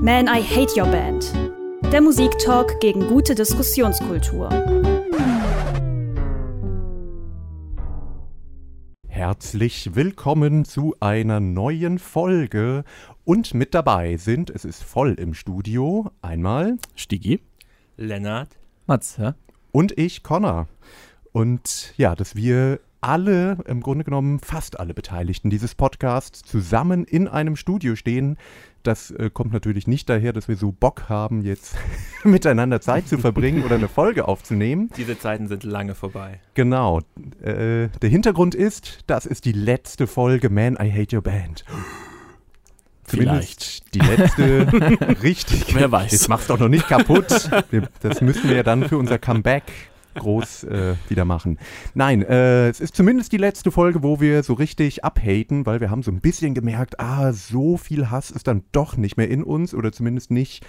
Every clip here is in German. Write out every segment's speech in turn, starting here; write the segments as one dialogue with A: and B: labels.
A: Man, I Hate Your Band. Der Musiktalk gegen gute Diskussionskultur.
B: Herzlich willkommen zu einer neuen Folge. Und mit dabei sind, es ist voll im Studio, einmal
C: Stigi.
D: Lennart.
C: Mats, ja?
B: und ich, Connor. Und ja, dass wir alle, im Grunde genommen fast alle Beteiligten dieses Podcasts zusammen in einem Studio stehen, das äh, kommt natürlich nicht daher, dass wir so Bock haben, jetzt miteinander Zeit zu verbringen oder eine Folge aufzunehmen.
D: Diese Zeiten sind lange vorbei.
B: Genau. Äh, der Hintergrund ist, das ist die letzte Folge Man, I Hate Your Band.
C: Vielleicht.
B: Zumindest die letzte richtig.
C: Wer weiß.
B: Jetzt mach's doch noch nicht kaputt. Wir- Das müssen wir ja dann für unser Comeback groß äh, wieder machen. Nein, äh, es ist zumindest die letzte Folge, wo wir so richtig abhaten, weil wir haben so ein bisschen gemerkt, ah, so viel Hass ist dann doch nicht mehr in uns oder zumindest nicht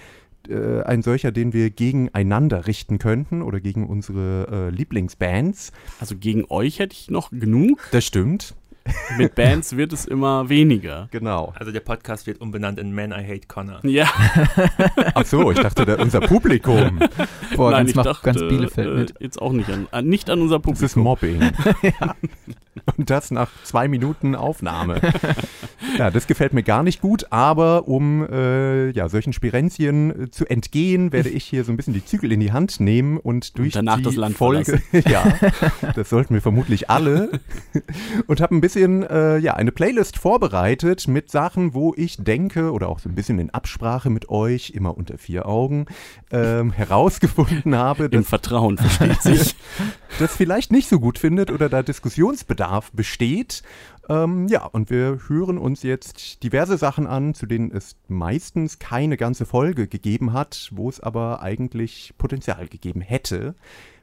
B: äh, ein solcher, den wir gegeneinander richten könnten oder gegen unsere äh, Lieblingsbands.
C: Also gegen euch hätte ich noch genug.
B: Das stimmt.
C: Mit Bands wird es immer weniger.
B: Genau.
D: Also der Podcast wird umbenannt in Man I Hate Connor.
C: Ja,
B: Ach so, ich dachte, da, unser Publikum.
E: Boah,
C: nein,
E: ganz,
C: ich
E: macht
C: dachte,
E: ganz Bielefeld
C: äh,
E: mit.
C: jetzt auch nicht an, an, nicht an unser
B: Das ist
C: Publikum.
B: Mobbing. Und das nach zwei Minuten Aufnahme. Ja, das gefällt mir gar nicht gut, aber um äh, ja, solchen Spirenzien äh, zu entgehen, werde ich hier so ein bisschen die Zügel in die Hand nehmen und durch
C: danach
B: die
C: das Land
B: Folge. ja, das sollten wir vermutlich alle. Und habe ein bisschen äh, ja, eine Playlist vorbereitet mit Sachen, wo ich denke, oder auch so ein bisschen in Absprache mit euch, immer unter vier Augen, ähm, herausgefunden habe, dass
C: Im Vertrauen versteht sich.
B: das vielleicht nicht so gut findet oder da Diskussionsbedarf besteht. Ähm, ja, und wir hören uns jetzt diverse Sachen an, zu denen es meistens keine ganze Folge gegeben hat, wo es aber eigentlich Potenzial gegeben hätte.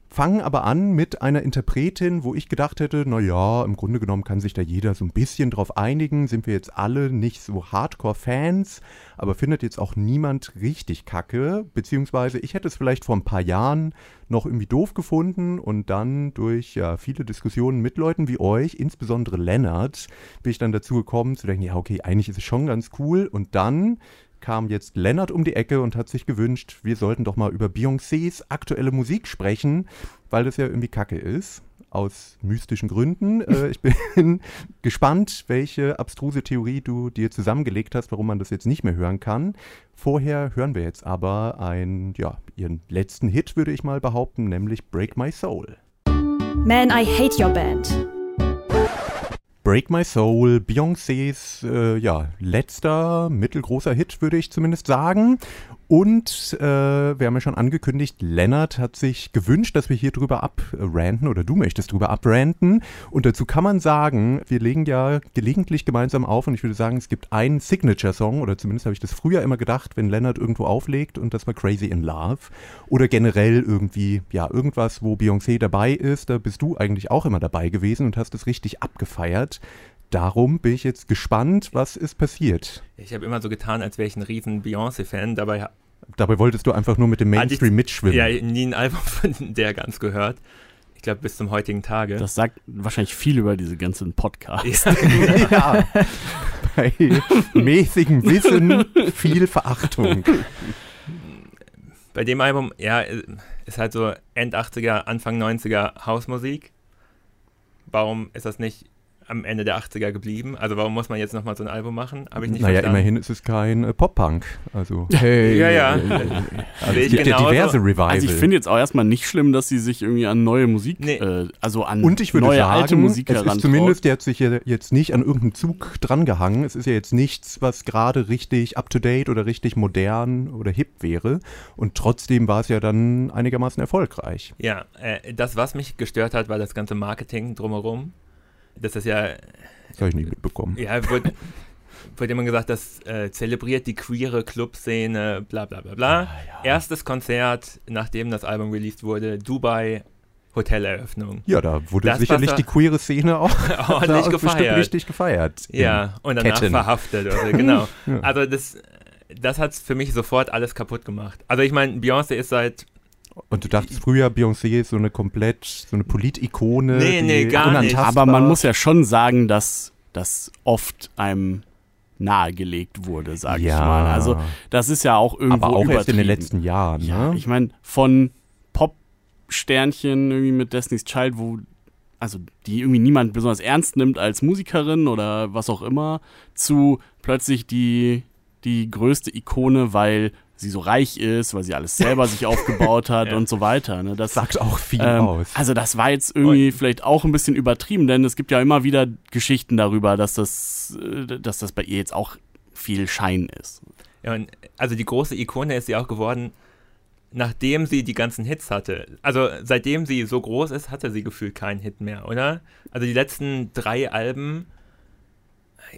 B: Fangen aber an mit einer Interpretin, wo ich gedacht hätte, naja, im Grunde genommen kann sich da jeder so ein bisschen drauf einigen, sind wir jetzt alle nicht so Hardcore-Fans, aber findet jetzt auch niemand richtig Kacke, beziehungsweise ich hätte es vielleicht vor ein paar Jahren noch irgendwie doof gefunden und dann durch ja, viele Diskussionen mit Leuten wie euch, insbesondere Lennart, bin ich dann dazu gekommen zu denken, ja okay, eigentlich ist es schon ganz cool und dann kam jetzt Lennart um die Ecke und hat sich gewünscht, wir sollten doch mal über Beyoncés aktuelle Musik sprechen, weil das ja irgendwie Kacke ist. Aus mystischen Gründen. Äh, ich bin gespannt, welche abstruse Theorie du dir zusammengelegt hast, warum man das jetzt nicht mehr hören kann. Vorher hören wir jetzt aber einen, ja, ihren letzten Hit, würde ich mal behaupten, nämlich Break My Soul.
A: Man, I Hate Your Band.
B: Break My Soul, Beyoncés äh, ja, letzter mittelgroßer Hit, würde ich zumindest sagen. Und äh, wir haben ja schon angekündigt, Lennart hat sich gewünscht, dass wir hier drüber abranten oder du möchtest drüber abranten. Und dazu kann man sagen, wir legen ja gelegentlich gemeinsam auf und ich würde sagen, es gibt einen Signature-Song oder zumindest habe ich das früher immer gedacht, wenn Lennart irgendwo auflegt und das war Crazy in Love oder generell irgendwie, ja, irgendwas, wo Beyoncé dabei ist, da bist du eigentlich auch immer dabei gewesen und hast es richtig abgefeiert. Darum bin ich jetzt gespannt, was ist passiert.
D: Ich habe immer so getan, als wäre ich ein riesen Beyoncé-Fan. Dabei ha-
B: Dabei wolltest du einfach nur mit dem
D: Ah,
B: Mainstream mitschwimmen.
D: ja nie ein Album von der ganz gehört. Ich glaube, bis zum heutigen Tage.
C: Das sagt wahrscheinlich viel über diese ganzen Podcasts.
B: ja. Bei mäßigem Wissen viel Verachtung.
D: Bei dem Album, ja, ist halt so End 80er, Anfang 90er Hausmusik. Warum ist das nicht am Ende der 80er geblieben? Also warum muss man jetzt nochmal so ein Album machen? Habe ich nicht
B: naja,
D: verstanden.
B: immerhin ist es kein äh, Pop-Punk. Also,
E: Hey.
D: Ja, genau
B: also
D: ja. Sehe
B: es
D: ich
B: gibt ja
D: genauso.
B: diverse Revival.
C: Also ich finde jetzt auch erstmal nicht schlimm, dass sie sich irgendwie an neue Musik,
D: Nee.
C: äh, also
D: Mhm.
C: an
B: und ich würde
C: neue
B: sagen,
C: alte Musik
B: es
C: herantraut.
B: ist zumindest, der hat sich ja jetzt nicht an irgendeinen Zug drangehangen. Es ist ja jetzt nichts, was gerade richtig up-to-date oder richtig modern oder hip wäre. Und trotzdem war es ja dann einigermaßen erfolgreich.
D: Ja, äh, das, was mich gestört hat, war das ganze Marketing drumherum. Das ist ja,
B: Das habe ich nicht mitbekommen.
D: ja, wird, wird immer gesagt, das äh, zelebriert die queere Clubszene, bla bla bla bla. Erstes Konzert, nachdem das Album released wurde, Dubai, Hoteleröffnung.
B: Ja, da wurde
D: Das, was
B: sicherlich
D: da-
B: die queere Szene auch da
D: Ordentlich
B: auch bestimmt
D: gefeiert.
B: richtig gefeiert.
D: Ja, und danach
B: Ketten.
D: verhaftet, oder, genau.
B: Ja.
D: Also das, das hat für mich sofort alles kaputt gemacht. Also ich meine, Beyoncé ist seit,
B: Und du dachtest früher, Beyoncé ist so eine komplett, so eine Politikone.
D: Nee, nee,
B: die
D: gar nicht.
B: unantastbar-
C: Aber man muss ja schon sagen, dass das oft einem nahegelegt wurde, sag ich
B: Ja.
C: mal. Also das ist ja auch irgendwo
B: Aber auch erst in den
C: übertrieben.
B: letzten Jahren.
C: Ja,
B: ne?
C: ich meine, von Pop-Sternchen irgendwie mit Destiny's Child, wo, also die irgendwie niemand besonders ernst nimmt als Musikerin oder was auch immer, zu plötzlich die, die größte Ikone, weil sie so reich ist, weil sie alles selber sich aufgebaut hat
D: Ja.
C: und so weiter. Ne? Das,
B: sagt auch viel
C: ähm,
B: aus.
C: Also das war jetzt irgendwie vielleicht auch ein bisschen übertrieben, denn es gibt ja immer wieder Geschichten darüber, dass das, äh, dass das bei ihr jetzt auch viel Schein ist.
D: Ja, und also die große Ikone ist sie auch geworden, nachdem sie die ganzen Hits hatte. Also seitdem sie so groß ist, hatte sie gefühlt keinen Hit mehr, oder? Also die letzten drei Alben,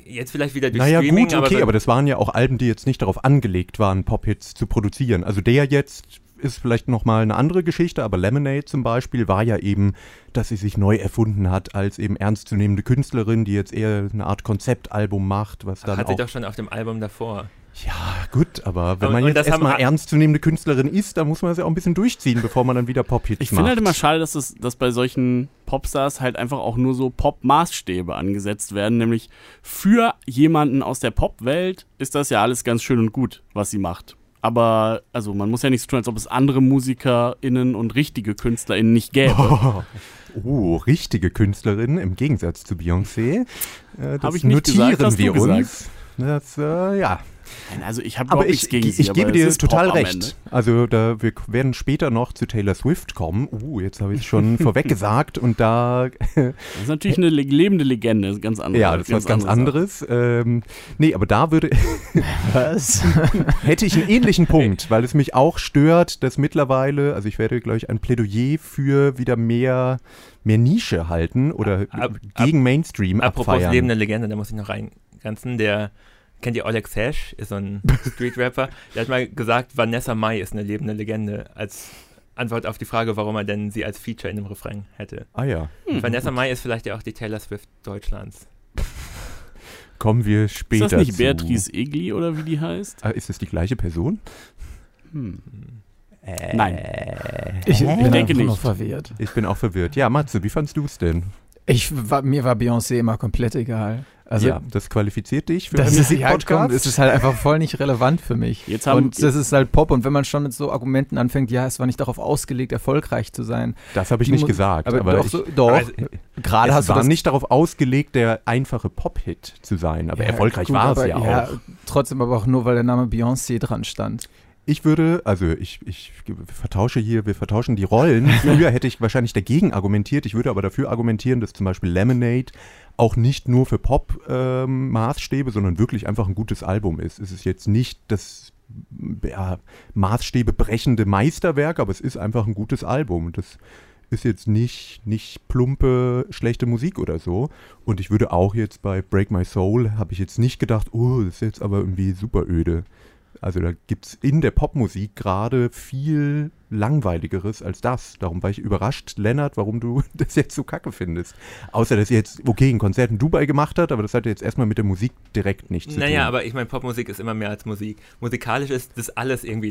D: jetzt vielleicht wieder durch
B: Naja,
D: Streaming,
B: gut, okay,
D: so-
B: aber, das waren ja auch Alben, die jetzt nicht darauf angelegt waren, Pop-Hits zu produzieren. Also der jetzt ist vielleicht nochmal eine andere Geschichte, aber Lemonade zum Beispiel war ja eben, dass sie sich neu erfunden hat als eben ernstzunehmende Künstlerin, die jetzt eher eine Art Konzeptalbum macht, was dann
D: hat
B: auch...
D: sie doch schon auf dem Album davor.
B: Ja, gut, aber wenn
D: Und-
B: man
D: und
B: jetzt
D: das haben
B: erstmal
D: a-
B: ernstzunehmende Künstlerin ist, dann muss man es ja auch ein bisschen durchziehen, bevor man dann wieder Pop-Hits macht.
C: Ich finde halt immer schade, dass, es, dass bei solchen Popstars halt einfach auch nur so Pop-Maßstäbe angesetzt werden. Nämlich für jemanden aus der Popwelt ist das ja alles ganz schön und gut, was sie macht. Aber also man muss ja nicht so tun, als ob es andere MusikerInnen und richtige KünstlerInnen nicht gäbe.
B: Oh, oh, richtige Künstlerin im Gegensatz zu Beyoncé. Äh, das
C: Hab ich nicht
B: notieren
C: gesagt, hast du
B: wir
C: gesagt.
B: uns. Das, äh, ja,
C: Nein, Also ich habe
B: aber
C: überhaupt
B: ich,
C: nichts gegen
B: ich,
C: sie.
B: ich
C: aber
B: gebe
C: es
B: dir
C: ist Pop
B: total
C: am Ende.
B: recht. Also da, wir werden später noch zu Taylor Swift kommen. Uh, jetzt habe ich es schon vorweg gesagt und da
C: Das ist natürlich eine le lebende Legende, das ist ganz andere.
B: Ja, das ist was ganz
C: andere
B: anderes. Ähm, nee, aber da würde. hätte ich einen ähnlichen Punkt, weil es mich auch stört, dass mittlerweile, also ich werde, glaube ich, ein Plädoyer für wieder mehr, mehr Nische halten oder
D: Ab- ab-
B: gegen Mainstream
D: Apropos
B: abfeiern.
D: lebende Legende, da muss ich noch reingrenzen, der kennt ihr Alex Hash, ist so ein Street-Rapper, der hat mal gesagt, Vanessa Mai ist eine lebende Legende, als Antwort auf die Frage, warum er denn sie als Feature in dem Refrain hätte.
B: Ah ja,
D: Vanessa Mai ist vielleicht ja auch die Taylor Swift Deutschlands.
B: kommen wir
C: Ist
B: später.
C: das nicht
B: zu.
C: Beatrice Egli oder wie die heißt?
B: Ah, ist das die gleiche Person?
C: Hm.
B: Äh.
C: Nein.
E: Ich, ich bin
C: denke
E: einfach nur
C: nicht.
E: verwirrt.
B: Ich bin auch verwirrt. Ja, Matze, wie fandst du es denn?
E: Ich, war, mir war Beyoncé immer komplett egal. Also,
B: ja, das qualifiziert dich für
E: dass
B: einen
E: es sich halt kommt,
B: Podcast.
E: ist es halt einfach voll nicht relevant für mich.
C: Jetzt haben-
E: und das ist halt Pop. Und wenn man schon mit so Argumenten anfängt, ja, es war nicht darauf ausgelegt, erfolgreich zu sein.
B: das habe ich
E: die
B: nicht
E: Mu-
B: gesagt.
E: Aber,
B: Aber,
E: doch,
B: ich,
E: so, doch
D: Aber es-
E: gerade
B: Also, es
E: hast du
B: war
E: das
B: nicht darauf ausgelegt, der einfache Pop-Hit zu sein, aber
E: Ja,
B: erfolgreich
E: gut,
B: war es
E: aber-
B: ja, auch.
E: Trotzdem aber auch nur, weil der Name Beyoncé dran stand.
B: Ich würde, also ich, ich vertausche hier, wir vertauschen die Rollen. Früher hätte ich wahrscheinlich dagegen argumentiert, ich würde aber dafür argumentieren, dass zum Beispiel Lemonade auch nicht nur für Pop-Maßstäbe, sondern wirklich einfach ein gutes Album ist. Es ist jetzt nicht das ja, Maßstäbe brechende Meisterwerk, aber es ist einfach ein gutes Album. Und Das ist jetzt nicht, nicht plumpe, schlechte Musik oder so. Und ich würde auch jetzt bei Break My Soul, habe ich jetzt nicht gedacht, oh, das ist jetzt aber irgendwie super öde. Also da gibt es in der Popmusik gerade viel langweiligeres als das. Darum war ich überrascht, Lennart, warum du das jetzt so kacke findest. Außer, dass ihr jetzt, okay, ein Konzert in Dubai gemacht hat, aber das hatte jetzt erstmal mit der Musik direkt nichts zu tun.
D: Naja, aber ich meine, Popmusik ist immer mehr als Musik. Musikalisch ist das alles irgendwie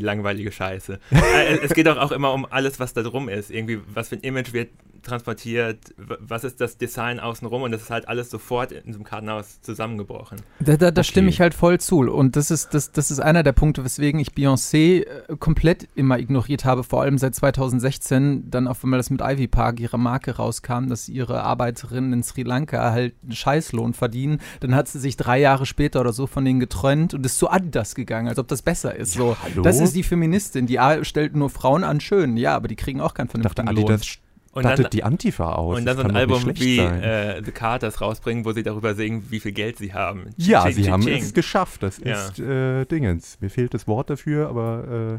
D: langweilige Scheiße. Äh, es geht auch, auch immer um alles, was da drum ist. Irgendwie, was für ein Image wird transportiert, w- was ist das Design außenrum und das ist halt alles sofort in diesem Kartenhaus zusammengebrochen.
E: Da, da, da
B: Okay.
E: stimme ich halt voll zu. Und das ist, das, das ist einer der Punkte, weswegen ich Beyoncé äh, komplett immer ignoriert habe, vor allem seit 2016, dann auf einmal das mit Ivy Park, ihre Marke rauskam, dass ihre Arbeiterinnen in Sri Lanka halt einen Scheißlohn verdienen. Dann hat sie sich drei Jahre später oder so von denen getrennt und ist zu Adidas gegangen, als ob das besser ist. So,
B: hallo?
E: Das ist die Feministin, die A- stellt nur Frauen an schön, ja, aber die kriegen auch keinen
B: Ich dachte,
E: vernünftigen Lohn.
B: Adidas
D: Und
B: stattet
D: dann,
B: die Antifa aus.
D: und
B: Das
D: dann so ein
B: kann doch nicht
D: Album
B: schlecht
D: wie
B: sein.
D: äh, The Carters rausbringen, wo sie darüber singen, wie viel Geld sie haben.
B: Ja,
D: Ching,
B: sie
D: ching,
B: haben
D: ching.
B: es geschafft. Das
D: Ja.
B: ist äh, Dingens. Mir fehlt das Wort dafür, aber äh,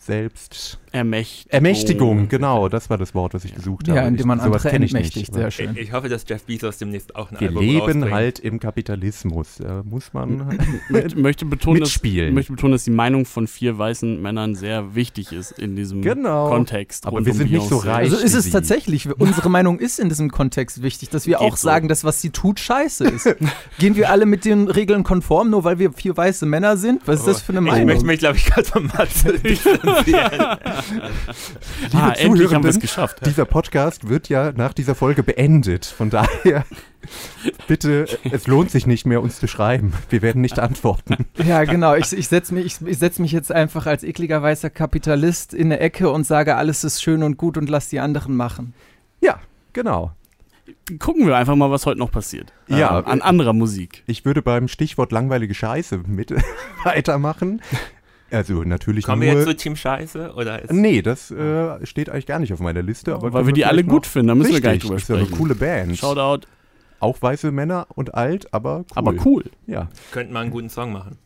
B: selbst.
C: Ermächtigung.
B: Ermächtigung, genau, das war das Wort, was ich gesucht habe.
E: ja, indem man
B: ich, sowas
E: andere
B: kenne ich
E: entmächtigt,
B: nicht.
E: sehr
B: aber
E: schön.
D: Ich, ich hoffe, dass Jeff Bezos demnächst auch ein
B: Wir
D: Album
B: leben
D: rausbringt.
B: halt im Kapitalismus. Da muss man.
C: Ich möchte betonen, dass,
B: Mitspielen.
C: möchte betonen, dass die Meinung von vier weißen Männern sehr wichtig ist in diesem
B: Genau.
C: Kontext.
B: Aber
C: rund
B: wir
C: um
B: sind nicht so
C: Beyoncé.
B: reich.
E: Also ist es
B: Sie.
E: tatsächlich, unsere Meinung ist in diesem Kontext wichtig, dass wir
C: Geht
E: auch
C: so.
E: sagen, dass was sie tut, scheiße ist. Gehen wir alle mit den Regeln konform, nur weil wir vier weiße Männer sind? Was ist das für eine
D: Ich möchte
E: Meinung?
D: mich, glaube ich, gerade von Matze.
C: Ich,
D: empfehlen.
B: Liebe
C: ah, endlich haben wir es
B: Zuhörenden,
C: geschafft.
B: Dieser Podcast wird ja nach dieser Folge beendet. Von daher, bitte, es lohnt sich nicht mehr, uns zu schreiben. Wir werden nicht antworten.
E: Ja, genau. Ich, ich setze mich, ich, ich setz mich jetzt einfach als ekliger weißer Kapitalist in eine Ecke und sage, alles ist schön und gut und lass die anderen machen.
B: Ja, genau.
C: Gucken wir einfach mal, was heute noch passiert.
B: Ja.
C: Ähm, an anderer Musik.
B: Ich würde beim Stichwort langweilige Scheiße mit weitermachen. Also natürlich
D: Kommen wir
B: nur.
D: jetzt zu Team Scheiße? Oder ist
B: nee, das äh, steht eigentlich gar nicht auf meiner Liste. Aber
C: Weil
B: können
C: wir die alle
B: vielleicht noch-
C: gut finden, da müssen wir gar nicht
B: Richtig,
C: drüber
B: ist ja eine
C: sprechen.
B: coole Band.
C: Shoutout,
B: Auch weiße Männer und alt, aber cool.
C: aber cool.
B: Ja,
D: könnten wir einen guten Song machen?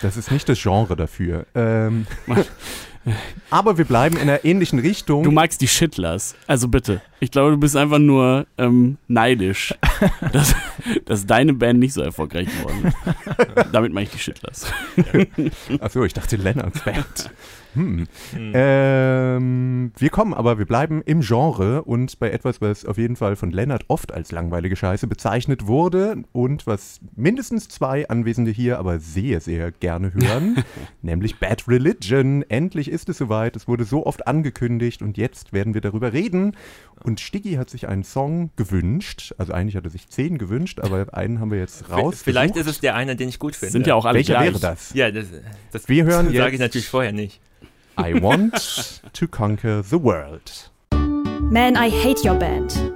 B: das ist nicht das Genre dafür. Ähm, aber wir bleiben in einer ähnlichen Richtung.
C: Du magst die Schittlers. Also bitte. Ich glaube, du bist einfach nur ähm, neidisch, dass, dass deine Band nicht so erfolgreich geworden ist. Damit meine ich die Schittlers.
B: Achso, ich dachte Lennarts Band. Hm.
D: Hm.
B: Ähm, wir kommen aber, wir bleiben im Genre und bei etwas, was auf jeden Fall von Lennart oft als langweilige Scheiße bezeichnet wurde und was mindestens zwei Anwesende hier aber sehr, sehr gerne hören, nämlich Bad Religion. Endlich ist es soweit, es wurde so oft angekündigt und jetzt werden wir darüber reden. Und Stiggy hat sich einen Song gewünscht, also eigentlich hat er sich zehn gewünscht, aber einen haben wir jetzt raus.
D: Vielleicht ist es der eine, den ich gut finde.
C: Sind ja auch alle
B: Welcher
C: gleich.
B: wäre das?
D: Ja, das, das
B: Wir hören
D: sage
B: jetzt-
D: ich natürlich vorher nicht.
B: I want to conquer the world.
A: Man, I hate your band.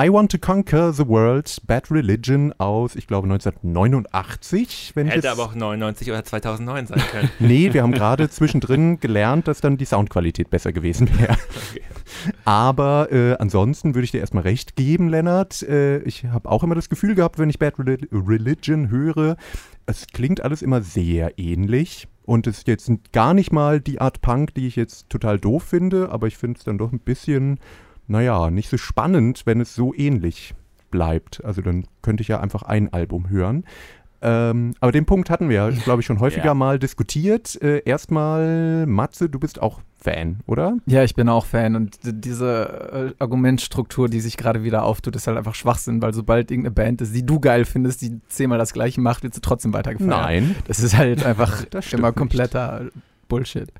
B: I Want to Conquer the World, Bad Religion aus, ich glaube, 1989. Wenn ich
D: Hätte
B: jetzt,
D: aber auch 99 oder 2009 sein können.
B: Nee, wir haben gerade zwischendrin gelernt, dass dann die Soundqualität besser gewesen wäre. Aber äh, ansonsten würde ich dir erstmal recht geben, Lennart. Äh, ich habe auch immer das Gefühl gehabt, wenn ich Bad Reli Religion höre, es klingt alles immer sehr ähnlich. Und es ist jetzt gar nicht mal die Art Punk, die ich jetzt total doof finde, aber ich finde es dann doch ein bisschen, naja, nicht so spannend, wenn es so ähnlich bleibt. Also dann könnte ich ja einfach ein Album hören. Ähm, aber den Punkt hatten wir, glaube ich, schon häufiger
C: Ja.
B: mal diskutiert. Äh, erstmal, Matze, du bist auch Fan, oder?
E: Ja, ich bin auch Fan und d- diese äh, Argumentstruktur, die sich gerade wieder auftut, ist halt einfach Schwachsinn, weil sobald irgendeine Band ist, die du geil findest, die zehnmal das gleiche macht, wird sie trotzdem weitergefeiert.
B: Nein.
E: Das ist halt einfach
B: Das stimmt
E: immer
B: nicht.
E: kompletter Bullshit.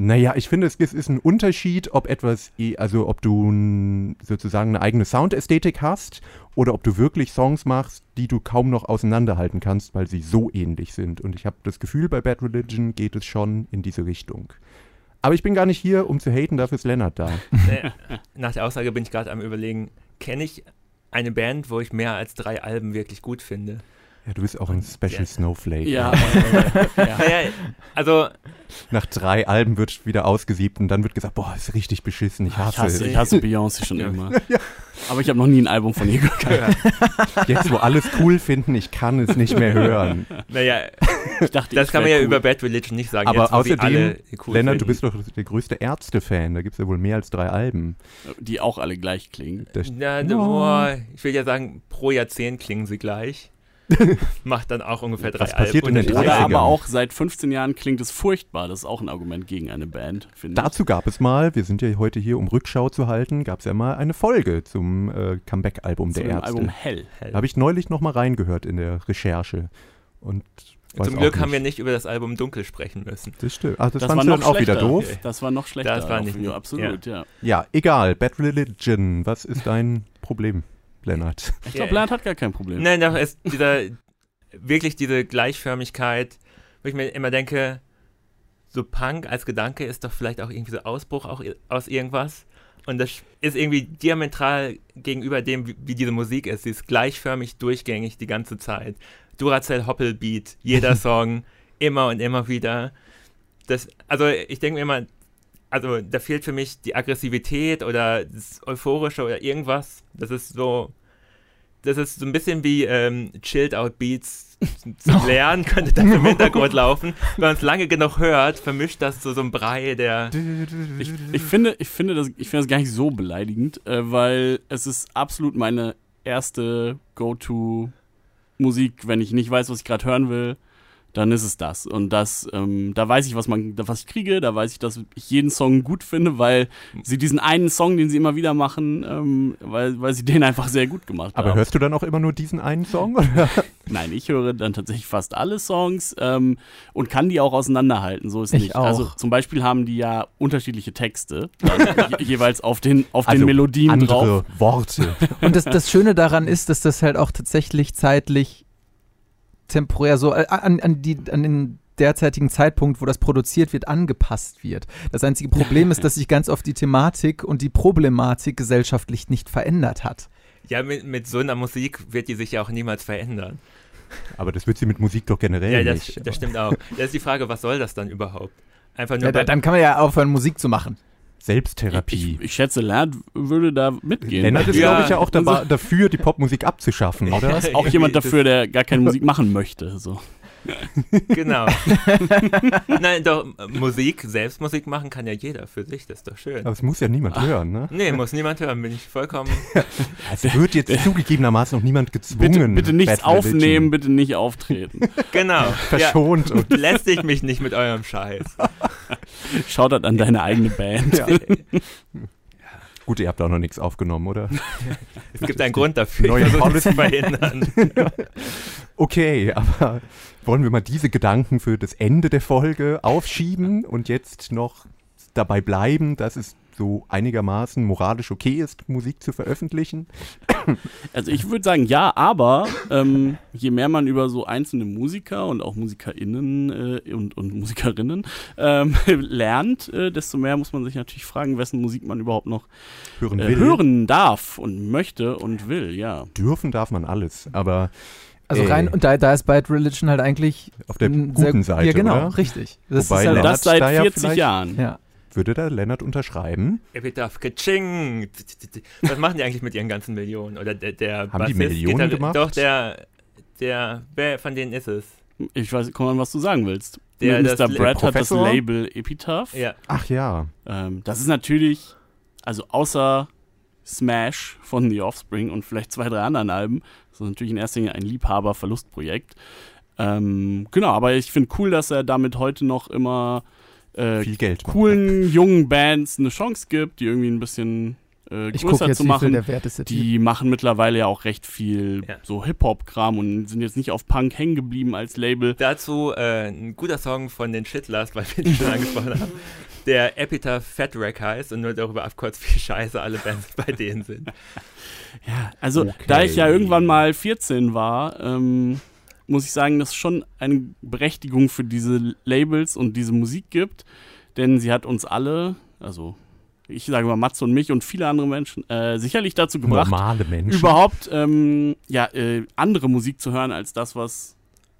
B: Naja, ich finde, es ist ist ein Unterschied, ob etwas, eh- also ob du n- sozusagen eine eigene Soundästhetik hast oder ob du wirklich Songs machst, die du kaum noch auseinanderhalten kannst, weil sie so ähnlich sind. Und ich habe das Gefühl, bei Bad Religion geht es schon in diese Richtung. Aber ich bin gar nicht hier, um zu haten, dafür ist Lennart da.
D: Nee, Nach der Aussage bin ich gerade am überlegen, kenne ich eine Band, wo ich mehr als drei Alben wirklich gut finde?
B: Ja, du bist auch ein Special
D: Ja.
B: Snowflake. ne?
C: Ja.
D: Naja, also
B: Nach drei Alben wird wieder ausgesiebt und dann wird gesagt, boah, ist richtig beschissen, ich
C: Ich
B: hasse,
C: hasse, ich hasse Beyoncé schon
D: Ja.
C: immer. Aber ich habe noch nie ein Album von ihr gehört.
B: es. Jetzt, wo alles cool finden, ich kann es nicht mehr hören.
D: naja,
C: Ich dachte,
D: das
C: ich
D: kann man
C: wär
D: ja
C: cool.
D: über Bad Religion nicht sagen.
B: Aber
D: jetzt, wo sie
B: außerdem,
D: alle cool
B: Lennart, du
D: finden.
B: bist doch der größte Ärzte-Fan. Da gibt es ja wohl mehr als drei Alben.
C: Die auch alle gleich klingen.
B: Das,
D: Na,
B: Ja.
D: boah, ich will ja sagen, pro Jahrzehnt klingen sie gleich. Macht dann auch ungefähr drei
B: Was passiert
D: Alben.
B: in den
D: und-
C: Oder
B: 30ern.
C: aber auch seit 15 Jahren klingt es furchtbar. Das ist auch ein Argument gegen eine Band, finde ich.
B: dazu gab es mal, wir sind ja heute hier, um Rückschau zu halten, gab es ja mal eine Folge zum äh, Comeback-Album
C: Zu
B: der
C: dem
B: Ärzte.
C: Album Hell.
B: Da habe ich neulich nochmal reingehört in der Recherche. Und weiß
D: Zum
B: auch
D: Glück
B: nicht.
D: haben wir nicht über das Album Dunkel sprechen müssen.
B: Das stimmt. Ach, das,
C: Das war
B: fandst du
C: noch
B: dann auch wieder
C: schlechter.
B: doof.
C: Das war noch schlechter.
D: Das war
C: auf
D: nicht
C: Video,
D: gut.
C: Absolut, ja.
B: Ja, egal. Bad Religion. Was ist dein Problem, Lennart?
C: Ich glaube, Lennart hat gar kein Problem.
D: Nein, doch, es, dieser, wirklich diese Gleichförmigkeit, wo ich mir immer denke, so Punk als Gedanke ist doch vielleicht auch irgendwie so Ausbruch auch i- aus irgendwas. Und das ist irgendwie diametral gegenüber dem, wie, wie diese Musik ist. Sie ist gleichförmig, durchgängig die ganze Zeit. Duracell Hoppelbeat, jeder Song, immer und immer wieder. Das, also ich denke mir immer, also da fehlt für mich die Aggressivität oder das Euphorische oder irgendwas. Das ist so, das ist so ein bisschen wie ähm, Chilled Out Beats zu lernen, könnte das im Hintergrund laufen. Wenn man es lange genug hört, vermischt das zu so einem Brei, der.
C: Ich, ich, finde, ich, finde das, ich finde das gar nicht so beleidigend, äh, weil es ist absolut meine erste Go-To-Musik, wenn ich nicht weiß, was ich gerade hören will. dann ist es das. Und das, ähm, da weiß ich, was man, was ich kriege, da weiß ich, dass ich jeden Song gut finde, weil sie diesen einen Song, den sie immer wieder machen, ähm, weil, weil sie den einfach sehr gut gemacht
B: Aber
C: haben.
B: hörst du dann auch immer nur diesen einen Song? Oder?
C: Nein, ich höre dann tatsächlich fast alle Songs ähm, und kann die auch auseinanderhalten. So ist
E: Ich
C: nicht.
E: auch.
C: Also zum Beispiel haben die ja unterschiedliche Texte, also je, jeweils auf den, auf
B: Also
C: den Melodien drauf.
B: Andere Worte.
E: Und das, das Schöne daran ist, dass das halt auch tatsächlich zeitlich temporär so äh, an, an, die, an den derzeitigen Zeitpunkt, wo das produziert wird, angepasst wird. Das einzige Problem ist, dass sich ganz oft die Thematik und die Problematik gesellschaftlich nicht verändert hat.
D: Ja, mit, mit so einer Musik wird die sich ja auch niemals verändern.
B: Aber das wird sie mit Musik doch generell
D: ja, das,
B: nicht.
D: das stimmt auch. Das ist die Frage, was soll das dann überhaupt? Einfach nur
E: Ja, da-
D: bei,
E: dann kann man ja aufhören, Musik zu machen.
B: Selbsttherapie.
C: Ich, ich schätze, Lennart würde da mitgehen.
B: Lennart ist,
D: Ja.
B: glaube ich, ja auch dabei,
C: Also-
B: dafür, die Popmusik abzuschaffen, oder?
C: auch jemand dafür, der gar keine Musik machen möchte. So.
D: Genau. Nein, doch, Musik, selbst Musik machen kann ja jeder für sich, das ist doch schön.
B: Aber es muss ja niemand hören, ne?
D: Nee, muss niemand hören, bin ich vollkommen.
B: Es wird jetzt zugegebenermaßen noch niemand
C: Bitte,
B: gezwungen.
C: Also- bitte nichts
B: Bad Religion.
C: aufnehmen, bitte nicht auftreten.
D: Genau. Ja,
B: Verschont Oh, und
D: lästigt mich nicht mit eurem Scheiß.
C: Schaut an deine eigene Band.
B: Gut, ihr habt auch noch nichts aufgenommen, oder?
D: Es gibt einen Grund dafür.
B: Neue
D: ich versuche, das zu verhindern.
B: Okay, aber wollen wir mal diese Gedanken für das Ende der Folge aufschieben und jetzt noch dabei bleiben, dass es so einigermaßen moralisch okay ist, Musik zu veröffentlichen?
C: Also ich würde sagen, ja, aber ähm, je mehr man über so einzelne Musiker und auch MusikerInnen äh, und, und Musikerinnen ähm, lernt, äh, desto mehr muss man sich natürlich fragen, wessen Musik man überhaupt noch
B: Hören
C: äh,
B: will.
C: hören darf und möchte und will, ja.
B: Dürfen darf man alles, aber
E: Also
B: Ey.
E: rein, und da, da ist Bad Religion halt eigentlich
B: auf der
E: ein
B: guten
E: sehr-
B: Seite,
E: Ja, genau,
B: oder?
E: richtig. Das
B: Wobei
C: Und
E: ist halt,
B: Lennart
C: Also das seit
B: Steyer
C: 40
B: vielleicht?
C: Jahren.
E: ja.
B: Würde da Lennart unterschreiben?
D: Epitaph, Kaching. Was machen die eigentlich mit ihren ganzen Millionen? Oder der, der
B: Haben die Millionen
D: Gitarre-
B: gemacht?
D: Doch, der, der, wer von denen ist es?
C: Ich weiß, komm an, was du sagen willst.
D: Der-
C: Mr.
D: das-
C: Brad hat das
B: Professor?
C: Label Epitaph.
D: Ja,
B: Ach ja,
C: Ähm, das ist natürlich, also außer Smash von The Offspring und vielleicht zwei, drei anderen Alben, das ist natürlich in erster Linie ein Liebhaber-Verlustprojekt. Ähm, genau, aber ich finde cool, dass er damit heute noch immer äh,
B: viel Geld. macht.
C: coolen jungen Bands eine Chance gibt, die irgendwie ein bisschen äh,
E: Ich gucke
C: größer
E: jetzt,
C: zu
E: wie viel
C: machen.
E: der Wert ist. der Typ.
C: Die machen mittlerweile ja auch recht viel
D: Ja.
C: so Hip-Hop-Kram und sind jetzt nicht auf Punk hängen geblieben als Label.
D: Dazu äh, ein guter Song von den Shitlast, weil wir ihn schon angesprochen haben, der Epitaph Fat Rack heißt und nur darüber abkürzt, wie scheiße alle Bands bei denen sind.
C: Ja, also
B: Okay.
C: da ich ja irgendwann mal 14 war, ähm, muss ich sagen, dass es schon eine Berechtigung für diese Labels und diese Musik gibt, denn sie hat uns alle, also ich sage mal Matze und mich und viele andere Menschen, äh, sicherlich dazu gebracht,
B: Normale Menschen.
C: überhaupt ähm, ja, äh, andere Musik zu hören als das, was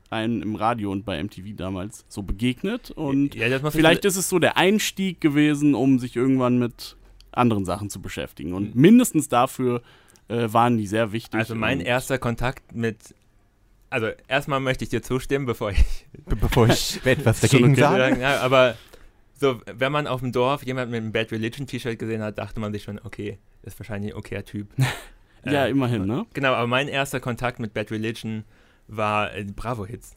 C: einem im Radio und bei MTV damals so begegnet. Und
D: ja, das muss ich-
C: Vielleicht ist es so der Einstieg gewesen, um sich irgendwann mit anderen Sachen zu beschäftigen. Und mindestens dafür äh, waren die sehr wichtig.
D: Also mein
C: Und-
D: erster Kontakt mit. Also erstmal möchte ich dir zustimmen, bevor ich
B: Be- bevor ich etwas
C: Schon
B: dagegen
C: okay,
B: sage.
D: Ja, aber so, wenn man auf dem Dorf jemanden mit einem Bad Religion T-Shirt gesehen hat, dachte man sich schon, okay, ist wahrscheinlich ein okayer Typ.
C: Ja,
D: Äh,
C: immerhin, ne?
D: Genau, aber mein erster Kontakt mit Bad Religion war äh, die Bravo-Hits.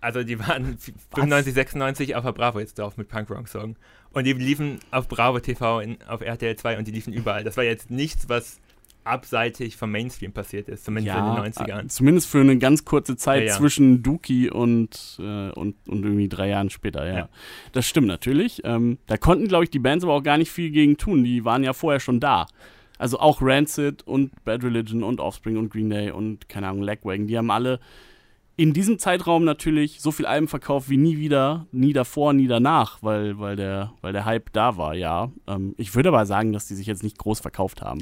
D: Also die waren 95, 96 auf der Bravo-Hits drauf mit Punk-Rock-Song. Und die liefen auf Bravo TV, in, auf RTL 2 und die liefen überall. Das war jetzt nichts, was abseitig vom Mainstream passiert ist, zumindest in den 90ern.
C: äh, zumindest für eine ganz kurze Zeit
D: Ja, ja.
C: zwischen Dookie und, äh, und, und irgendwie drei Jahren später, ja.
D: Ja.
C: Das stimmt natürlich. Ähm, da konnten, glaube ich, die Bands aber auch gar nicht viel gegen tun. Die waren ja vorher schon da. Also auch Rancid und Bad Religion und Offspring und Green Day und, keine Ahnung, Lagwagon, die haben alle in diesem Zeitraum natürlich so viel Alben verkauft wie nie wieder, nie davor, nie danach, weil, weil, der, weil der Hype da war, ja. Ähm, ich würde aber sagen, dass die sich jetzt nicht groß verkauft haben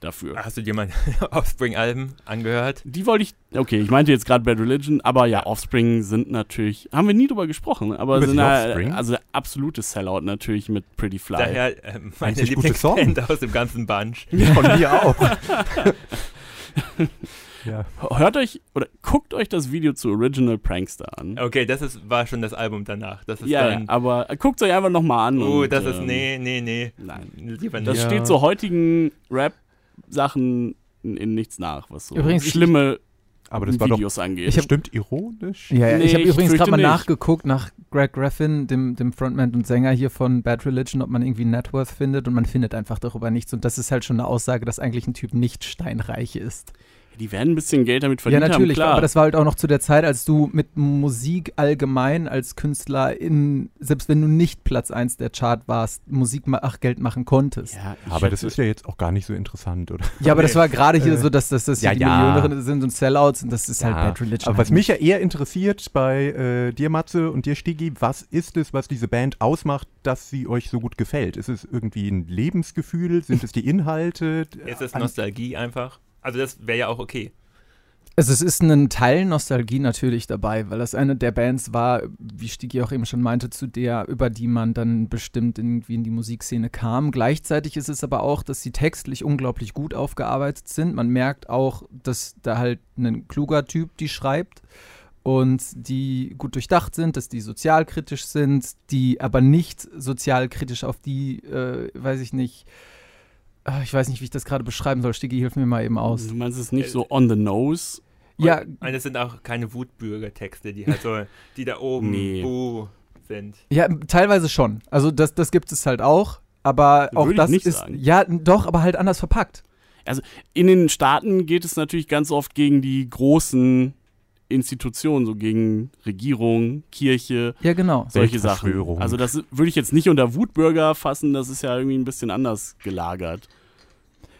C: dafür.
D: Hast du dir mal Offspring-Alben angehört?
C: Die wollte ich. Okay, ich meinte jetzt gerade Bad Religion, aber ja, Offspring sind natürlich. Haben wir nie drüber gesprochen, aber
B: Über
C: sind
B: die
C: ja,
B: Offspring?
C: also absolutes Sellout natürlich mit Pretty Fly.
D: Daher äh, meine
B: Eigentlich gute Song.
D: Lieblingsband aus dem ganzen Bunch.
B: Von mir auch. ja.
C: Hört euch oder guckt euch das Video zu Original Prankster an.
D: Okay, das ist, war schon das Album danach. Das ist
C: Ja, ja,
D: dann,
C: aber guckt euch einfach nochmal an.
D: oh,
B: Uh,
C: und,
D: das ist,
C: ähm,
D: nee, nee, nee.
C: Nein.
D: Lieber
C: Das
D: nicht.
B: Ja.
C: steht so heutigen Rap-Sachen in, in nichts nach, was so
E: Übrigens, ich-
C: schlimme
B: Aber das war doch
C: Videos angeht.
E: Ich hab-
B: bestimmt ironisch.
E: Ja, ja,
C: Nee,
E: ich habe
C: ich
E: übrigens
C: fürchte
E: gerade mal
C: nicht.
E: nachgeguckt nach Greg Graffin, dem, dem Frontman und Sänger hier von Bad Religion, ob man irgendwie Net Worth findet und man findet einfach darüber nichts. Und das ist halt schon eine Aussage, dass eigentlich ein Typ nicht steinreich ist.
C: die werden ein bisschen Geld damit verdienen.
E: ja, natürlich,
C: haben, klar.
E: aber das war halt auch noch zu der Zeit, als du mit Musik allgemein als Künstler in, selbst wenn du nicht Platz 1 der Chart warst, Musik ma- ach, Geld machen konntest. Ja,
C: ja, ich
B: Aber das
C: schätze-
B: ist ja jetzt auch gar nicht so interessant, oder?
E: aber das war gerade hier
B: Äh,
E: so, dass das, das hier
B: ja,
E: die
B: ja.
E: Millionäre sind und Sellouts und das ist halt
B: Ja,
E: Bad Religion.
B: Aber was
E: halt
B: mich ja eher interessiert bei äh, dir, Matze, und dir, Stigi, was ist es, was diese Band ausmacht, dass sie euch so gut gefällt? Ist es irgendwie ein Lebensgefühl? Sind es die Inhalte?
D: Ist es Nostalgie einfach? Also das wäre ja auch okay.
E: Also es ist ein Teil Nostalgie natürlich dabei, weil das eine der Bands war, wie Stigi auch eben schon meinte, zu der, über die man dann bestimmt irgendwie in die Musikszene kam. Gleichzeitig ist es aber auch, dass sie textlich unglaublich gut aufgearbeitet sind. Man merkt auch, dass da halt ein kluger Typ die schreibt und die gut durchdacht sind, dass die sozialkritisch sind, die aber nicht sozialkritisch auf die, äh, weiß ich nicht, ah, ich weiß nicht, wie ich das gerade beschreiben soll. Stigi, hilf mir mal eben aus.
C: Du meinst es ist nicht so on the nose?
E: Ja,
D: Und es sind auch keine Wutbürgertexte, die halt so, die da oben
C: Nee.
D: buh, sind.
E: Ja, m- teilweise schon. Also das, das gibt es halt auch. Aber auch
C: Würde ich
E: das
C: nicht
E: ist.
C: sagen.
E: Ja, n- doch, aber halt anders verpackt.
C: Also, In den Staaten geht es natürlich ganz oft gegen die großen Institutionen, so gegen Regierung, Kirche,
E: Ja, genau.
C: solche Sachen.
B: Weltverschwörung.
C: Also das würde ich jetzt nicht unter Wutbürger fassen, das ist ja irgendwie ein bisschen anders gelagert.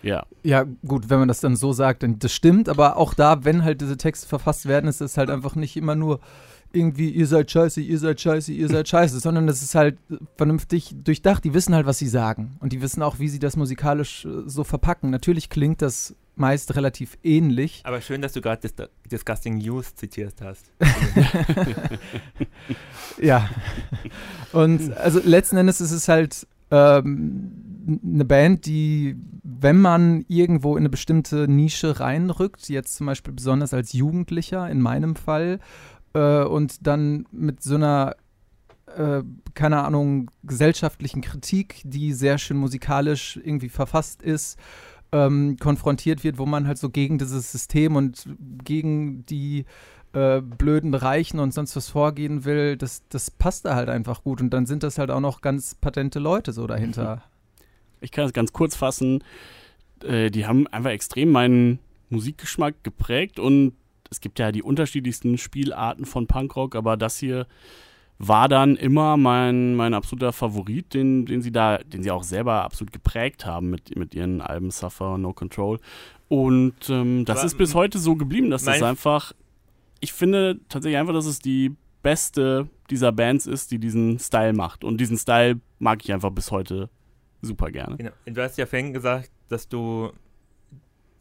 C: Ja.
E: Ja, gut, wenn man das dann so sagt, dann das stimmt, aber auch da, wenn halt diese Texte verfasst werden, ist es halt einfach nicht immer nur irgendwie, ihr seid scheiße, ihr seid scheiße, ihr seid scheiße, sondern das ist halt vernünftig durchdacht. Die wissen halt, was sie sagen. Und die wissen auch, wie sie das musikalisch äh, so verpacken. Natürlich klingt das meist relativ ähnlich,
D: Aber schön, dass du gerade Dis Disgusting News zitiert hast.
E: Ja. Und also letzten Endes ist es halt ähm, eine Band, die, wenn man irgendwo in eine bestimmte Nische reinrückt, jetzt zum Beispiel besonders als Jugendlicher in meinem Fall, äh, und dann mit so einer äh, keine Ahnung, gesellschaftlichen Kritik, die sehr schön musikalisch irgendwie verfasst ist, ähm, konfrontiert wird, wo man halt so gegen dieses System und gegen die äh, blöden Reichen und sonst was vorgehen will, das, das passt da halt einfach gut. Und dann sind das halt auch noch ganz patente Leute so dahinter.
C: Ich kann es ganz kurz fassen. Äh, die haben einfach extrem meinen Musikgeschmack geprägt und es gibt ja die unterschiedlichsten Spielarten von Punkrock, aber das hier war dann immer mein, mein absoluter Favorit, den, den sie da, den sie auch selber absolut geprägt haben mit, mit ihren Alben Suffer, No Control. Und ähm, das
D: Aber,
C: ist bis
D: m-
C: heute so geblieben, dass das
D: mein-
C: einfach, ich finde tatsächlich einfach, dass es die beste dieser Bands ist, die diesen Style macht. Und diesen Style mag ich einfach bis heute super gerne.
D: Genau. Du hast ja vorhin gesagt, dass du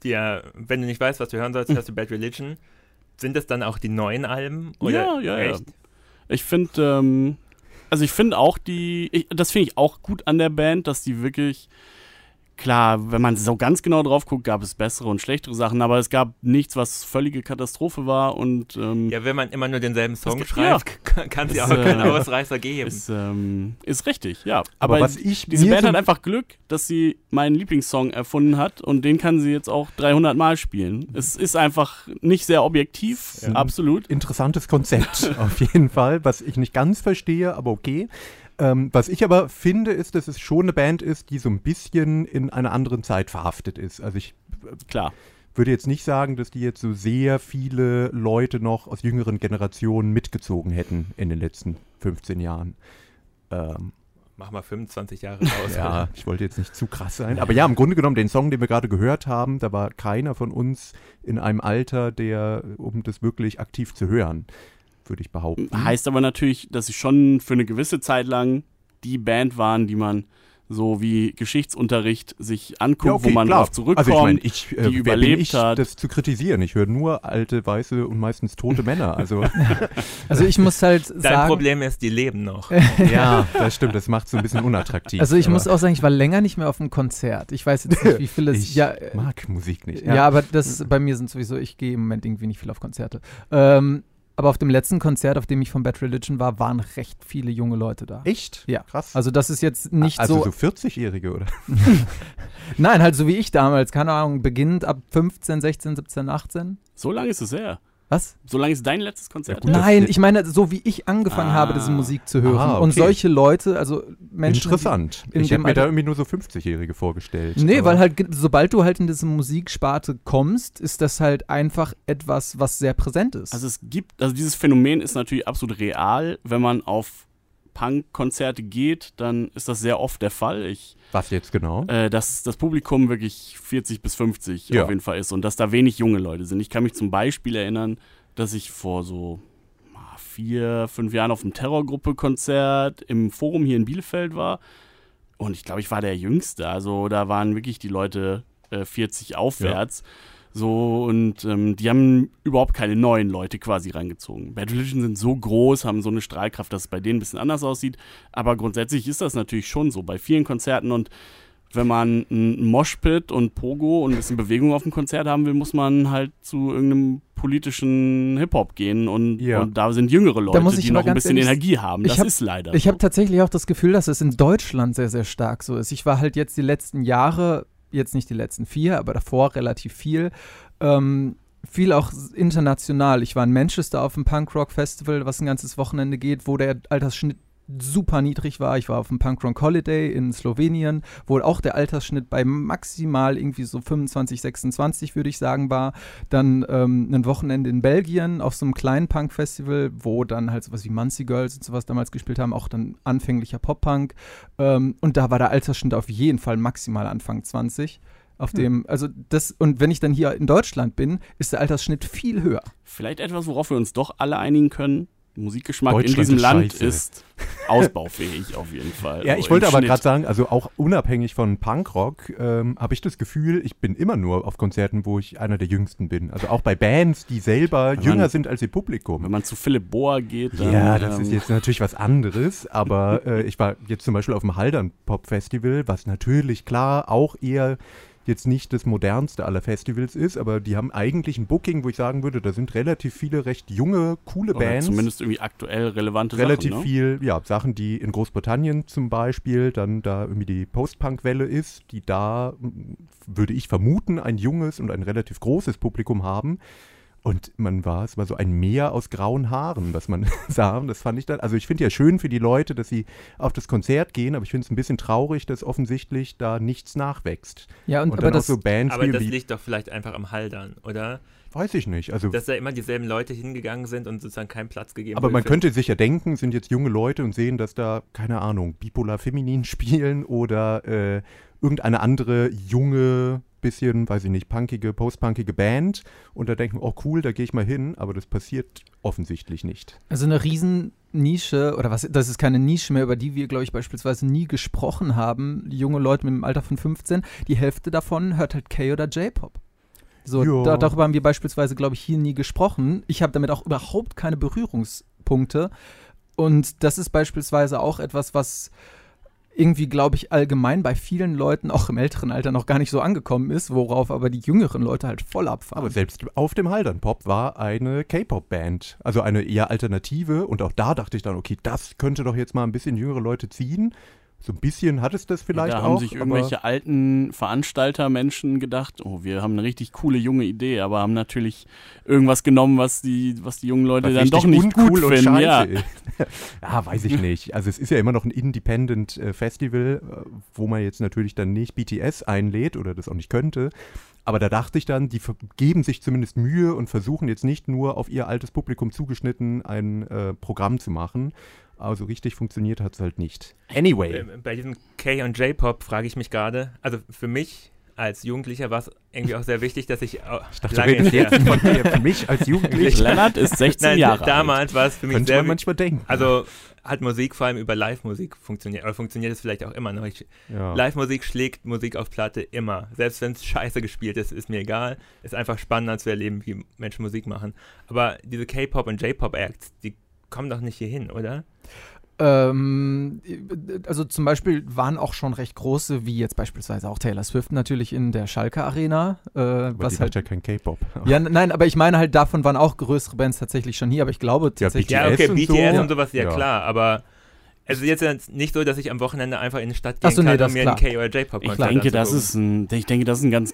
D: dir, wenn du nicht weißt, was du hören sollst, hast du Bad Religion. Sind das dann auch die neuen Alben?
C: Ja,
D: Oder
C: ja, ja.
D: echt?
C: Ich finde, ähm, also ich finde auch die, ich, das finde ich auch gut an der Band, dass die wirklich, klar, wenn man so ganz genau drauf guckt, gab es bessere und schlechtere Sachen, aber es gab nichts, was völlige Katastrophe war und ähm,
B: Hm.
D: Ja, wenn man immer nur denselben Song
C: gibt-
D: schreibt, kann- kann es ja
C: Das,
D: auch keinen
C: äh,
D: Ausreißer geben.
C: ist, ähm, ist richtig, ja.
B: Aber,
C: Aber,
B: was ich
C: diese
B: mir
C: Band
B: so-
C: hat einfach Glück, dass sie meinen Lieblingssong erfunden hat und den kann sie jetzt auch 300 Mal spielen. Es ist einfach nicht sehr objektiv,
B: Mhm. Ja. Mhm.
C: absolut.
B: interessantes Konzept auf jeden Fall, was ich nicht ganz verstehe, aber okay. Ähm, was ich aber finde, ist, dass es schon eine Band ist, die so ein bisschen in einer anderen Zeit verhaftet ist. Also ich
C: Klar.
B: würde jetzt nicht sagen, dass die jetzt so sehr viele Leute noch aus jüngeren Generationen mitgezogen hätten in den letzten 15 Jahren. Ähm,
D: Mach mal 25 Jahre raus.
B: ja, ich wollte jetzt nicht zu krass sein. Aber ja, im Grunde genommen, den Song, den wir gerade gehört haben, da war keiner von uns in einem Alter, der, um das wirklich aktiv zu hören, würde ich behaupten.
C: Heißt aber natürlich, dass sie schon für eine gewisse Zeit lang die Band waren, die man so wie Geschichtsunterricht sich anguckt,
B: Ja, okay,
C: wo man
B: klar.
C: drauf zurückkommt.
B: Also ich meine, ich, äh,
C: die
B: wer bin
C: überlebt
B: ich,
C: hat.
B: das zu kritisieren. Ich höre nur alte, weiße und meistens tote Männer. Also
E: Also ich muss halt
D: Dein
E: sagen.
D: Problem ist, die leben noch.
B: ja, das stimmt. Das macht es ein bisschen unattraktiv.
E: Also ich
B: aber
E: muss auch sagen, ich war länger nicht mehr auf einem Konzert. Ich weiß jetzt nicht, wie viele es.
B: Ich
E: Ja, äh,
B: mag Musik nicht.
E: ja. aber das bei mir sind sowieso, ich gehe im Moment irgendwie nicht viel auf Konzerte. Ähm, Aber auf dem letzten Konzert, auf dem ich von Bad Religion war, waren recht viele junge Leute da.
B: Echt?
E: Ja.
B: Krass.
E: Also das ist jetzt nicht
B: also
E: so,
B: so 40-Jährige, oder?
E: Nein, halt so wie ich damals, keine Ahnung, beginnend ab 15, 16, 17, 18.
C: So lange ist es her.
E: Was?
C: So lange ist dein letztes Konzert.
B: Ja, gut.
C: her.
E: Nein, ich meine, so wie ich angefangen
C: Ah.
E: habe, diese Musik zu hören.
B: Ah,
E: Und
B: okay.
E: solche Leute, also Menschen.
B: Interessant.
E: in
B: Ich hätte
E: dem
B: mir da
E: Alter-
B: irgendwie nur so 50-Jährige vorgestellt.
E: Die, nee,
B: aber-
E: weil halt, ge- sobald du halt in diese Musiksparte kommst, ist das halt einfach etwas, was sehr präsent ist.
C: Also es gibt, also dieses Phänomen ist natürlich absolut real. Wenn man auf Punk-Konzerte geht, dann ist das sehr oft der Fall. Ich,
B: Was jetzt genau?
C: äh, dass das Publikum wirklich 40 bis 50
B: Ja.
C: auf jeden Fall ist und dass da wenig junge Leute sind. Ich kann mich zum Beispiel erinnern, dass ich vor so ah, vier, fünf Jahren auf einem Terrorgruppe-Konzert im Forum hier in Bielefeld war und ich glaube, ich war der Jüngste. Also da waren wirklich die Leute äh, 40 aufwärts. So, und ähm, die haben überhaupt keine neuen Leute quasi reingezogen. Bad Religion sind so groß, haben so eine Strahlkraft, dass es bei denen ein bisschen anders aussieht. Aber grundsätzlich ist das natürlich schon so bei vielen Konzerten. Und wenn man ein Moshpit und Pogo und ein bisschen Bewegung auf dem Konzert haben will, muss man halt zu irgendeinem politischen Hip-Hop gehen. Und,
B: Ja.
C: und da sind jüngere Leute,
E: muss ich
C: die
E: mal
C: noch ein
E: ganz
C: bisschen
E: ehrlich-
C: Energie haben.
E: ich
C: Das
E: hab-
C: ist leider
E: Ich
C: so.
E: habe tatsächlich auch das Gefühl, dass es in Deutschland sehr, sehr stark so ist. Ich war halt jetzt die letzten Jahre, jetzt nicht die letzten vier, aber davor relativ viel, ähm, viel auch s- international. Ich war in Manchester auf dem Punkrock-Festival, was ein ganzes Wochenende geht, wo der Altersschnitt super niedrig war. Ich war auf dem Punkrock Holiday in Slowenien, wo auch der Altersschnitt bei maximal irgendwie so 25, 26 würde ich sagen war. Dann ähm, ein Wochenende in Belgien auf so einem kleinen Punk-Festival, wo dann halt sowas wie Muncie Girls und sowas damals gespielt haben, auch dann anfänglicher Pop-Punk. Ähm, und da war der Altersschnitt auf jeden Fall maximal Anfang 20. Auf dem, also das, und wenn ich dann hier in Deutschland bin, ist der Altersschnitt viel höher.
C: Vielleicht etwas, worauf wir uns doch alle einigen können. Musikgeschmack in
B: Deutschland
C: diesem
B: ist
C: Land
B: scheiße.
C: ist ausbaufähig auf jeden Fall.
B: Ja,
C: So
B: ich wollte
C: im
B: aber
C: Schnitt.
B: gerade sagen, also auch unabhängig von Punkrock ähm, habe ich das Gefühl, ich bin immer nur auf Konzerten, wo ich einer der Jüngsten bin. Also auch bei Bands, die selber
C: man-
B: jünger sind als ihr
C: Wenn
B: Publikum.
C: man zu Philipp Bohr geht, dann.
B: Ja, das
C: ähm,
B: ist jetzt natürlich was anderes, aber äh, ich war jetzt zum Beispiel auf dem Haldern Pop Festival, was natürlich klar auch eher jetzt nicht das modernste aller Festivals ist, aber die haben eigentlich ein Booking, wo ich sagen würde, da sind relativ viele recht junge, coole
C: oder
B: Bands.
C: Zumindest irgendwie aktuell relevante
B: relativ
C: Sachen. Ne?
B: viel, ja, Sachen, die in Großbritannien zum Beispiel dann da irgendwie die Post-Punk-Welle ist, die da, m, würde ich vermuten, ein junges und ein relativ großes Publikum haben. Und man war, es war so ein Meer aus grauen Haaren, was man sah. Und das fand ich dann, also ich finde ja schön für die Leute, dass sie auf das Konzert gehen, aber ich finde es ein bisschen traurig, dass offensichtlich da nichts nachwächst.
E: Ja,
B: Und, dann auch so Bands
D: Aber
B: wie,
D: das
B: wie
D: liegt doch vielleicht einfach am Haldern, oder?
B: weiß ich nicht, also...
D: Dass da immer dieselben Leute hingegangen sind und sozusagen keinen Platz gegeben
B: aber
D: wurde
B: man
D: für-
B: könnte sich ja denken, sind jetzt junge Leute und sehen, dass da, keine Ahnung, bipolar feminin spielen oder äh, irgendeine andere junge, bisschen, weiß ich nicht, punkige, postpunkige Band und da denken, oh cool, da gehe ich mal hin, aber das passiert offensichtlich nicht.
E: Also eine riesen Nische, oder was, das ist keine Nische mehr, über die wir, glaube ich, beispielsweise nie gesprochen haben. Junge Leute mit dem Alter von 15, die Hälfte davon hört halt K oder J-Pop. So,
B: Ja.
E: da, darüber haben wir beispielsweise, glaube ich, hier nie gesprochen. Ich habe damit auch überhaupt keine Berührungspunkte. Und das ist beispielsweise auch etwas, was irgendwie, glaube ich, allgemein bei vielen Leuten auch im älteren Alter noch gar nicht so angekommen ist, worauf aber die jüngeren Leute halt voll abfahren.
B: Aber selbst auf dem Haldern Pop war eine K-Pop-Band, also eine eher alternative und auch da dachte ich dann, okay, das könnte doch jetzt mal ein bisschen jüngere Leute ziehen. So ein bisschen hat es das vielleicht
C: da haben
B: auch.
C: sich
B: aber-
C: irgendwelche alten Veranstaltermenschen gedacht, oh, wir haben eine richtig coole junge Idee, aber haben natürlich irgendwas genommen, was die, was die jungen Leute
B: was
C: dann
B: richtig
C: doch nicht
B: uncool
C: gut
B: und
C: finden.
B: scheiße
C: ja.
B: ist. ja, weiß ich nicht. Also es ist ja immer noch ein Independent äh, Festival, äh, wo man jetzt natürlich dann nicht BTS einlädt oder das auch nicht könnte. Aber da dachte ich dann, die ver- geben sich zumindest Mühe und versuchen jetzt nicht nur auf ihr altes Publikum zugeschnitten ein äh, Programm zu machen. Also richtig funktioniert hat es halt nicht. Anyway.
D: Ähm, Bei diesem K- und J-Pop frage ich mich gerade, also für mich als Jugendlicher war es irgendwie auch sehr wichtig, dass ich auch
B: Ich dachte, du
D: lange
B: redest
D: her-
B: jetzt von mir, für mich als Jugendlicher.
C: Lennart ist 16
D: Nein,
C: Jahre alt.
D: damals war es für mich
B: Könnte
D: sehr
B: man manchmal denken.
D: Also hat Musik vor allem über Live-Musik funktioniert, oder funktioniert es vielleicht auch immer noch. Ich,
B: Ja.
D: Live-Musik schlägt Musik auf Platte immer. Selbst wenn es scheiße gespielt ist, ist mir egal. Ist einfach spannender zu erleben, wie Menschen Musik machen. Aber diese K-Pop und J-Pop-Acts, die kommen doch nicht hier hin, oder?
E: Ähm, also zum Beispiel waren auch schon recht große, wie jetzt beispielsweise auch Taylor Swift natürlich in der Schalke Arena. Äh, was
B: macht
E: halt,
B: ja kein K-Pop.
E: ja, n- nein, aber ich meine halt, davon waren auch größere Bands tatsächlich schon hier, aber ich glaube tatsächlich.
D: Ja,
B: BTS
D: okay,
B: und
D: BTS
B: so.
D: und sowas, ja,
B: Ja.
D: klar, aber also jetzt ist es nicht so, dass ich am Wochenende einfach in die Stadt
E: Ach
D: gehen
E: so, nee,
D: kann,
E: das
D: um mir
E: klar.
D: ein K- oder J-Pop
C: Ich denke, das ist ein, ich denke, das ist ein ganz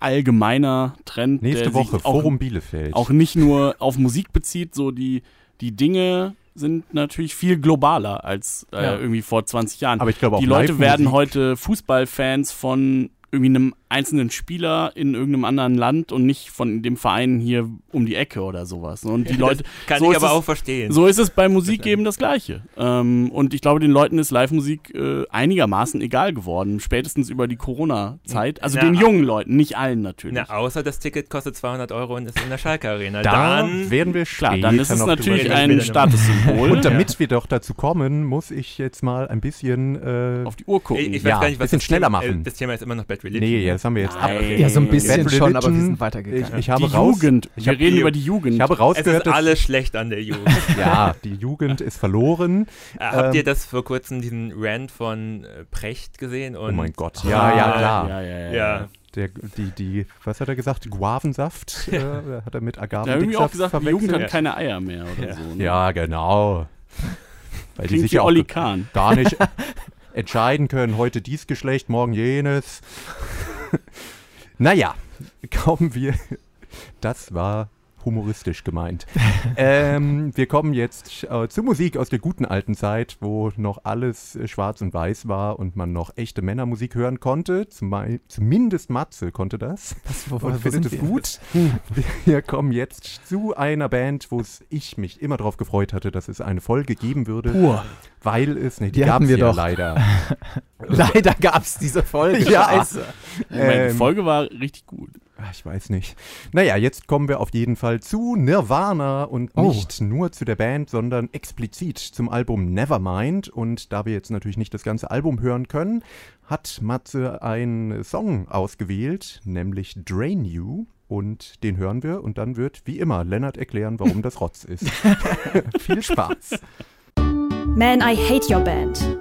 C: allgemeiner Trend. der
B: Nächste Woche,
C: sich auch,
B: Forum Bielefeld.
C: auch nicht nur auf Musik bezieht, so die, die Dinge sind natürlich viel globaler als äh,
E: Ja.
C: irgendwie vor 20 Jahren.
B: Aber ich glaube auch
C: die Leute
B: Live-Musik-
C: werden heute Fußballfans von irgendwie einem einzelnen Spieler in irgendeinem anderen Land und nicht von dem Verein hier um die Ecke oder sowas. Und die Leute,
D: Kann
C: so
D: ich
C: ist
D: aber
C: es-
D: auch verstehen.
C: so ist es bei Musik eben das Gleiche. Ähm, und ich glaube, den Leuten ist Live-Musik äh, einigermaßen egal geworden, spätestens über die Corona-Zeit. Also
D: Na,
C: den jungen Leuten, nicht allen natürlich.
D: Na, außer das Ticket kostet 200 Euro und ist in der Schalke Arena.
B: da
D: dann
B: werden wir
C: Klar,
B: später
C: dann ist es
B: noch
C: natürlich
B: drüber
D: reden.
C: ein
B: sprechen.
D: Später noch.
C: Statussymbol.
B: Und damit wir doch dazu kommen, muss ich jetzt mal ein bisschen äh,
C: auf die Uhr gucken.
D: ich, ich weiß
B: Ja,
D: gar nicht, was
B: bisschen
D: das
B: schneller
D: Thema, äh,
B: machen.
D: Das Thema ist immer noch Bad Religion.
B: Nee, ja, das haben wir jetzt ab.
C: Nein.
E: Ja, so ein bisschen
B: Bad
E: schon, aber wir
B: Religion,
E: sind weitergegangen.
B: Ich, ich habe
C: die
B: raus,
C: Jugend.
B: ich
C: Wir
B: hab-
C: reden über die Jugend.
B: Ich habe
D: es ist
B: rausgehört, dass
D: alles schlecht an der Jugend.
B: ja, die Jugend ist verloren.
D: Äh, Habt ihr
B: Ähm,
D: das vor kurzem, diesen Rant von äh, Precht gesehen? Und
B: Oh mein Gott.
D: Ah,
B: Ja, ja, klar.
C: Ja, ja, ja.
D: Ja,
B: Der, die, die, was hat er gesagt? Guavensaft? äh, hat er mit
C: Da haben irgendwie auch
B: Agavendicksaft
C: gesagt, die Jugend
B: verwechselt?
C: hat keine Eier mehr oder so. ne?
B: Ja, genau. Weil die
C: Klingt
B: sich
C: wie
B: ja auch
C: Olli Kahn.
B: gar nicht entscheiden können, heute dies Geschlecht, morgen jenes. naja, kommen wir. Das war humoristisch gemeint. ähm, wir kommen jetzt äh, zur Musik aus der guten alten Zeit, wo noch alles äh, schwarz und weiß war und man noch echte Männermusik hören konnte. Zumal, zumindest Matze konnte das
E: Was, wo, wo,
B: und
E: wo
B: findet es
E: sind wir? Hm.
B: gut. Wir kommen jetzt zu einer Band, wo es ich mich immer drauf gefreut hatte, dass es eine Folge geben würde.
E: Pur.
B: Weil es, nee, die,
E: Die
B: gab
E: hatten
B: es
E: wir
B: ja
E: doch.
B: leider.
E: Leider gab es diese Folge.
B: Ja. also,
E: Scheiße.
C: Moment, die
B: Ähm,
C: Folge war richtig gut.
B: Ah, Ich weiß nicht. Naja, jetzt kommen wir auf jeden Fall zu Nirvana und
E: Oh.
B: nicht nur zu der Band, sondern explizit zum Album Nevermind. Und da wir jetzt natürlich nicht das ganze Album hören können, hat Matze einen Song ausgewählt, nämlich Drain You. Und den hören wir und dann wird wie immer Lennart erklären, warum das Rotz ist. Viel Spaß.
A: Man, I hate your band.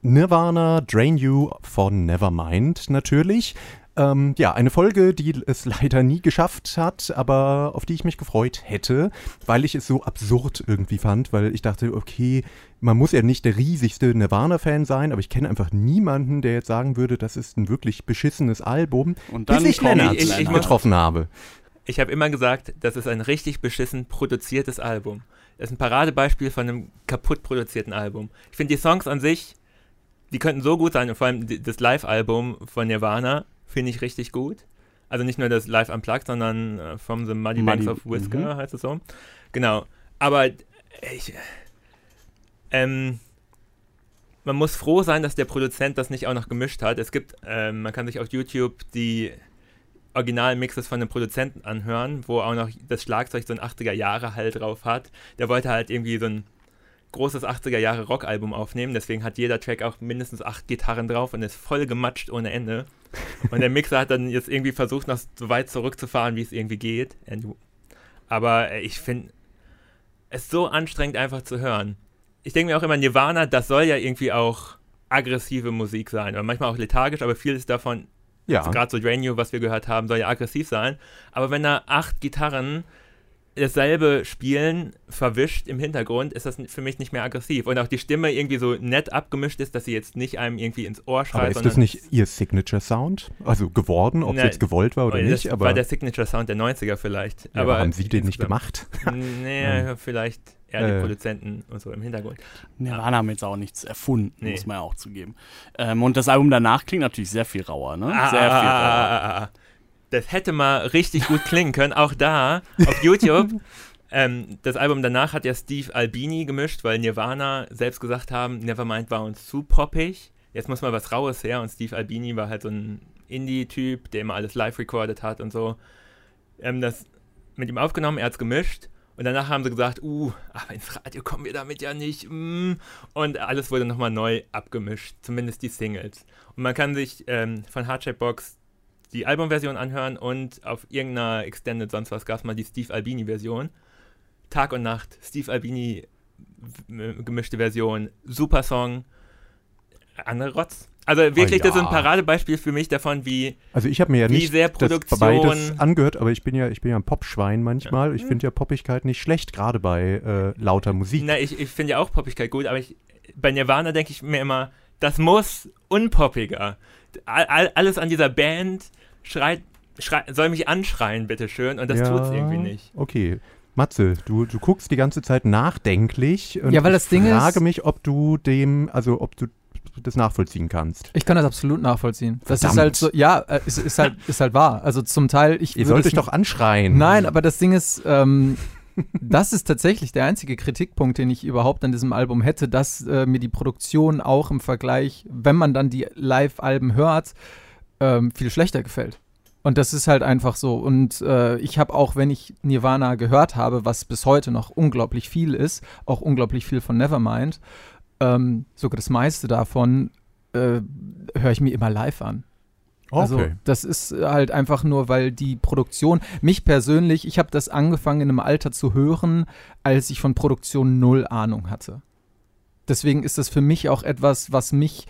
B: Nirvana, Drain You von Nevermind natürlich. Ähm, ja, eine Folge, die es leider nie geschafft hat, aber auf die ich mich gefreut hätte, weil ich es so absurd irgendwie fand, weil ich dachte, okay, man muss ja nicht der riesigste Nirvana-Fan sein, aber ich kenne einfach niemanden, der jetzt sagen würde, das ist ein wirklich beschissenes Album,
C: Und
B: bis
C: dann
B: ich
C: kommt
B: Lennart
D: Ich- ich- ich muss-
B: getroffen habe.
D: ich habe immer gesagt, das ist ein richtig beschissen produziertes Album. Das ist ein Paradebeispiel von einem kaputt produzierten Album. Ich finde die Songs an sich, die könnten so gut sein. Und vor allem die- das Live-Album von Nirvana finde ich richtig gut. Also nicht nur das Live Unplugged, sondern äh, From the Muddy Banks
C: Muddy-
D: of Whisker
C: mhm.
D: heißt es so. Genau. Aber ich, ähm, man muss froh sein, dass der Produzent das nicht auch noch gemischt hat. Es gibt, ähm, man kann sich auf YouTube die Originalmixes von den Produzenten anhören, wo auch noch das Schlagzeug so ein 80er-Jahre-Hall drauf hat. Der wollte halt irgendwie so ein großes 80er-Jahre-Rock-Album aufnehmen, deswegen hat jeder Track auch mindestens acht Gitarren drauf und ist voll gematscht ohne Ende. Und der Mixer hat dann jetzt irgendwie versucht, noch so weit zurückzufahren, wie es irgendwie geht. And- Aber äh, ich finde es so anstrengend, einfach zu hören. Ich denke mir auch immer, Nirvana, das soll ja irgendwie auch aggressive Musik sein. Oder manchmal auch lethargisch, aber vieles davon
B: Ja,
D: Also gerade so Drain You, was wir gehört haben, soll ja aggressiv sein. Aber wenn da acht Gitarren dasselbe spielen, verwischt im Hintergrund, ist das für mich nicht mehr aggressiv. Und auch die Stimme irgendwie so nett abgemischt ist, dass sie jetzt nicht einem irgendwie ins Ohr schreit.
B: aber ist das
D: sondern-
B: nicht ihr Signature-Sound? Also geworden, ob es
D: Na,
B: jetzt gewollt war oder
D: Oh das
B: nicht, aber,
D: war der Signature-Sound der 90er vielleicht.
B: ja, aber
D: aber
B: haben sie den nicht gemacht?
D: Nee, vielleicht eher die
B: Äh.
D: Produzenten und so im Hintergrund.
C: Nirvana haben jetzt auch nichts erfunden,
D: Nee.
C: muss man ja auch zugeben. Ähm, und das Album danach klingt natürlich sehr viel rauer, ne?
D: Ah,
C: sehr
D: ah,
C: viel
D: ah,
C: rauer.
D: ah, ah, ah. Das hätte mal richtig gut klingen können. Auch da auf YouTube. ähm, das Album danach hat ja Steve Albini gemischt, weil Nirvana selbst gesagt haben, Nevermind war uns zu poppig. Jetzt muss mal was Raues her. Und Steve Albini war halt so ein Indie-Typ, der immer alles live recorded hat und so. Ähm, das mit ihm aufgenommen, er hat's gemischt. Und danach haben sie gesagt, uh, aber ins Radio kommen wir damit ja nicht. Mm. Und alles wurde nochmal neu abgemischt, zumindest die Singles. Und man kann sich ähm, von Hardshape Box die Albumversion anhören und auf irgendeiner Extended sonst was gab es mal die Steve Albini-Version. Tag und Nacht. Steve Albini m- gemischte Version, super Song, andere Rotz. Also wirklich, das ist ein
B: Oh ja.
D: Paradebeispiel für mich davon, wie
B: Also ich habe mir ja
D: Wie
B: nicht
D: sehr
B: das
D: Produktion-
B: beides angehört, aber ich bin ja, ich bin ja ein Popschwein manchmal.
D: Mhm.
B: Ich finde ja Poppigkeit nicht schlecht, gerade bei äh, lauter Musik.
D: Na, ich, ich finde ja auch Poppigkeit gut, aber ich, bei Nirvana denke ich mir immer, das muss unpoppiger. All, all, alles an dieser Band schreit, schreit, soll mich anschreien, bitteschön, und das
B: Ja,
D: tut's irgendwie nicht.
B: Okay. Matze, du, du guckst die ganze Zeit nachdenklich und
E: Ja, weil
B: ich
E: das Ding ist-
B: frage mich, ob du dem, also ob du das nachvollziehen kannst.
E: Ich kann das absolut nachvollziehen. Das
B: Verdammt.
E: ist halt so, ja, äh, ist, ist, halt, ist halt wahr. Also zum Teil, ich
B: Ihr
E: würde
B: sollt
E: es
B: euch doch anschreien.
E: Nein, aber das Ding ist, ähm, das ist tatsächlich der einzige Kritikpunkt, den ich überhaupt an diesem Album hätte, dass äh, mir die Produktion auch im Vergleich, wenn man dann die Live-Alben hört, ähm, viel schlechter gefällt. Und das ist halt einfach so. Und äh, ich habe auch, wenn ich Nirvana gehört habe, was bis heute noch unglaublich viel ist, auch unglaublich viel von Nevermind, ähm, sogar das meiste davon äh, höre ich mir immer live an.
B: okay.
E: Also das ist halt einfach nur, weil die Produktion, mich persönlich, ich habe das angefangen in einem Alter zu hören, als ich von Produktion null Ahnung hatte. Deswegen ist das für mich auch etwas, was mich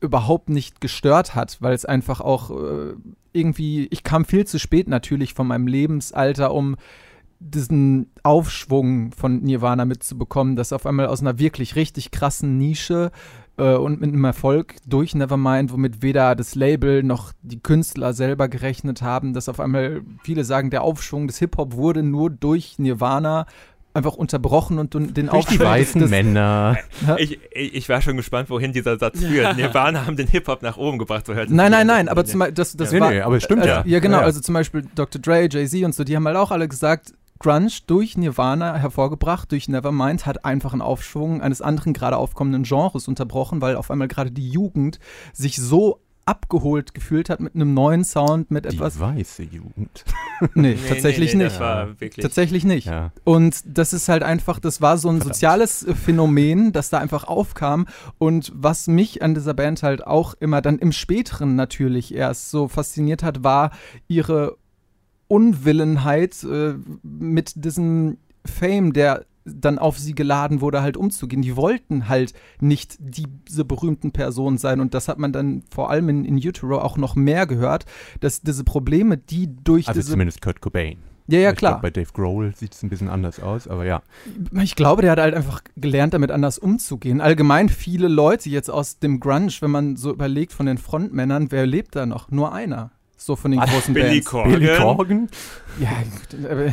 E: überhaupt nicht gestört hat, weil es einfach auch äh, irgendwie, ich kam viel zu spät natürlich von meinem Lebensalter, um diesen Aufschwung von Nirvana mitzubekommen, dass auf einmal aus einer wirklich richtig krassen Nische äh, und mit einem Erfolg durch Nevermind, womit weder das Label noch die Künstler selber gerechnet haben, dass auf einmal viele sagen, der Aufschwung des Hip-Hop wurde nur durch Nirvana einfach unterbrochen und dun- den
B: Durch die
E: Aufschwung
B: weißen
E: des,
B: Männer.
D: Ich, ich, ich war schon gespannt, wohin dieser Satz führt. Nirvana haben den Hip-Hop nach oben gebracht, so hört es sich
E: Nein, nein,
D: an.
E: nein, aber zum Beispiel, das, das
B: nee,
E: war,
B: nee, aber es stimmt
E: also,
B: ja.
E: Ja, genau.
B: Ja, ja.
E: Also zum Beispiel Dr. Dre, Jay-Z und so, die haben halt auch alle gesagt, Grunge durch Nirvana hervorgebracht, durch Nevermind, hat einfach einen Aufschwung eines anderen gerade aufkommenden Genres unterbrochen, weil auf einmal gerade die Jugend sich so abgeholt gefühlt hat mit einem neuen Sound, mit
B: Die
E: etwas.
B: weiße Jugend.
E: Nee,
D: Nee,
E: tatsächlich
D: nee, nee,
E: nicht.
D: Das war wirklich.
E: Tatsächlich nicht.
B: Ja.
E: Und das ist halt einfach, das war so ein
B: Verdammt.
E: soziales äh, Phänomen, das da einfach aufkam. Und was mich an dieser Band halt auch immer dann im späteren natürlich erst so fasziniert hat, war ihre Unwillenheit äh, mit diesem Fame, der dann auf sie geladen wurde, halt umzugehen. Die wollten halt nicht diese berühmten Personen sein. Und das hat man dann vor allem in, in Utero auch noch mehr gehört, dass diese Probleme, die durch
B: Also
E: diese.
B: zumindest Kurt Cobain.
E: Ja, ja,
B: Ich
E: klar.
B: glaub, bei Dave Grohl sieht es ein bisschen anders aus, aber ja.
E: Ich glaube, der hat halt einfach gelernt, damit anders umzugehen. Allgemein viele Leute jetzt aus dem Grunge, wenn man so überlegt von den Frontmännern, wer lebt da noch? Nur einer. So von den großen
D: Billy
E: Bands.
D: Corgan.
B: Corgan?
E: Ja, gut, aber-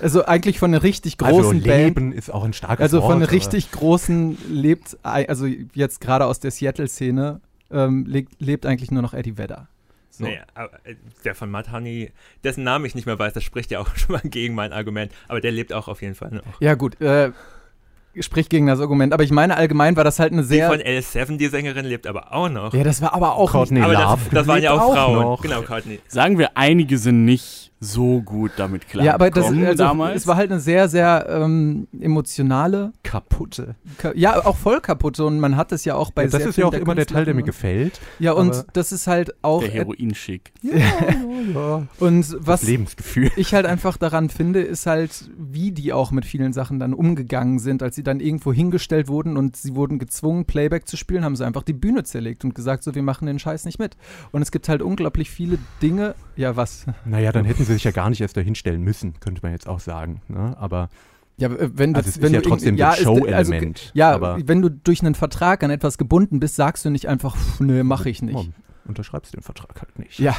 E: also eigentlich von den richtig
B: Also
E: großen Bands.
B: Leben ist auch ein starkes
E: Also
B: Wort.
E: von den
B: aber-
E: richtig großen lebt, ei- also jetzt gerade aus der Seattle-Szene, ähm, lebt, lebt eigentlich nur noch Eddie Vedder. So.
D: Nee, aber äh, der von Matt Honey, dessen Namen ich nicht mehr weiß, das spricht ja auch schon mal gegen mein Argument, aber der lebt auch auf jeden Fall noch.
E: Ja, gut. Äh, sprich gegen das Argument. Aber ich meine, allgemein war das halt eine
D: Die
E: sehr.
D: von L7, die Sängerin, lebt aber auch noch.
E: ja, das war aber auch
B: Courtney
D: aber das,
B: Love
D: das waren ja
B: lebt
D: auch
B: auch
D: Frauen.
B: noch.
D: Genau, Courtney.
C: Sagen wir, einige sind nicht so gut damit klar.
E: Ja, aber das,
C: gekommen
E: also,
C: damals.
E: es war halt eine sehr, sehr ähm, emotionale,
B: kaputte.
E: ka- ja, auch voll kaputte und man hat es ja auch bei
B: Ja, das
E: sehr
B: ist ja auch
E: vielen
B: immer der Teil, der mir
E: Künstlerinnen
B: gefällt.
E: und- Ja, und
B: aber-
E: das ist halt auch,
C: der
E: et-
C: Heroinschick.
B: Ja,
E: und was
B: Lebensgefühl.
E: ich halt einfach daran finde, ist halt, wie die auch mit vielen Sachen dann umgegangen sind, als sie dann irgendwo hingestellt wurden und sie wurden gezwungen, Playback zu spielen, haben sie einfach die Bühne zerlegt und gesagt, so, wir machen den Scheiß nicht mit. Und es gibt halt unglaublich viele Dinge, ja, was?
B: Naja, dann hätten sie sich ja gar nicht erst dahin stellen müssen, könnte man jetzt auch sagen. Ne? Aber
E: Ja, äh, wenn du,
B: Also es ist
E: wenn
B: ja
E: du irgend-
B: trotzdem
E: ja,
B: das
E: ist- also,
B: Show-Element,
E: ge- ja,
B: aber-
E: wenn du durch einen Vertrag an etwas gebunden bist, sagst du nicht einfach, "Pff, nö, mache ich nicht.
B: Mom, unterschreibst den Vertrag halt nicht.
E: Ja,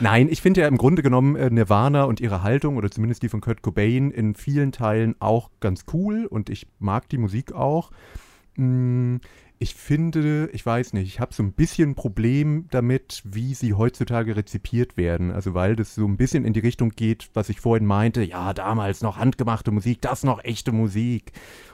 B: Nein, ich finde ja im Grunde genommen äh, Nirvana und ihre Haltung oder zumindest die von Kurt Cobain in vielen Teilen auch ganz cool und ich mag die Musik auch. Mm, Ich finde, ich weiß nicht, ich habe so ein bisschen ein Problem damit, wie sie heutzutage rezipiert werden. Also weil das so ein bisschen in die Richtung geht, was ich vorhin meinte, ja, damals noch handgemachte Musik, das noch echte Musik.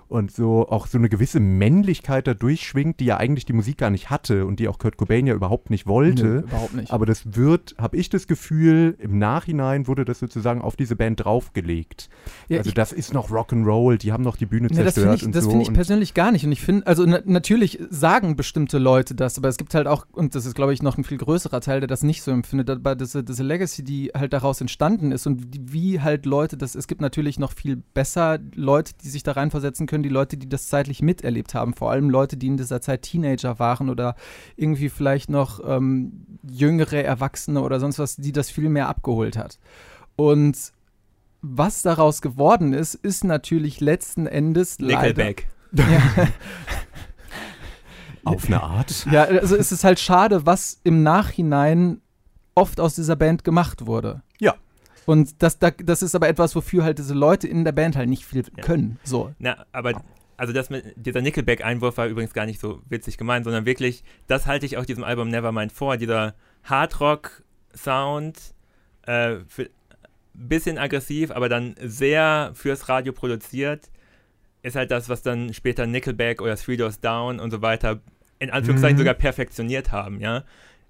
B: Und so auch so eine gewisse Männlichkeit da durchschwingt, die ja eigentlich die Musik gar nicht hatte und die auch Kurt Cobain ja überhaupt nicht wollte.
E: Nö, überhaupt nicht.
B: Aber das wird, habe ich das Gefühl, im Nachhinein wurde das sozusagen auf diese Band draufgelegt.
E: Ja,
B: also
E: ich-
B: das ist noch Rock'n'Roll, die haben noch die Bühne
E: Ja, das finde
B: zerstört
E: ich,
B: und
E: das
B: so.
E: finde ich
B: und
E: persönlich gar nicht. Und ich finde, also na, natürlich sagen bestimmte Leute das, aber es gibt halt auch, und das ist, glaube ich, noch ein viel größerer Teil, der das nicht so empfindet, aber diese, diese Legacy, die halt daraus entstanden ist und die, wie halt Leute das, es gibt natürlich noch viel besser Leute, die sich da reinversetzen können, können die Leute, die das zeitlich miterlebt haben, vor allem Leute, die in dieser Zeit Teenager waren oder irgendwie vielleicht noch ähm, jüngere Erwachsene oder sonst was, die das viel mehr abgeholt hat. Und was daraus geworden ist, ist natürlich letzten Endes leider.
D: Nickelback.
E: Ja,
B: Auf eine Art.
E: ja, also es ist halt schade, was im Nachhinein oft aus dieser Band gemacht wurde.
B: Ja.
E: Und das, da- das ist aber etwas, wofür halt diese Leute in der Band halt nicht viel
D: Ja.
E: können. So.
D: Na, aber also das mit dieser Nickelback-Einwurf war übrigens gar nicht so witzig gemeint, sondern wirklich, das halte ich auch diesem Album Nevermind vor, dieser Hardrock-Sound, äh, für- bisschen aggressiv, aber dann sehr fürs Radio produziert, ist halt das, was dann später Nickelback oder Three Doors Down und so weiter in Anführungszeichen
B: Mhm.
D: sogar perfektioniert haben, ja.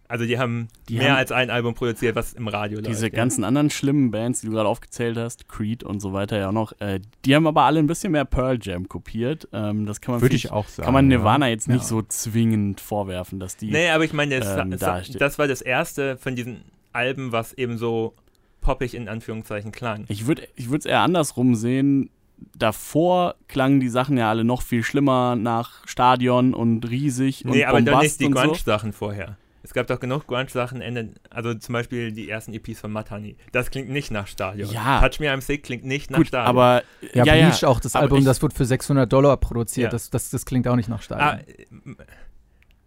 D: Also die haben
C: Die
D: mehr
C: haben-
D: als ein Album produziert, was im Radio läuft.
C: Diese
D: ja.
C: ganzen anderen schlimmen Bands, die du gerade aufgezählt hast, Creed und so weiter ja auch noch, äh, die haben aber alle ein bisschen mehr Pearl Jam kopiert. Ähm, das kann man
B: Würde
C: vielleicht-
B: ich auch sagen.
C: kann man Nirvana jetzt nicht
B: Ja.
C: so zwingend vorwerfen, dass die.
D: Nee, aber ich meine, das,
C: ähm, da
D: das,
C: steht-
D: das war das erste von diesen Alben, was eben so poppig in Anführungszeichen klang.
C: Ich würde es eher andersrum sehen. Davor klangen die Sachen ja alle noch viel schlimmer nach Stadion und riesig und
D: nee, aber doch
C: Bombast
D: nicht die
C: und so.
D: Grunge-Sachen vorher. Es gab doch genug Grunge-Sachen Ende, also zum Beispiel die ersten EPs von Matani. Das klingt nicht nach Stadion.
C: Ja.
D: Touch Me I'm Sick klingt nicht nach
C: Gut,
D: Stadion.
C: aber
E: Ja,
C: ja, ja,
E: Bleach auch, das
C: aber
E: Album,
C: ich-
E: das wurde für 600 Dollar produziert.
D: Ja.
E: Das, das, das klingt auch nicht nach Stadion.
D: Ah,
C: ähm,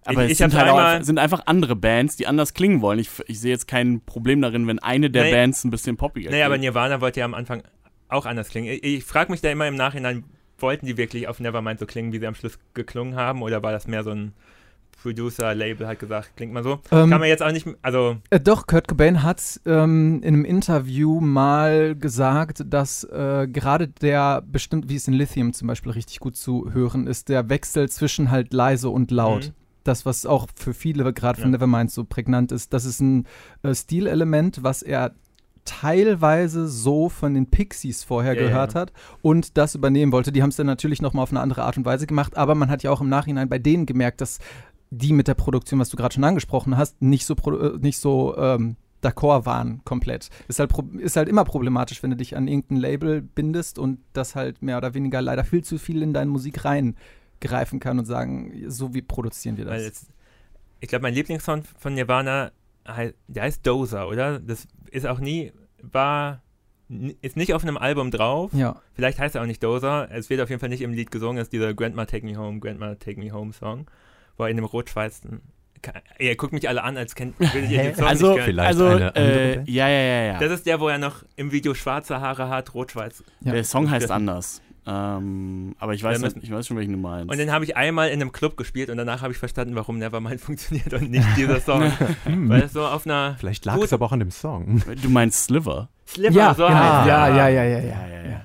C: aber es
D: ich- ich
C: sind,
D: hab
C: halt auch,
D: einmal-
C: einfach- sind einfach andere Bands, die anders klingen wollen. Ich, f- ich sehe jetzt kein Problem darin, wenn eine der
D: Nee.
C: Bands ein bisschen poppiger
D: nee, aber
C: klingt.
D: Nirvana wollte ja am Anfang auch anders klingen. Ich, ich frage mich da immer im Nachhinein, wollten die wirklich auf Nevermind so klingen, wie sie am Schluss geklungen haben? Oder war das mehr so ein Producer-Label, hat gesagt, klingt mal so?
E: Ähm,
D: Kann man jetzt auch nicht, also
E: Äh, doch, Kurt Cobain hat ähm, in einem Interview mal gesagt, dass äh, gerade der bestimmt, wie es in Lithium zum Beispiel richtig gut zu hören ist, der Wechsel zwischen halt leise und laut.
D: Mhm.
E: Das, was auch für viele gerade von
D: Ja.
E: Nevermind so prägnant ist, das ist ein äh, Stilelement, was er teilweise so von den Pixies vorher
D: Ja, genau.
E: gehört
D: ja.
E: hat und das übernehmen wollte. Die haben es dann natürlich nochmal auf eine andere Art und Weise gemacht, aber man hat ja auch im Nachhinein bei denen gemerkt, dass die mit der Produktion, was du gerade schon angesprochen hast, nicht so, pro- äh, nicht so ähm, d'accord waren komplett. Ist halt, pro- ist halt immer problematisch, wenn du dich an irgendein Label bindest und das halt mehr oder weniger leider viel zu viel in deine Musik reingreifen kann und sagen, so wie produzieren wir
D: Weil
E: das.
D: jetzt, ich glaube, mein Lieblingssong von Nirvana, hei- der heißt Dozer, oder? Das ist auch nie, war, n- ist nicht auf einem Album drauf.
E: Ja,
D: Vielleicht heißt er auch nicht Dozer. Es wird auf jeden Fall nicht im Lied gesungen. Es ist dieser Grandma Take Me Home, Grandma Take Me Home Song, wo er in dem rotschweißen. Ke- Ihr guckt mich alle an, als kennt würdet ihr den Song
C: also,
D: nicht kennen.
B: Vielleicht
C: also
B: eine andere
C: äh,
B: Band?
C: ja, ja, ja, ja.
D: Das ist der, wo er noch im Video schwarze Haare hat, rot-schwarz.
E: Ja.
C: Der Song heißt anders. Ähm, aber ich weiß,
D: Ja,
C: was- ich weiß schon, welchen du meinst.
D: Und den habe ich einmal in einem Club gespielt und danach habe ich verstanden, warum Nevermind funktioniert und nicht dieser Song.
B: Hm.
D: Weil es so auf einer
B: Vielleicht lag es
D: Gut.
B: aber auch an dem Song.
C: du meinst Sliver.
D: Sliver
E: ja,
D: so
E: genau.
D: heißt
E: ja,
D: er.
E: ja, ja, ja, ja.
C: ja, ja.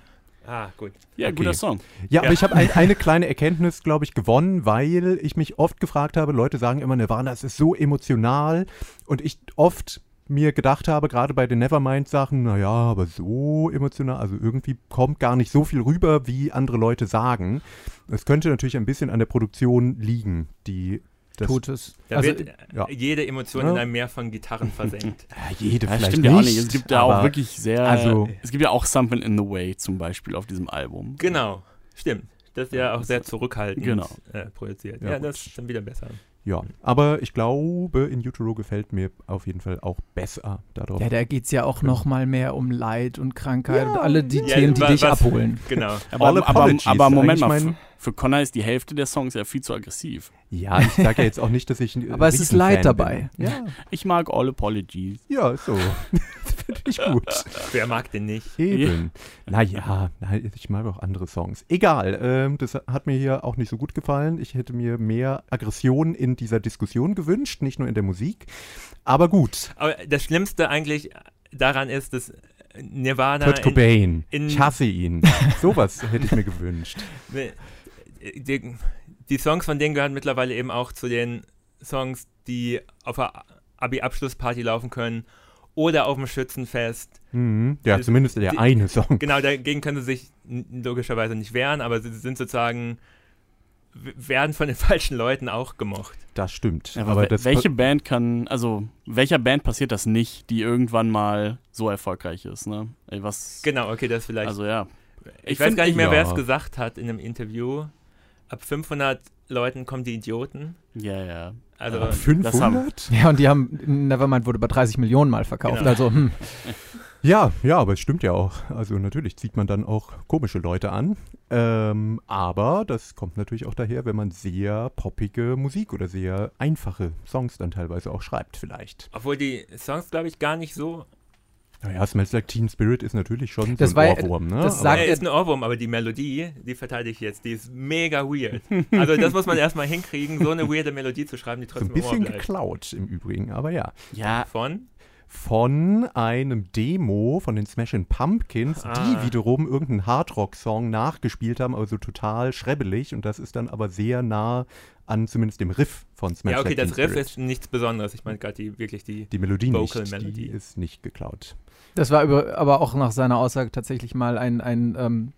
D: Ah, gut.
C: Ja,
B: Okay.
C: guter Song.
B: Ja, aber
D: Ja.
B: ich habe ein, eine kleine Erkenntnis, glaube ich, gewonnen, weil ich mich oft gefragt habe, Leute sagen immer, Nirvana, es ist so emotional und ich oft mir gedacht habe, gerade bei den Nevermind-Sachen, naja, aber so emotional, also irgendwie kommt gar nicht so viel rüber, wie andere Leute sagen. Es könnte natürlich ein bisschen an der Produktion liegen, die das
E: Tut es.
D: Da
E: also,
D: wird äh,
B: ja.
D: jede Emotion
B: Ja.
D: in einem Meer von Gitarren versenkt.
B: Ja, jede
C: Ja,
B: vielleicht
C: stimmt
B: nicht,
C: ja auch nicht. Es gibt ja auch
B: aber-
C: wirklich sehr.
B: also-
C: es gibt ja auch Something in the Way zum Beispiel auf diesem Album.
D: genau, stimmt. Das ist ja auch sehr zurückhaltend
C: Genau.
D: äh, produziert.
B: Ja,
D: Ja,
B: gut.
D: das ist dann wieder besser.
B: Ja, aber ich glaube, In Utero gefällt mir auf jeden Fall auch besser darauf.
E: ja, da geht es ja auch noch mal mehr um Leid und Krankheit und alle die
B: ja,
E: Themen, die
D: wa-
E: dich
D: was-
E: abholen.
D: Genau.
C: Aber,
B: All
C: aber, aber,
B: Apologies,
C: aber Moment
B: eigentlich
C: mal,
B: mein-
C: für, für Connor ist die Hälfte der Songs ja viel zu aggressiv.
B: Ja, ich sage ja jetzt auch nicht, dass ich ein
E: Aber es ist Leid
B: Riesenfan
E: dabei.
B: Bin. Ja,
C: Ich mag All Apologies.
B: ja, ist so. Finde ich gut.
D: Wer mag den nicht?
B: Eben. Naja, nein, ich mag auch andere Songs. Egal, ähm, das hat mir hier auch nicht so gut gefallen. Ich hätte mir mehr Aggression in dieser Diskussion gewünscht, nicht nur in der Musik. Aber gut,
D: Aber das Schlimmste eigentlich daran ist, dass Nirvana.
B: Kurt Cobain.
D: in-
B: ich hasse ihn. Sowas hätte ich mir gewünscht.
D: in- die, die Songs von denen gehören mittlerweile eben auch zu den Songs, die auf der Abi-Abschlussparty laufen können oder auf dem Schützenfest.
B: Mhm. Ja,
D: Die-
B: zumindest der
D: die-
B: eine Song.
D: Genau, dagegen können sie sich n- logischerweise nicht wehren, aber sie sind sozusagen, w- werden von den falschen Leuten auch gemocht.
B: Das stimmt.
C: Aber,
B: aber
C: we-
B: das
C: welche Band kann, also welcher Band passiert das nicht, die irgendwann mal so erfolgreich ist, ne? Ey, was.
D: Genau, okay, das ist vielleicht.
C: Also ja.
D: Ich,
C: Ich
D: weiß
C: find-
D: gar nicht mehr, wer
B: ja.
D: es gesagt hat in einem Interview. Ab 500 Leuten kommen die Idioten.
C: Ja, ja.
D: Also,
C: Ab Das haben,
B: 500?
E: Ja, und die haben, Nevermind wurde über 30 Millionen Mal verkauft.
D: Genau.
E: Also, hm,
B: Ja, ja, aber es stimmt ja auch. Also natürlich zieht man dann auch komische Leute an. Ähm, aber das kommt natürlich auch daher, wenn man sehr poppige Musik oder sehr einfache Songs dann teilweise auch schreibt vielleicht.
D: obwohl die Songs, glaube ich, gar nicht so.
B: Naja, Smells Like Teen Spirit ist natürlich schon
E: Das
B: so ein
E: war-
B: Ohrwurm, ne?
E: das
B: Aber-
E: sagt-
D: Er äh, ist ein Ohrwurm, aber die Melodie, die verteidige ich jetzt. Die ist mega weird. Also, das muss man erstmal hinkriegen, so eine weirde Melodie zu schreiben, die
B: so ein
D: trotzdem im Ohr
B: bisschen
D: bleibt.
B: geklaut im Übrigen, aber ja.
C: ja,
D: Von?
B: Von einem Demo von den Smashing Pumpkins,
D: Ah.
B: die wiederum irgendeinen Hardrock-Song nachgespielt haben, also total schrebbelig und das ist dann aber sehr nah an zumindest dem Riff von Smash
D: Ja, okay,
B: Like Teen
D: das Riff
B: Spirit.
D: ist nichts Besonderes. Ich meine, gerade die, wirklich die.
B: Die Melodie
D: Vocal
B: nicht,
D: Melody.
B: die ist nicht geklaut.
E: das war über, aber auch nach seiner Aussage tatsächlich mal ein, ein ähm,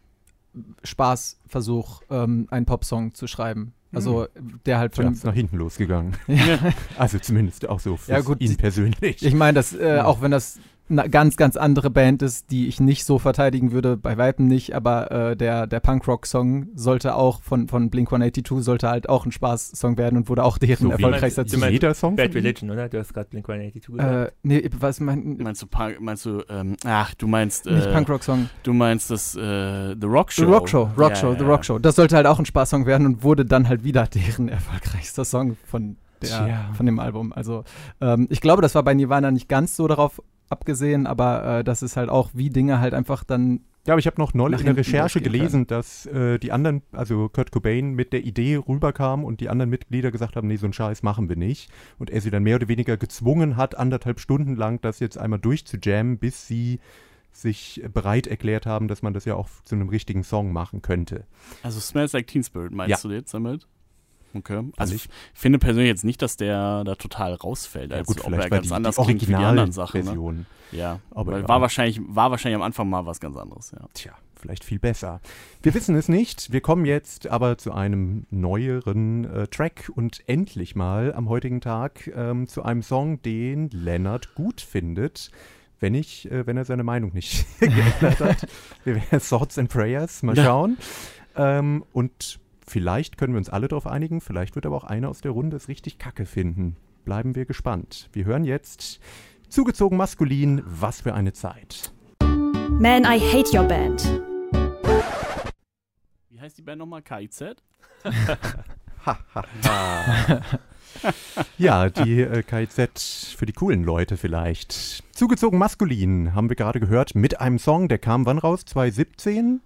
E: Spaßversuch, ähm, einen Popsong zu schreiben. Also, der halt
B: Tja,
E: von.
B: ist nach hinten losgegangen.
E: Ja.
B: Also zumindest auch so für
E: Ja, gut,
B: ihn
E: die-
B: persönlich.
E: Ich meine, dass, äh, auch wenn das eine ganz, ganz andere Band ist, die ich nicht so verteidigen würde, bei Weitem nicht, aber äh, der, der Punk-Rock-Song sollte auch von, von Blink 182 sollte halt auch ein Spaß-Song werden und wurde auch deren
B: So wie-
E: erfolgreichster
D: Wie
E: Song.
D: man-
B: Jeder Song.
D: Bad
B: von ihm?
D: Religion, oder? Du hast gerade Blink 182 gesagt.
E: Äh, nee, was mein,
C: meinst du, Punk- meinst du ähm, ach, du meinst,
E: nicht
C: äh,
E: Punk-Rock-Song.
C: du meinst das äh, The Rock
E: The
C: Show.
E: Rock Show, Rock
C: Ja,
E: Show, The
C: ja,
E: Rock Show. Das sollte halt auch ein Spaßsong werden und wurde dann halt wieder deren erfolgreichster Song von, der,
B: Tja.
E: von dem Album. Also ähm, ich glaube, das war bei Nirvana nicht ganz so darauf abgesehen, aber äh, das ist halt auch, wie Dinge halt einfach dann
B: Ja, aber ich habe noch neulich
E: Nach
B: in der
E: hinten
B: Recherche
E: losgehen
B: gelesen, dass äh, die anderen, also Kurt Cobain mit der Idee rüberkam und die anderen Mitglieder gesagt haben, nee, so einen Scheiß machen wir nicht. Und er sie dann mehr oder weniger gezwungen hat, anderthalb Stunden lang das jetzt einmal durchzujammen, bis sie sich bereit erklärt haben, dass man das ja auch zu einem richtigen Song machen könnte.
C: Also Smells Like Teen Spirit meinst
B: Ja.
C: du jetzt damit? Okay. Also
B: ich-
C: ich finde persönlich jetzt nicht, dass der da total rausfällt, als ob er ganz anders klingt wie die anderen Sachen. Ne?
B: Originalversion.
C: Ja.
B: Aber
C: Weil
B: ja.
C: war wahrscheinlich war wahrscheinlich am Anfang mal was ganz anderes, ja.
B: Tja, vielleicht viel besser. Wir wissen es nicht. Wir kommen jetzt aber zu einem neueren äh, Track und endlich mal am heutigen Tag ähm, zu einem Song, den Lennart gut findet. Wenn ich, äh, wenn er seine Meinung nicht geändert hat. Wir werden Thoughts and Prayers, mal
C: Ja.
B: schauen. Ähm, und vielleicht können wir uns alle darauf einigen, vielleicht wird aber auch einer aus der Runde es richtig kacke finden. Bleiben wir gespannt. Wir hören jetzt zugezogen maskulin, was für eine Zeit.
A: Man, I hate your band.
C: Wie heißt die Band nochmal? KIZ?
B: Ja, die äh, KIZ für die coolen Leute vielleicht. Zugezogen maskulin haben wir gerade gehört mit einem Song, der kam wann raus? 2017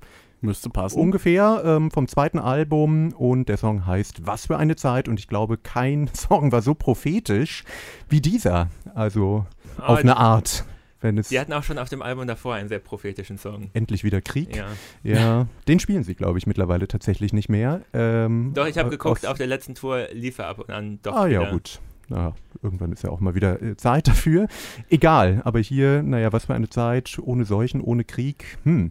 C: Müsste passen.
B: ungefähr ähm, vom zweiten Album und der Song heißt Was für eine Zeit und ich glaube, kein Song war so prophetisch wie dieser. Also auf
D: Aber
B: eine Art, wenn es
D: Ah, die hatten auch schon auf dem Album davor einen sehr prophetischen Song.
B: endlich wieder Krieg. Ja,
D: Ja.
B: den spielen sie, glaube ich, mittlerweile tatsächlich nicht mehr. Ähm,
D: Doch, ich habe
B: äh,
D: geguckt,
B: aus-
D: auf der letzten Tour lief er ab und an doch.
B: Ah ja,
D: wieder.
B: gut. Naja, irgendwann ist ja auch mal wieder äh, Zeit dafür. Egal, aber hier, naja, was für eine Zeit, ohne Seuchen, ohne Krieg. Hm.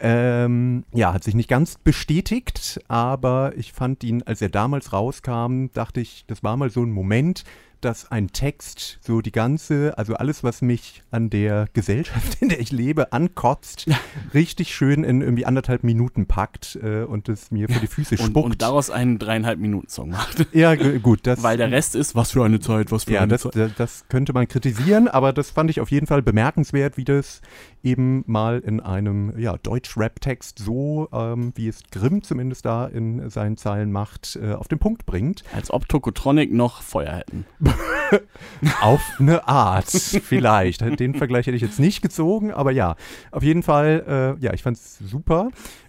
B: Ähm, ja, hat sich nicht ganz bestätigt, aber ich fand ihn, als er damals rauskam, dachte ich, das war mal so ein Moment, dass ein Text so die ganze, also alles, was mich an der Gesellschaft, in der ich lebe, ankotzt, richtig schön in irgendwie anderthalb Minuten packt äh, und es mir vor die Füße
C: und,
B: spuckt.
C: und daraus einen dreieinhalb Minuten Song macht.
B: ja, g- gut, das
C: Weil der Rest ist, was für eine Zeit, was für
B: Ja,
C: eine
B: das,
C: Zeit.
B: da- das könnte man kritisieren, aber das fand ich auf jeden Fall bemerkenswert, wie das eben mal in einem ja, Deutsch-Rap-Text so, ähm, wie es Grimm zumindest da in seinen Zeilen macht, äh, auf den Punkt bringt.
C: Als ob Tokotronic noch Feuer hätten.
B: Auf eine Art, vielleicht. Den Vergleich hätte ich jetzt nicht gezogen, aber ja, auf jeden Fall, äh, ja, ich fand es super.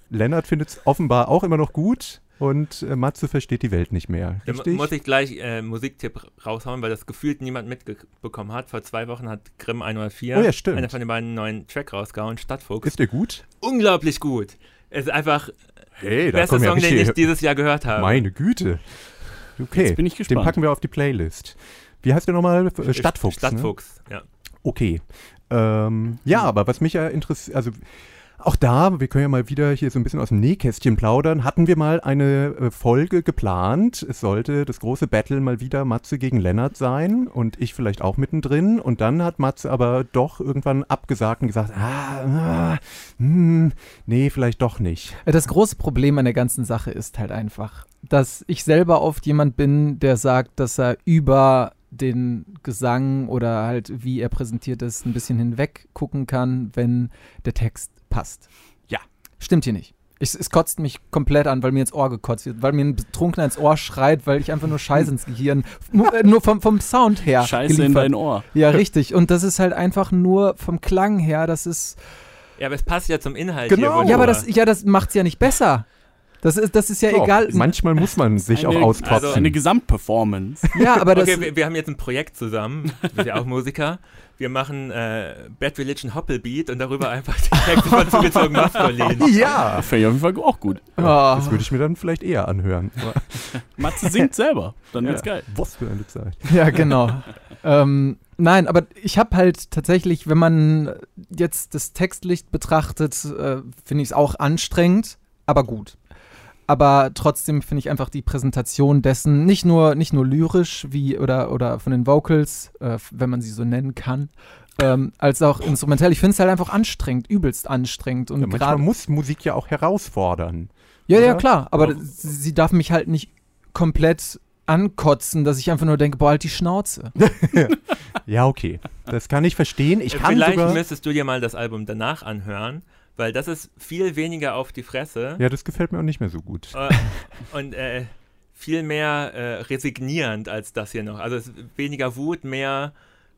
B: Lennart findet es offenbar auch immer noch gut und äh, Matze versteht die Welt nicht mehr.
D: Da mu-
B: Richtig?
D: muss ich gleich äh, Musiktipp raushauen, weil das gefühlt niemand mitbekommen hat. Vor zwei Wochen hat Grimm 104
B: Oh ja, stimmt.
D: einer von den beiden neuen Track rausgehauen, Stadtfuchs.
B: Ist der gut?
D: unglaublich gut. Es ist einfach
B: Hey,
D: der beste Song, den ich dieses Jahr gehört habe.
B: Meine Güte. Okay,
C: Jetzt bin ich
B: den
C: gespannt.
B: packen wir auf die Playlist. Wie heißt der nochmal? Äh, Stadtfuchs. Ne?
D: Stadtfuchs, ja.
B: Okay. Ähm, ja, aber was mich ja interessiert, also Auch da, wir können ja mal wieder hier so ein bisschen aus dem Nähkästchen plaudern, hatten wir mal eine äh, Folge geplant. Es sollte das große Battle mal wieder Matze gegen Lennart sein und ich vielleicht auch mittendrin. Und dann hat Matze aber doch irgendwann abgesagt und gesagt, ah, ah hm, nee, vielleicht doch nicht.
E: Äh, Das große Problem an der ganzen Sache ist halt einfach, dass ich selber oft jemand bin, der sagt, dass er über den Gesang oder halt wie er präsentiert ist, ein bisschen hinweg gucken kann, wenn der Text passt.
C: Ja.
E: Stimmt hier nicht. Ich, es kotzt mich komplett an, weil mir ins Ohr gekotzt wird, weil mir ein Betrunkener ins Ohr schreit, weil ich einfach nur Scheiße ins Gehirn, mu- äh, nur vom, vom Sound her.
C: Scheiße in
E: geliefert.
C: dein Ohr.
E: Ja, richtig. Und das ist halt einfach nur vom Klang her, das ist.
D: Ja, aber es passt ja zum Inhalt
B: Genau.
D: hier.
E: Ja, aber das, ja, das macht's ja nicht besser. Das ist, das ist ja
B: Doch,
E: egal.
B: Manchmal muss man sich auch
C: Eine-
B: auskotzen.
C: Also eine Gesamtperformance.
E: Ja, aber das.
D: Okay, wir, wir haben jetzt ein Projekt zusammen, wir sind ja auch Musiker. Wir machen äh, Bad Religion Hoppelbeat und darüber einfach die Texte von zugezogen Maskulin.
B: ja,
C: Fände ich auf jeden Fall auch gut.
E: Ah.
B: das würde ich mir dann vielleicht eher anhören.
C: Matze singt selber. Dann wird's geil.
B: Was für eine Zeit.
E: Ja, genau. ähm, nein, aber ich habe halt tatsächlich, wenn man jetzt das Textlicht betrachtet, äh, finde ich es auch anstrengend, aber gut. Aber trotzdem finde ich einfach die Präsentation dessen nicht nur, nicht nur lyrisch wie oder, oder von den Vocals, äh, wenn man sie so nennen kann, ähm, als auch instrumentell. Ich finde es halt einfach anstrengend, übelst anstrengend. Und
B: Ja, manchmal
E: gerade
B: muss Musik ja auch herausfordern.
E: ja, ja,
B: Oder?
E: klar, aber
B: Ja.
E: sie sie darf mich halt nicht komplett ankotzen, dass ich einfach nur denke, boah, halt die Schnauze.
B: Ja, okay. Das kann ich verstehen. Ich kann
D: Äh, Vielleicht
B: sogar.
D: müsstest du dir mal das Album danach anhören, weil das ist viel weniger auf die Fresse
B: Ja, das gefällt mir auch nicht mehr so gut.
D: äh, und äh, viel mehr äh, resignierend als das hier noch. Also es ist weniger Wut, mehr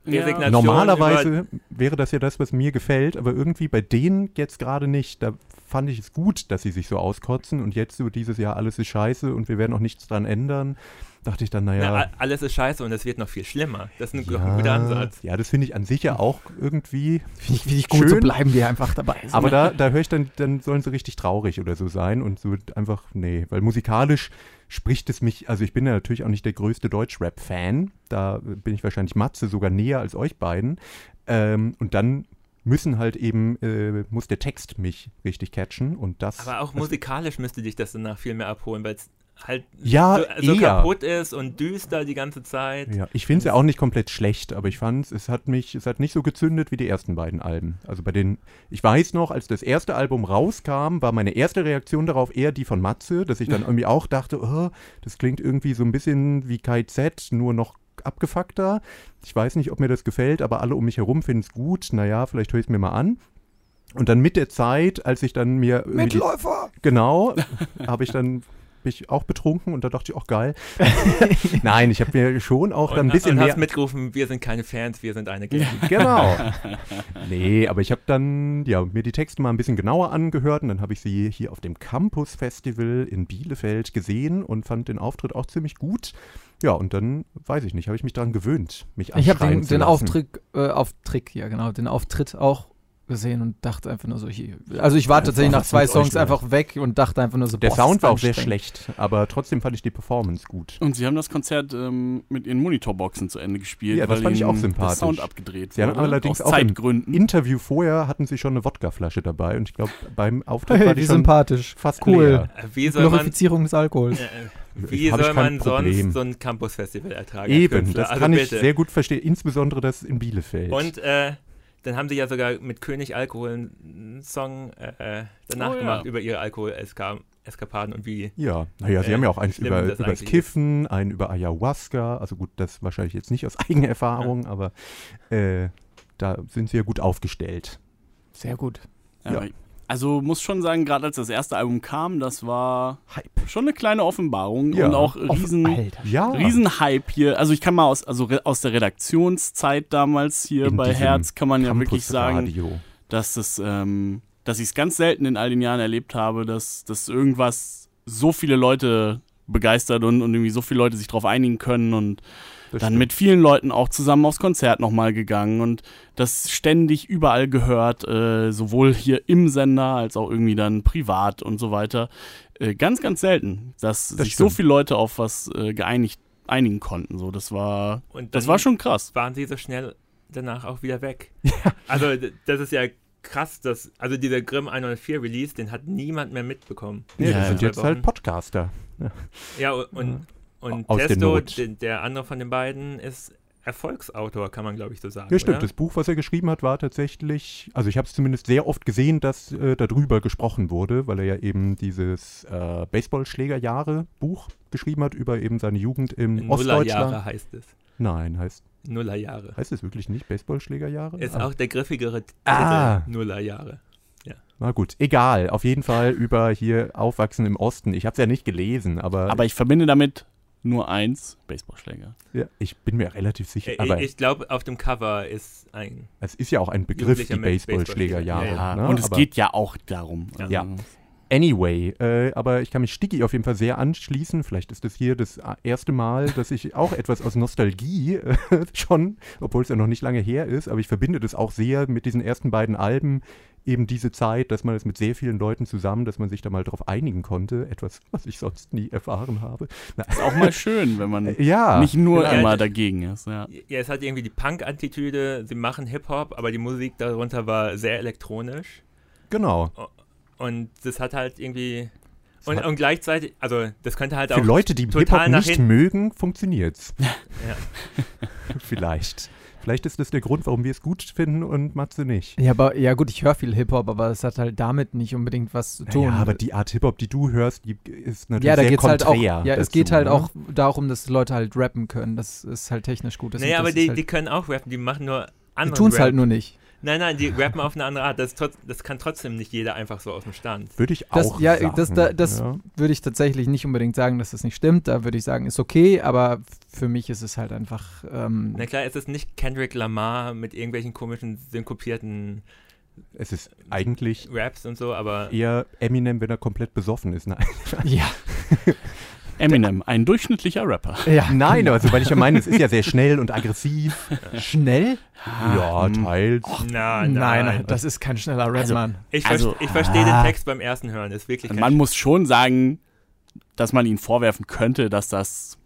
C: Ja.
D: Resignation. über-
B: Normalerweise wäre das ja das, was mir gefällt, aber irgendwie bei denen jetzt gerade nicht. Da fand ich es gut, dass sie sich so auskotzen und jetzt so dieses Jahr alles ist scheiße und wir werden auch nichts dran ändern. Dachte ich dann, naja.
D: Na, a- alles ist scheiße und es wird noch viel schlimmer. Das ist ein,
B: ja,
D: ein guter Ansatz.
B: Ja, das finde ich an sich ja auch irgendwie.
E: Finde ich, find ich gut, so
B: Schön.
E: bleiben wir einfach dabei.
B: Aber da, da höre ich dann, dann sollen sie richtig traurig oder so sein und so einfach, nee, weil musikalisch spricht es mich, also ich bin ja natürlich auch nicht der größte Deutschrap-Fan, da bin ich wahrscheinlich Matze sogar näher als euch beiden. Ähm, und dann müssen halt eben, äh, muss der Text mich richtig catchen und das.
D: Aber auch musikalisch müsste dich das danach viel mehr abholen, weil es halt
B: Ja,
D: so, so
B: eher.
D: kaputt ist und düster die ganze Zeit.
B: ja, ich finde es ja auch nicht komplett schlecht, aber ich fand es, es hat mich, es hat nicht so gezündet wie die ersten beiden Alben. Also bei den, ich weiß noch, als das erste Album rauskam, war meine erste Reaktion darauf eher die von Matze, dass ich dann irgendwie auch dachte, oh, das klingt irgendwie so ein bisschen wie KZ, nur noch abgefuckter. Ich weiß nicht, ob mir das gefällt, aber alle um mich herum finden es gut. Naja, vielleicht höre ich es mir mal an. Und dann mit der Zeit, als ich dann mir irgendwie die-
E: Mitläufer!
B: Genau, habe ich dann bin ich auch betrunken und da dachte ich auch geil. Nein, ich habe mir schon auch dann ein
D: und,
B: bisschen
D: und
B: mehr
D: hast mitgerufen, wir sind keine Fans, wir sind eine Gang.
B: Genau. Nee, aber ich habe dann ja, mir die Texte mal ein bisschen genauer angehört und dann habe ich sie hier auf dem Campus Festival in Bielefeld gesehen und fand den Auftritt auch ziemlich gut. Ja, und dann weiß ich nicht, habe ich mich daran gewöhnt, mich
E: Ich habe
B: anschreien
E: den,
B: zu
E: den
B: lassen.
E: Auftritt, äh, Auftritt, ja genau, den Auftritt auch gesehen und dachte einfach nur so, hier. Also ich war tatsächlich
B: was
E: nach zwei
B: mit euch
E: Songs
B: los?
E: einfach weg und dachte einfach nur so,
B: Der
E: boah,
B: Sound
E: ist
B: war auch sehr
E: anstrengend.
B: schlecht, aber trotzdem fand ich die Performance gut.
C: Und sie haben das Konzert ähm, mit ihren Monitorboxen zu Ende gespielt,
B: Ja, das
C: weil
B: fand ich
C: ihnen
B: auch sympathisch.
C: der Sound abgedreht
B: Sie haben
C: wurde.
B: allerdings
C: aus
B: auch im
C: Zeitgründen.
B: Interview vorher hatten sie schon eine Wodkaflasche dabei und ich glaube, beim Auftritt war
E: Hey,
B: die
E: wie
B: schon
E: sympathisch.
B: fast
E: Cool.
B: leer.
D: Äh, Wie soll man,
E: Glorifizierung des Alkohols.
D: äh, wie
B: Hab ich
D: soll
B: kein
D: man
B: Problem.
D: sonst so ein Campus-Festival ertragen? als
B: Eben,
D: Künstler?
B: das
D: Also
B: kann ich
D: bitte.
B: sehr gut verstehen, insbesondere das in Bielefeld.
D: Und äh, dann haben sie ja sogar mit König Alkohol einen Song äh, äh, danach
C: Oh ja.
D: gemacht über ihre Alkohol-Eskapaden und wie.
B: Ja, naja, sie
D: Äh,
B: haben ja auch eins
D: schlimm,
B: über,
D: das
B: übers
D: eigentlich
B: Kiffen, einen über Ayahuasca. Also gut, das wahrscheinlich jetzt nicht aus eigener Erfahrung, aber äh, da sind sie ja gut aufgestellt.
E: Sehr gut.
C: Ja,
B: Ja.
C: aber- Also muss schon sagen, gerade als das erste Album kam, das war
B: Hype.
C: schon eine kleine Offenbarung
B: Ja.
C: und auch
E: Auf-
C: riesen,
E: Alter.
B: Ja.
C: Riesenhype hier. Also ich kann mal aus, also re, aus der Redaktionszeit damals hier
B: In
C: bei
B: diesem
C: Herz kann man ja wirklich sagen,
B: Campusradio.
C: dass das, ähm, dass ich es ganz selten in all den Jahren erlebt habe, dass, dass irgendwas so viele Leute begeistert und, und irgendwie so viele Leute sich drauf einigen können und
B: Das
C: dann
B: stimmt.
C: mit vielen Leuten auch zusammen aufs Konzert nochmal gegangen und das ständig überall gehört, äh, sowohl hier im Sender als auch irgendwie dann privat und so weiter. Äh, ganz, ganz selten, dass sich so
B: stimmt.
C: viele Leute auf was äh, geeinigt einigen konnten. So, das war,
D: Und
C: das
D: dann
C: war schon krass.
D: waren sie so schnell danach auch wieder weg. Also d- das ist ja krass, dass, also dieser Grimm 104 Release, den hat niemand mehr mitbekommen.
B: Nee,
C: Ja,
B: das sind
D: ja.
B: jetzt halt Podcaster.
D: Ja, und, und, und
B: Aus der
D: Testo,
B: Not.
D: de- der andere von den beiden, ist Erfolgsautor, kann man glaube ich so sagen.
B: Ja, stimmt.
D: Oder?
B: Das Buch, was er geschrieben hat, war tatsächlich, also ich habe es zumindest sehr oft gesehen, dass äh, darüber gesprochen wurde, weil er ja eben dieses äh, Baseballschlägerjahre-Buch geschrieben hat über eben seine Jugend im Ostdeutschland.
D: Nullerjahre heißt es.
B: Nein, heißt,
D: Nullerjahre.
B: heißt es wirklich nicht Baseballschlägerjahre?
D: Ist
B: Ah,
D: auch der griffigere Titel
B: Ah.
D: Nullerjahre.
B: Na gut, egal. Auf jeden Fall über hier Aufwachsen im Osten. Ich habe es ja nicht gelesen, aber,
C: Aber ich verbinde damit nur eins, Baseballschläger.
B: ja, ich bin mir relativ sicher.
D: Ich,
B: aber
D: Äh, ich glaube, auf dem Cover ist ein.
B: es ist ja auch ein Begriff, die
D: Jugendlicher mit
B: Baseballschlägerjahre.
D: Ja,
C: Ja,
D: Baseballschläger,
B: ne?
C: und es
B: aber,
C: geht ja auch darum. Also,
B: Ja. Anyway, äh, aber ich kann mich Sticky auf jeden Fall sehr anschließen. Vielleicht ist das hier das a- erste Mal, dass ich auch etwas aus Nostalgie äh, schon, obwohl es ja noch nicht lange her ist, aber ich verbinde das auch sehr mit diesen ersten beiden Alben, eben diese Zeit, dass man es mit sehr vielen Leuten zusammen, dass man sich da mal drauf einigen konnte, etwas, was ich sonst nie erfahren habe. Na,
C: Ist auch mal schön, wenn man
B: ja,
C: nicht nur
D: genau.
C: immer dagegen ist. Ja.
D: Ja, es hat irgendwie die Punk-Attitüde, sie machen Hip-Hop, aber die Musik darunter war sehr elektronisch.
B: genau.
D: Und das hat halt irgendwie.
B: Es
D: Und,
B: hat-
D: und gleichzeitig, also das könnte halt
B: Für
D: auch.
B: Leute, die
D: total
B: Hip-Hop
D: nach
B: nicht
D: hinten.
B: mögen, funktioniert's. Vielleicht. Vielleicht ist das der Grund, warum wir es gut finden und Matze nicht.
E: Ja, aber ja gut, ich höre viel Hip-Hop, aber es hat halt damit nicht unbedingt was zu tun.
B: Ja, aber die Art Hip-Hop, die du hörst, die ist natürlich
E: ja, da
B: sehr
E: geht's halt auch,
B: konträr.
E: ja, es
B: dazu,
E: geht halt
B: ne?
E: auch darum, dass Leute halt rappen können, dass es halt technisch gut ist.
D: Nee,
E: und
D: aber
E: das
D: die,
E: ist
D: die
E: halt,
D: können auch rappen, die machen nur
E: die
D: andere.
E: tun es halt nur nicht.
D: Nein, nein, die rappen auf eine andere Art. Das, trotz, das kann trotzdem nicht jeder einfach so aus dem Stand.
B: Würde ich
E: Das-
B: auch
E: ja,
B: sagen.
E: das- da- das-
B: ja.
E: Würde ich tatsächlich nicht unbedingt sagen, dass das nicht stimmt. Da würde ich sagen, ist okay, aber für mich ist es halt einfach. Ähm,
D: Na klar, es ist nicht Kendrick Lamar mit irgendwelchen komischen, synkopierten
B: Es ist eigentlich
D: Raps und so, aber
B: eher Eminem, wenn er komplett besoffen ist. Nein,
E: ja,
C: Eminem, ein durchschnittlicher Rapper.
E: ja. genau.
B: Nein also weil ich ja meine, es ist ja sehr schnell und aggressiv.
E: Schnell? Ah, hm.
B: ja, teils.
D: na,
E: Nein,
D: nein.
E: das ist kein schneller Rap,
C: Also-
E: Mann.
D: Ich,
C: Also-
D: verste- ich verstehe
B: Ah.
D: den Text beim ersten Hören. Ist wirklich kein
C: Man muss schon sagen, dass man ihnen vorwerfen könnte, dass das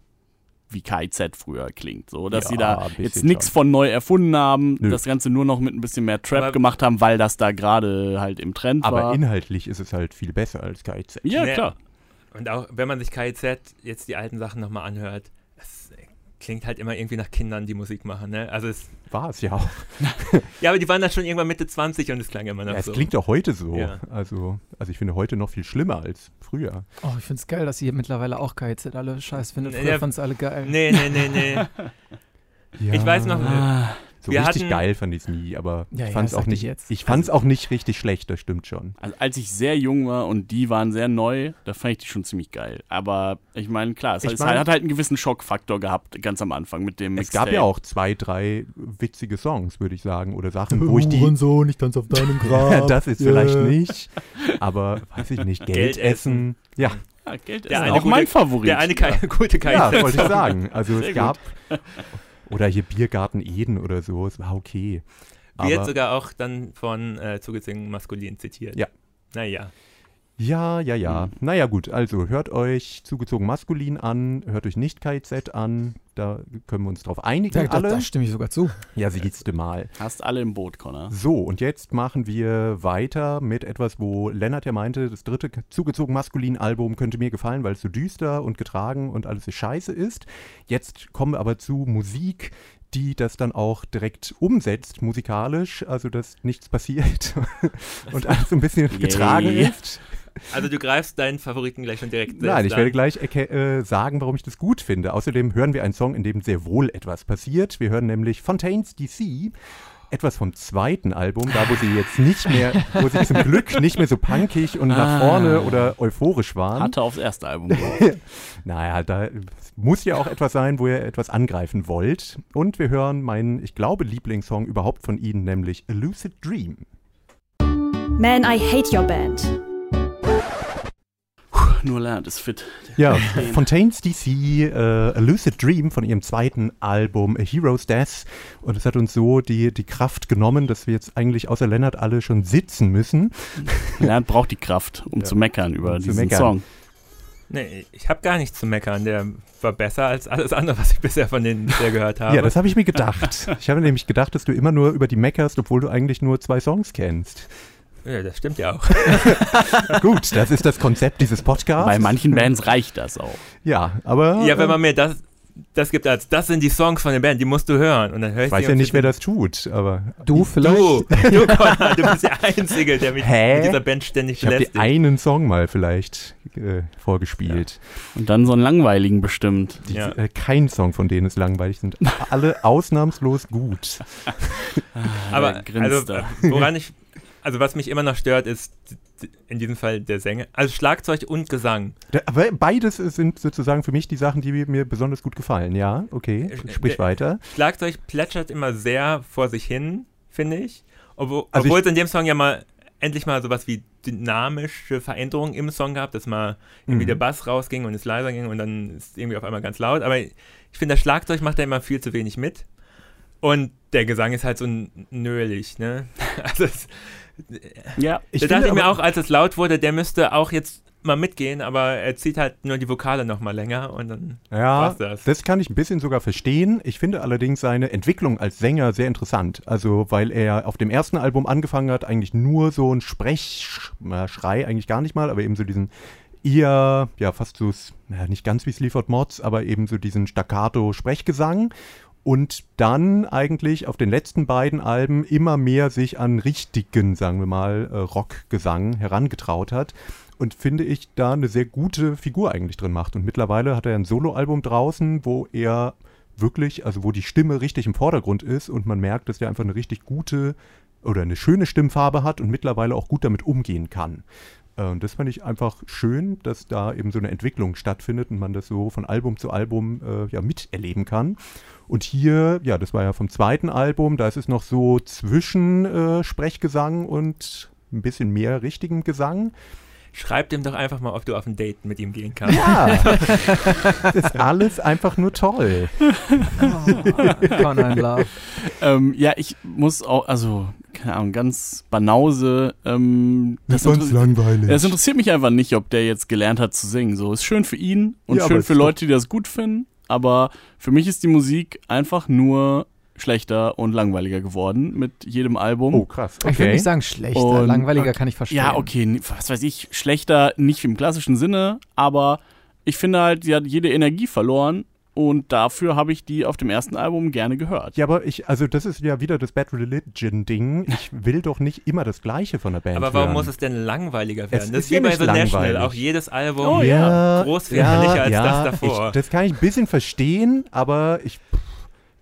C: wie KIZ früher klingt. So, dass
B: Ja,
C: sie da
B: ein bisschen
C: jetzt nichts
B: schon.
C: von neu erfunden haben,
B: Nö.
C: das Ganze nur noch mit ein bisschen mehr Trap
D: Aber-
C: gemacht haben, weil das da gerade halt im Trend
B: Aber
C: war.
B: inhaltlich ist es halt viel besser als KIZ.
C: ja,
D: Nee.
C: klar.
D: Und auch wenn man sich KIZ jetzt die alten Sachen nochmal anhört, es klingt halt immer irgendwie nach Kindern, die Musik machen. Ne? Also es,
B: War es ja auch.
D: ja, aber die waren dann schon irgendwann Mitte 20 und es klang immer noch
B: Ja, es
D: so.
B: klingt auch heute so.
D: Ja.
B: Also, also ich finde heute noch viel schlimmer als früher.
E: Oh, ich find's geil, dass ihr mittlerweile auch KZ alle scheiß findet.
D: Nee,
E: Früher
D: ja.
E: fand's alle geil.
D: nee, nee, nee, nee. Ich weiß noch,
C: Ah,
B: So
D: Wir
B: richtig
D: hatten-
B: geil fand ich es nie, aber
E: Ja,
B: ich
E: ja,
B: fand es
E: das
B: auch
E: sagte
B: nicht.
E: ich jetzt.
B: Ich fand es auch nicht richtig schlecht, das stimmt schon.
C: Also als ich sehr jung war und die waren sehr neu, da fand ich die schon ziemlich geil. Aber ich meine, klar, es,
B: Ich
C: es
B: mein-
C: hat halt einen gewissen Schockfaktor gehabt, ganz am Anfang mit dem
B: Es gab
C: Mixtape.
B: ja auch zwei, drei witzige Songs, würde ich sagen, oder Sachen, wo ich die.
E: Äh, Hurensohn, Äh. ich tanze auf deinem Grab.
B: das ist
E: Yeah.
B: vielleicht nicht, aber weiß ich nicht, Geld,
D: Geld
B: essen.
D: essen.
B: Ja,
C: Ah, Geld
D: Der
C: ist
D: eine
C: auch
D: gute-
C: mein Favorit.
D: äh, Der eine K gute KIZ.
B: ja wollte ich sagen. Also
C: Sehr
B: es
C: gut.
B: gab. Oder hier Biergarten Eden oder so, es war okay.
D: Wird
B: Aber,
D: sogar auch dann von äh, zugezwungen maskulin zitiert.
B: Ja.
D: Naja.
B: ja, ja, ja. Naja, gut, also hört euch zugezogen maskulin an, hört euch nicht KZ an, da können wir uns drauf einigen,
E: Da, da,
B: alle.
E: da stimme ich sogar zu.
B: Ja, siehste mal.
C: Hast alle im Boot, Connor.
B: So, und jetzt machen wir weiter mit etwas, wo Lennart ja meinte, das dritte k- zugezogen maskulin Album könnte mir gefallen, weil es so düster und getragen und alles so scheiße ist. Jetzt kommen wir aber zu Musik, die das dann auch direkt umsetzt, musikalisch, also dass nichts passiert und alles so ein bisschen getragen
C: Yay.
B: ist.
D: Also du greifst deinen Favoriten gleich schon direkt selbst
B: Nein, ich
D: an.
B: werde gleich erke- äh, sagen, warum ich das gut finde. Außerdem hören wir einen Song, in dem sehr wohl etwas passiert. Wir hören nämlich Fontaines DC, etwas vom zweiten Album, da wo sie jetzt nicht mehr, wo sie zum Glück nicht mehr so punkig und nach
C: Ah.
B: vorne oder euphorisch waren.
C: Hatte aufs erste Album. gehofft.
B: Naja, da muss ja auch etwas sein, wo ihr etwas angreifen wollt. Und wir hören meinen, ich glaube, Lieblingssong überhaupt von ihnen, nämlich A Lucid Dream.
A: Man, I hate your band.
C: Nur Lennart ist fit.
B: Ja, Fontaines DC, äh, A Lucid Dream von ihrem zweiten Album A Hero's Death. Und es hat uns so die, die Kraft genommen, dass wir jetzt eigentlich außer Lennart alle schon sitzen müssen.
C: Lennart braucht die Kraft, um
B: Ja.
C: zu meckern über
B: Um zu
C: diesen
B: meckern.
C: Song.
D: Nee, ich habe gar nichts zu meckern. Der war besser als alles andere, was ich bisher von denen bisher gehört habe.
B: Ja, das habe ich mir gedacht. Ich habe nämlich gedacht, dass du immer nur über die meckerst, obwohl du eigentlich nur zwei Songs kennst.
D: ja, das stimmt ja auch.
B: Gut, das ist das Konzept dieses Podcasts.
C: Bei manchen Bands reicht das auch.
B: Ja, aber
D: Ja, wenn
B: äh,
D: man mir das, das gibt als, das sind die Songs von der Band, die musst du hören. Und dann höre ich
B: ich weiß
D: die
B: ja
D: und-
B: nicht, wer das tut, aber
E: Du vielleicht?
D: Du, du, Konrad, du bist der Einzige, der mich
B: Hä?
D: mit dieser Band ständig
B: ich habe
D: belästigt.
B: dir einen Song mal vielleicht äh, vorgespielt.
C: Und dann so einen langweiligen bestimmt.
B: Die,
D: Ja.
B: äh, kein Song von denen ist langweilig, sind alle ausnahmslos gut.
C: der
D: Aber
C: grinst
D: also,
C: da.
D: äh, woran ich, also was mich immer noch stört, ist d- d- in diesem Fall der Sänger, also Schlagzeug und Gesang.
B: Da- Aber beides sind sozusagen für mich die Sachen, die mir besonders gut gefallen. Ja, okay,
D: Äh,
B: sprich
D: äh,
B: weiter.
D: Schlagzeug plätschert immer sehr vor sich hin, finde ich. Obwohl
B: Also
D: obwohl es in dem Song ja mal endlich mal sowas wie dynamische Veränderungen im Song gab, dass mal irgendwie
B: Mhm.
D: äh, der Bass rausging und es leiser ging und dann ist irgendwie auf einmal ganz laut. Aber ich finde, das Schlagzeug macht da immer viel zu wenig mit. Und der Gesang ist halt so n- nölig, ne? Also es,
C: Ja,
D: da dachte ich
B: finde
D: mir
B: aber-
D: auch, als es laut wurde, der müsste auch jetzt mal mitgehen, aber er zieht halt nur die Vokale nochmal länger und dann
B: Ja,
D: war's das.
B: das kann ich ein bisschen sogar verstehen. Ich finde allerdings seine Entwicklung als Sänger sehr interessant. Also, weil er auf dem ersten Album angefangen hat, eigentlich nur so ein Sprechschrei, eigentlich gar nicht mal, aber eben so diesen eher, ja, fast so, s- naja, nicht ganz wie Sleaford Mods, aber eben so diesen Staccato-Sprechgesang. Und dann eigentlich auf den letzten beiden Alben immer mehr sich an richtigen, sagen wir mal, äh, Rockgesang herangetraut hat. Und finde ich, da eine sehr gute Figur eigentlich drin macht. Und mittlerweile hat er ein Soloalbum draußen, wo er wirklich, also wo die Stimme richtig im Vordergrund ist und man merkt, dass der einfach eine richtig gute oder eine schöne Stimmfarbe hat und mittlerweile auch gut damit umgehen kann. Äh, Und das fand ich einfach schön, dass da eben so eine Entwicklung stattfindet und man das so von Album zu Album äh, ja miterleben kann. Und hier, ja, das war ja vom zweiten Album, da ist es noch so zwischen äh, Sprechgesang und ein bisschen mehr richtigem Gesang.
D: Schreib dem doch einfach mal, ob du auf ein Date mit ihm gehen kannst.
E: Ah.
B: Ja, das ist alles einfach nur toll.
E: Conan Love.
C: ähm, ja, ich muss auch, also, keine Ahnung, ganz Banause. Ähm, das, interessiert-
B: langweilig.
C: das interessiert mich einfach nicht, ob der jetzt gelernt hat zu singen. So, ist schön für ihn und
B: Ja, aber
C: schön
B: es
C: für
B: ist doch-
C: Leute, die das gut finden. Aber für mich ist die Musik einfach nur schlechter und langweiliger geworden mit jedem Album.
B: oh, krass.
E: Hm. Ich will
B: Okay.
E: nicht sagen schlechter,
C: Und-
E: langweiliger kann ich verstehen.
C: Ja, okay, n- was weiß ich, schlechter, nicht im klassischen Sinne, aber ich finde halt, sie hat jede Energie verloren und dafür habe ich die auf dem ersten Album gerne gehört.
B: Ja, aber ich, also das ist ja wieder das Bad Religion-Ding. Ich will doch nicht immer das Gleiche von der Band.
D: Aber warum
B: hören.
D: muss es denn langweiliger werden?
B: Es
D: das
B: ist
D: ist wie
B: ja
D: bei
B: nicht
D: The National,
B: langweilig.
D: auch jedes Album
C: Oh,
B: ja,
D: großflächiger als
B: ja,
D: das davor.
B: Ich, das kann ich ein bisschen verstehen, aber ich,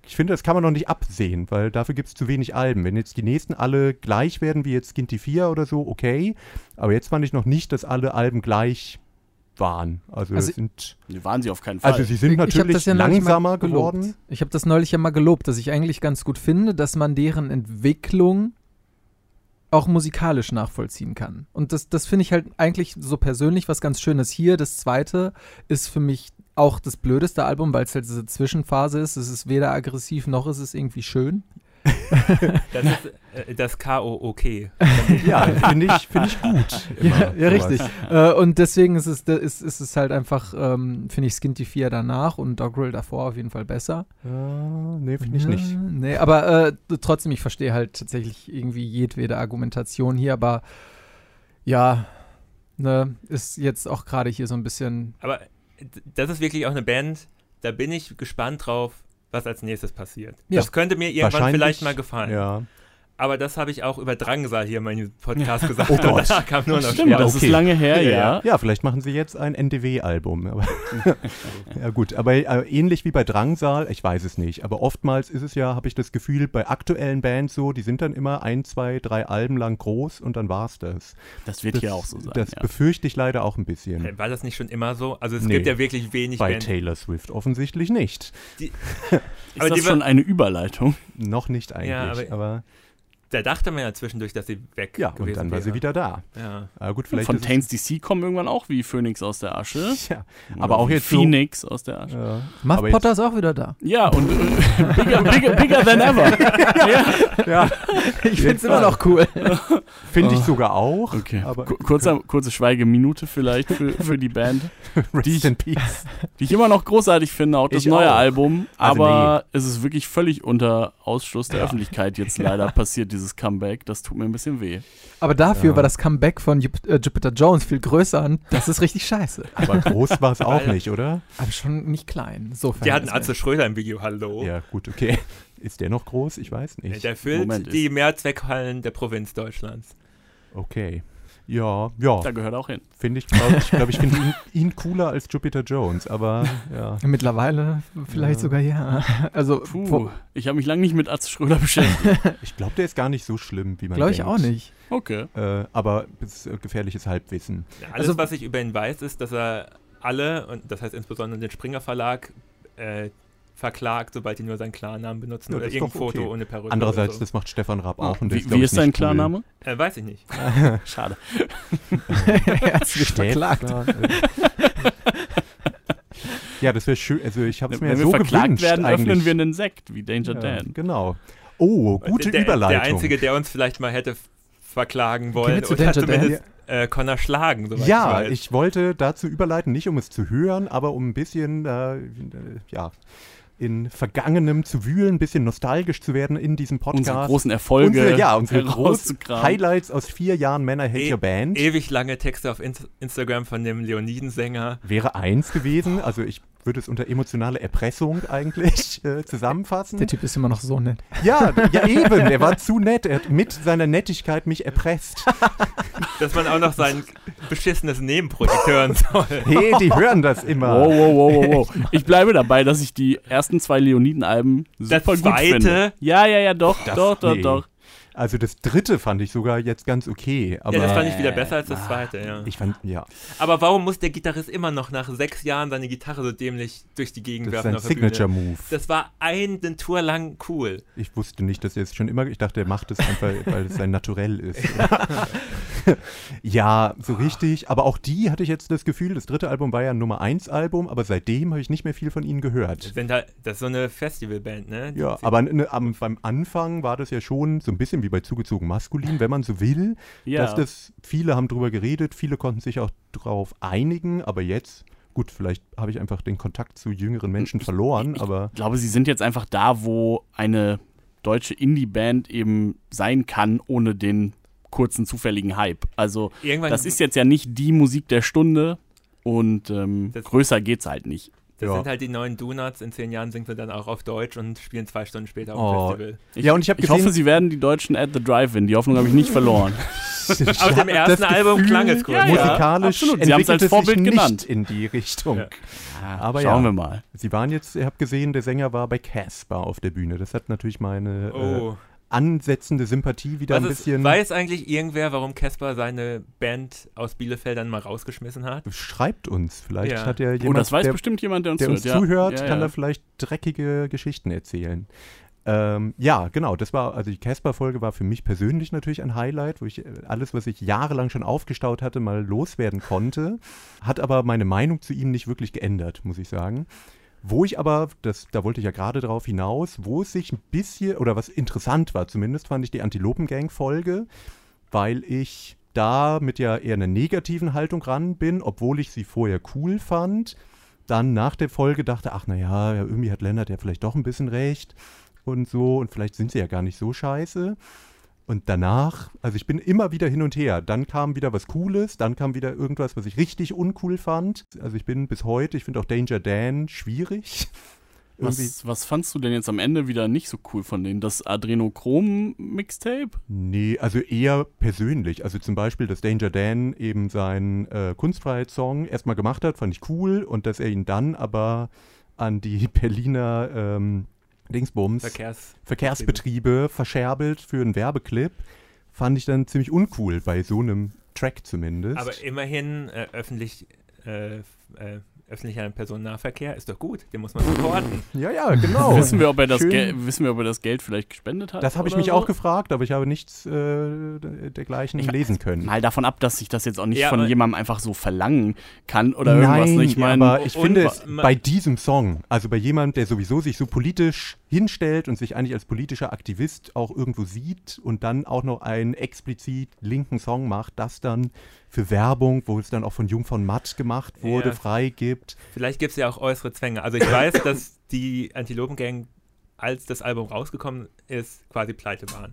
B: ich finde, das kann man noch nicht absehen, weil dafür gibt es zu wenig Alben. Wenn jetzt die nächsten alle gleich werden, wie jetzt Skinty 4 oder so, okay. Aber jetzt fand ich noch nicht, dass alle Alben gleich waren. Also,
E: Also-
B: es sind,
C: Die waren sie auf keinen Fall.
B: also sie sind
E: Ich- ich hab
B: natürlich
E: das ja neulich mal
B: langsamer
E: gelobt.
B: geworden.
E: Ich habe das neulich ja mal gelobt, dass ich eigentlich ganz gut finde, dass man deren Entwicklung auch musikalisch nachvollziehen kann. Und das, das finde ich halt eigentlich so persönlich was ganz Schönes hier. Das zweite ist für mich auch das blödeste Album, weil es halt diese Zwischenphase ist. Es ist weder aggressiv noch ist es irgendwie schön.
D: Das ist äh, das K.O.O.K.
B: Ja, finde ich, finde ich gut. immer
E: Ja, ja
B: sowas.
E: richtig. Äh, und deswegen ist es, ist, ist es halt einfach, ähm, finde ich Skinty 4 danach und Doggerel davor auf jeden Fall besser.
B: Ja, nee, finde ich nicht.
E: Ja, Nee, aber äh, trotzdem, ich verstehe halt tatsächlich irgendwie jedwede Argumentation hier, aber ja, ne, ist jetzt auch gerade hier so ein bisschen.
D: Aber d- das ist wirklich auch eine Band, da bin ich gespannt drauf, was als nächstes passiert.
E: Ja.
D: Das könnte mir irgendwann
B: Wahrscheinlich-
D: vielleicht mal gefallen.
B: Ja.
D: Aber das habe ich auch über Drangsal hier in meinem Podcast gesagt.
B: Oh Gott.
D: Und da kam nur noch
C: Stimmt,
D: Schwer.
C: das
B: okay.
C: ist lange her,
D: Ja,
C: ja.
D: ja.
B: Ja, vielleicht machen sie jetzt ein NDW-Album. aber- ja gut, aber äh, ähnlich wie bei Drangsal, ich weiß es nicht, aber oftmals ist es ja, habe ich das Gefühl, bei aktuellen Bands so, die sind dann immer ein, zwei, drei Alben lang groß und dann war's das.
C: Das wird
B: das
C: hier auch so sein.
B: Das
C: ja.
B: befürchte ich leider auch ein bisschen.
D: Äh, War das nicht schon immer so? Also es
B: Hm. Nee.
D: gibt ja wirklich wenig
B: Bei
D: Bands.
B: Taylor Swift offensichtlich nicht.
C: Ist
D: aber
C: das
D: die-
C: schon eine Überleitung?
B: Noch nicht eigentlich,
D: Ja,
B: aber,
D: aber- da dachte man ja zwischendurch, dass sie weg
B: Ja,
D: gewesen
B: und dann war
D: wäre.
B: sie wieder da.
D: Ja.
B: Äh, gut, vielleicht ist
C: Fontaines DC kommen irgendwann auch wie Phoenix aus der Asche.
B: es, ja,
C: Oder
B: aber auch
C: wie
B: jetzt
C: Phoenix aus der Asche.
B: so. Äh,
E: Muff
B: Aber jetzt-
E: Potter ist auch wieder da.
C: Ja, und äh, bigger, bigger, bigger than ever.
B: ja, find's
E: Ich find's
B: immer
E: immer noch cool. Oh.
B: finde ich sogar auch.
C: Okay,
B: Aber-
C: Ku- kurzer, kurze Schweigeminute vielleicht für, für die Band.
B: Rest in Peace.
C: Die ich immer noch großartig finde, auch das
B: Ich
C: neue
B: auch.
C: Album.
B: Also
C: aber es ist wirklich völlig unter Ausschluss der Öffentlichkeit jetzt leider passiert, dieses Comeback. Das tut mir ein bisschen weh.
E: Aber dafür
B: Ja.
E: war das Comeback von Jup äh, Jupiter Jones viel größer und das ist richtig scheiße.
B: Aber groß war es auch
D: Weil-
B: nicht, oder?
E: Aber schon nicht klein. So
D: Die hatten Atze Schröder im Video,
C: Oh.
D: hallo. Äh,
B: Ja, gut, okay. Ist der noch groß? Ich weiß nicht.
D: Der füllt
C: Moment, ist-
D: die Mehrzweckhallen der Provinz Deutschlands.
B: Okay. Ja, ja,
C: Da gehört auch hin.
B: finde ich, glaube ich, glaub, ich finde ihn, ihn cooler als Jupiter Jones, aber ja.
E: Mittlerweile vielleicht
B: Ja.
E: sogar ja.
B: Äh,
E: Also,
C: Puh, ich habe mich lange nicht mit Atze Schröder beschäftigt.
B: Ich glaube, der ist gar nicht so schlimm, wie man
E: glaube
B: denkt.
E: ich auch nicht.
C: Okay.
B: Äh, aber es ist äh, gefährliches Halbwissen.
D: Alles,
E: Also-
D: was ich über ihn weiß, ist, dass er alle, und das heißt insbesondere den Springer Verlag, äh, verklagt, sobald die nur seinen Klarnamen benutzen
B: Ja,
D: oder
B: das ist doch
D: irgendein Foto
B: okay.
D: ohne Perücke.
B: Andererseits,
D: oder
B: das macht Stefan Raab auch. Und der
C: also- Oh, Wie,
B: glaub
C: wie
B: ich,
C: ist sein
B: nicht cool.
C: Klarname?
D: so. äh, weiß ich nicht.
C: Schade.
E: er ist nicht verklagt.
B: Schäffler, äh. ja, das wäre schön. Also ich habe es mir ja
C: Wenn wir
B: so
C: verklagt
B: gewünscht
C: werden,
B: eigentlich.
C: öffnen wir einen Äh, Sekt, wie Danger
B: ja,
C: Dan.
B: Genau. Oh, gute
D: der, der-
B: Überleitung.
D: Der Einzige, der uns vielleicht mal hätte f- verklagen
E: wir
D: wollen,
E: zu
D: oder
E: Danger Dan?
D: zumindest äh, Connor schlagen, soweit
B: ja,
D: ich weiß.
B: ich, wollte dazu überleiten, nicht um es zu hören, aber um ein bisschen, äh, äh, ja, in Vergangenem zu wühlen, ein bisschen nostalgisch zu werden in diesem Podcast.
C: Unsere großen Erfolge
B: Unsere- ja, unsere großen
C: herauszukramen.
B: Highlights aus vier Jahren Männer Hate
D: E-
B: Your Band.
D: Ewig lange Texte auf Inst Instagram von dem Leonidensänger.
B: wäre eins gewesen. Also ich würde es unter emotionale Erpressung eigentlich äh, zusammenfassen.
E: Der Typ ist immer noch so nett.
B: Ja, ja eben, er war zu nett. Er hat mit seiner Nettigkeit mich erpresst.
D: Dass man auch noch sein beschissenes Nebenprojekt hören soll.
B: Hey, die hören das immer.
C: Wow, wow, wow, wow, wow. Ich bleibe dabei, dass ich die ersten zwei Leoniden-Alben super gut
D: zweite?
C: finde. Ja, ja, ja, doch,
B: Das-
C: doch, doch,
B: nee.
C: doch.
B: Also das dritte fand ich sogar jetzt ganz okay. Aber
D: Ja, das fand ich wieder besser als das zweite, ja.
B: ich fand, ja,
D: Aber warum muss der Gitarrist immer noch nach sechs Jahren seine Gitarre so dämlich durch die Gegend
B: das ist
D: werfen?
B: sein
D: auf der Bühne?
B: Signature-Move.
D: Das war einen Tour lang cool.
B: Ich wusste nicht, dass er es schon immer, ich dachte, er macht es einfach, weil es sein Naturell ist. ja, so richtig. Aber auch die hatte ich jetzt das Gefühl, das dritte Album war ja ein Nummer 1 Album, aber seitdem habe ich nicht mehr viel von ihnen gehört.
D: Das, sind halt, das ist so eine Festivalband, ne?
B: Ja,
D: Sie-
B: aber ne, am, beim Anfang war das ja schon so ein bisschen wie bei zugezogen maskulin, wenn man so will.
C: Ja.
B: Dass das, viele haben drüber geredet, viele konnten sich auch drauf einigen, aber jetzt, gut, vielleicht habe ich einfach den Kontakt zu jüngeren Menschen verloren, aber
C: Ich glaube, sie sind jetzt einfach da, wo eine deutsche Indie-Band eben sein kann, ohne den kurzen zufälligen Hype. Also,
D: Irgendwann,
C: das ist jetzt ja nicht die Musik der Stunde und ähm,
D: Das-
C: größer geht's halt nicht.
D: das
B: ja.
D: sind halt die neuen Donuts. In zehn Jahren singen sie dann auch auf Deutsch und spielen zwei Stunden später
B: Oh.
D: auf dem Festival.
B: Ja, und ich hab
C: ich
B: gesehen-
C: hoffe, sie werden die Deutschen at the Drive-In. Die Hoffnung habe ich nicht verloren.
D: Auf dem ersten Album klang es gut.
C: ja, ja.
B: musikalisch
C: absolut. Sie haben's
B: entwickelt
C: als
B: es
C: Vorbild
B: sich nicht
C: genannt. Ah,
B: in die Richtung.
D: Ja.
B: Aber
C: Schauen
B: ja.
C: wir mal.
B: Sie waren jetzt, ihr habt gesehen, der Sänger war bei Casper auf der Bühne. Das hat natürlich meine äh,
D: Oh.
B: ansetzende Sympathie wieder
D: Was
B: ein
D: ist,
B: bisschen...
D: weiß eigentlich irgendwer, warum Caspar seine Band aus Bielefeld dann mal rausgeschmissen hat?
B: Schreibt uns, vielleicht
D: Ja.
B: hat ja jemand,
C: oh, das weiß
B: der,
C: bestimmt jemand, der uns
B: der
C: hört.
B: uns
C: ja.
B: zuhört,
C: ja, ja.
B: kann da vielleicht dreckige Geschichten erzählen. Ähm, ja, genau, das war, also die Casper-Folge war für mich persönlich natürlich ein Highlight, wo ich äh, alles, was ich jahrelang schon aufgestaut hatte, mal loswerden konnte, hat aber meine Meinung zu ihm nicht wirklich geändert, muss ich sagen. Wo ich aber, das, da wollte ich ja gerade drauf hinaus, wo es sich ein bisschen, oder was interessant war zumindest, fand ich die Antilopengang-Folge, weil ich da mit ja eher einer negativen Haltung ran bin, obwohl ich sie vorher cool fand. Dann nach der Folge dachte, ach naja, ja, irgendwie hat Lennart ja vielleicht doch ein bisschen recht und so und vielleicht sind sie ja gar nicht so scheiße. Und danach, also ich bin immer wieder hin und her. Dann kam wieder was Cooles, dann kam wieder irgendwas, was ich richtig uncool fand. Also ich bin bis heute, ich finde auch Danger Dan schwierig. Irgendwie-
C: was, was fandst du denn jetzt am Ende wieder nicht so cool von denen? Das Adrenochrom-Mixtape?
B: Nee, also eher persönlich. Also zum Beispiel, dass Danger Dan eben seinen äh, Kunstfreiheitssong erstmal gemacht hat, fand ich cool. Und dass er ihn dann aber an die Berliner ähm, Dingsbums
D: Verkehrs.
B: Verkehrsbetriebe verscherbelt für einen Werbeclip, fand ich dann ziemlich
C: e-
B: uncool bei so einem Track zumindest.
D: Aber immerhin äh, öffentlich äh, f- äh, öffentlicher Personennahverkehr ist doch gut, den muss man supporten.
B: Ja, ja, genau.
C: Wissen wir, ob er das
B: Schön.
C: Gel- wissen wir, ob er das Geld vielleicht gespendet hat?
B: Das habe ich
C: oder
B: mich
C: so?
B: auch gefragt, aber ich habe nichts äh, dergleichen lesen können.
C: Mal davon ab, dass ich das jetzt auch nicht
D: Ja,
C: von
D: aber-
C: jemandem einfach so verlangen kann oder irgendwas.
B: Nein,
C: ne? ich meine,
B: aber ich
D: und-
B: finde es
D: ma-
B: bei diesem Song, also bei jemandem, der sowieso sich so politisch hinstellt und sich eigentlich als politischer Aktivist auch irgendwo sieht und dann auch noch einen explizit linken Song macht, das dann für Werbung, wo es dann auch von Jung von Matt gemacht wurde,
D: Ja.
B: freigibt.
D: Vielleicht gibt es ja auch äußere Zwänge. Also ich weiß, dass die Antilopengang, als das Album rausgekommen ist, quasi pleite waren.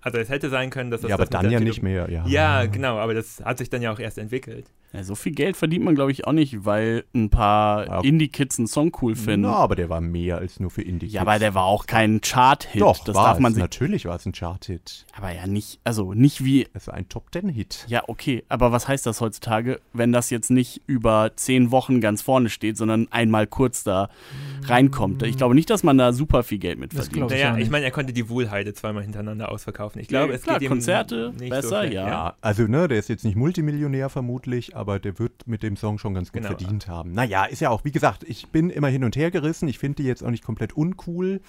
D: Also es hätte sein können, dass das
B: ja, aber
D: das mit
B: dann
D: der
B: ja nicht mehr.
D: Antilopen-
B: Ja,
D: Ja, genau, aber das hat sich dann ja auch erst entwickelt.
C: ja, so viel Geld verdient man, glaube ich, auch nicht, weil ein paar
B: Ja.
C: Indie-Kids einen Song cool finden.
B: Na, aber der war mehr als nur für Indie.
C: Ja, aber der war auch kein Chart-Hit.
B: Doch,
C: das
B: war
C: darf man
B: es.
C: sich.
B: Natürlich war es ein Chart-Hit.
C: Aber ja nicht, also nicht wie.
B: Es war ein Top-Ten-Hit.
C: Ja, okay, aber was heißt das heutzutage, wenn das jetzt nicht über zehn Wochen ganz vorne steht, sondern einmal kurz da reinkommt? Ich glaube nicht, dass man da super viel Geld mit
E: Das
C: verdient.
E: glaub
D: Naja,
E: auch
D: ich
E: nicht.
D: meine, er konnte die Wohlheide zweimal hintereinander ausverkaufen. Ich glaube,
C: Ja,
D: es
C: klar,
D: geht ihm
C: Konzerte
D: nicht
C: besser,
D: schlecht.
C: ja.
B: Ja, also ne, der ist jetzt nicht Multimillionär vermutlich, aber der wird mit dem Song schon ganz gut
D: Genau.
B: verdient haben. Naja, ist ja auch, wie gesagt, ich bin immer hin und her gerissen. Ich finde die jetzt auch nicht komplett uncool,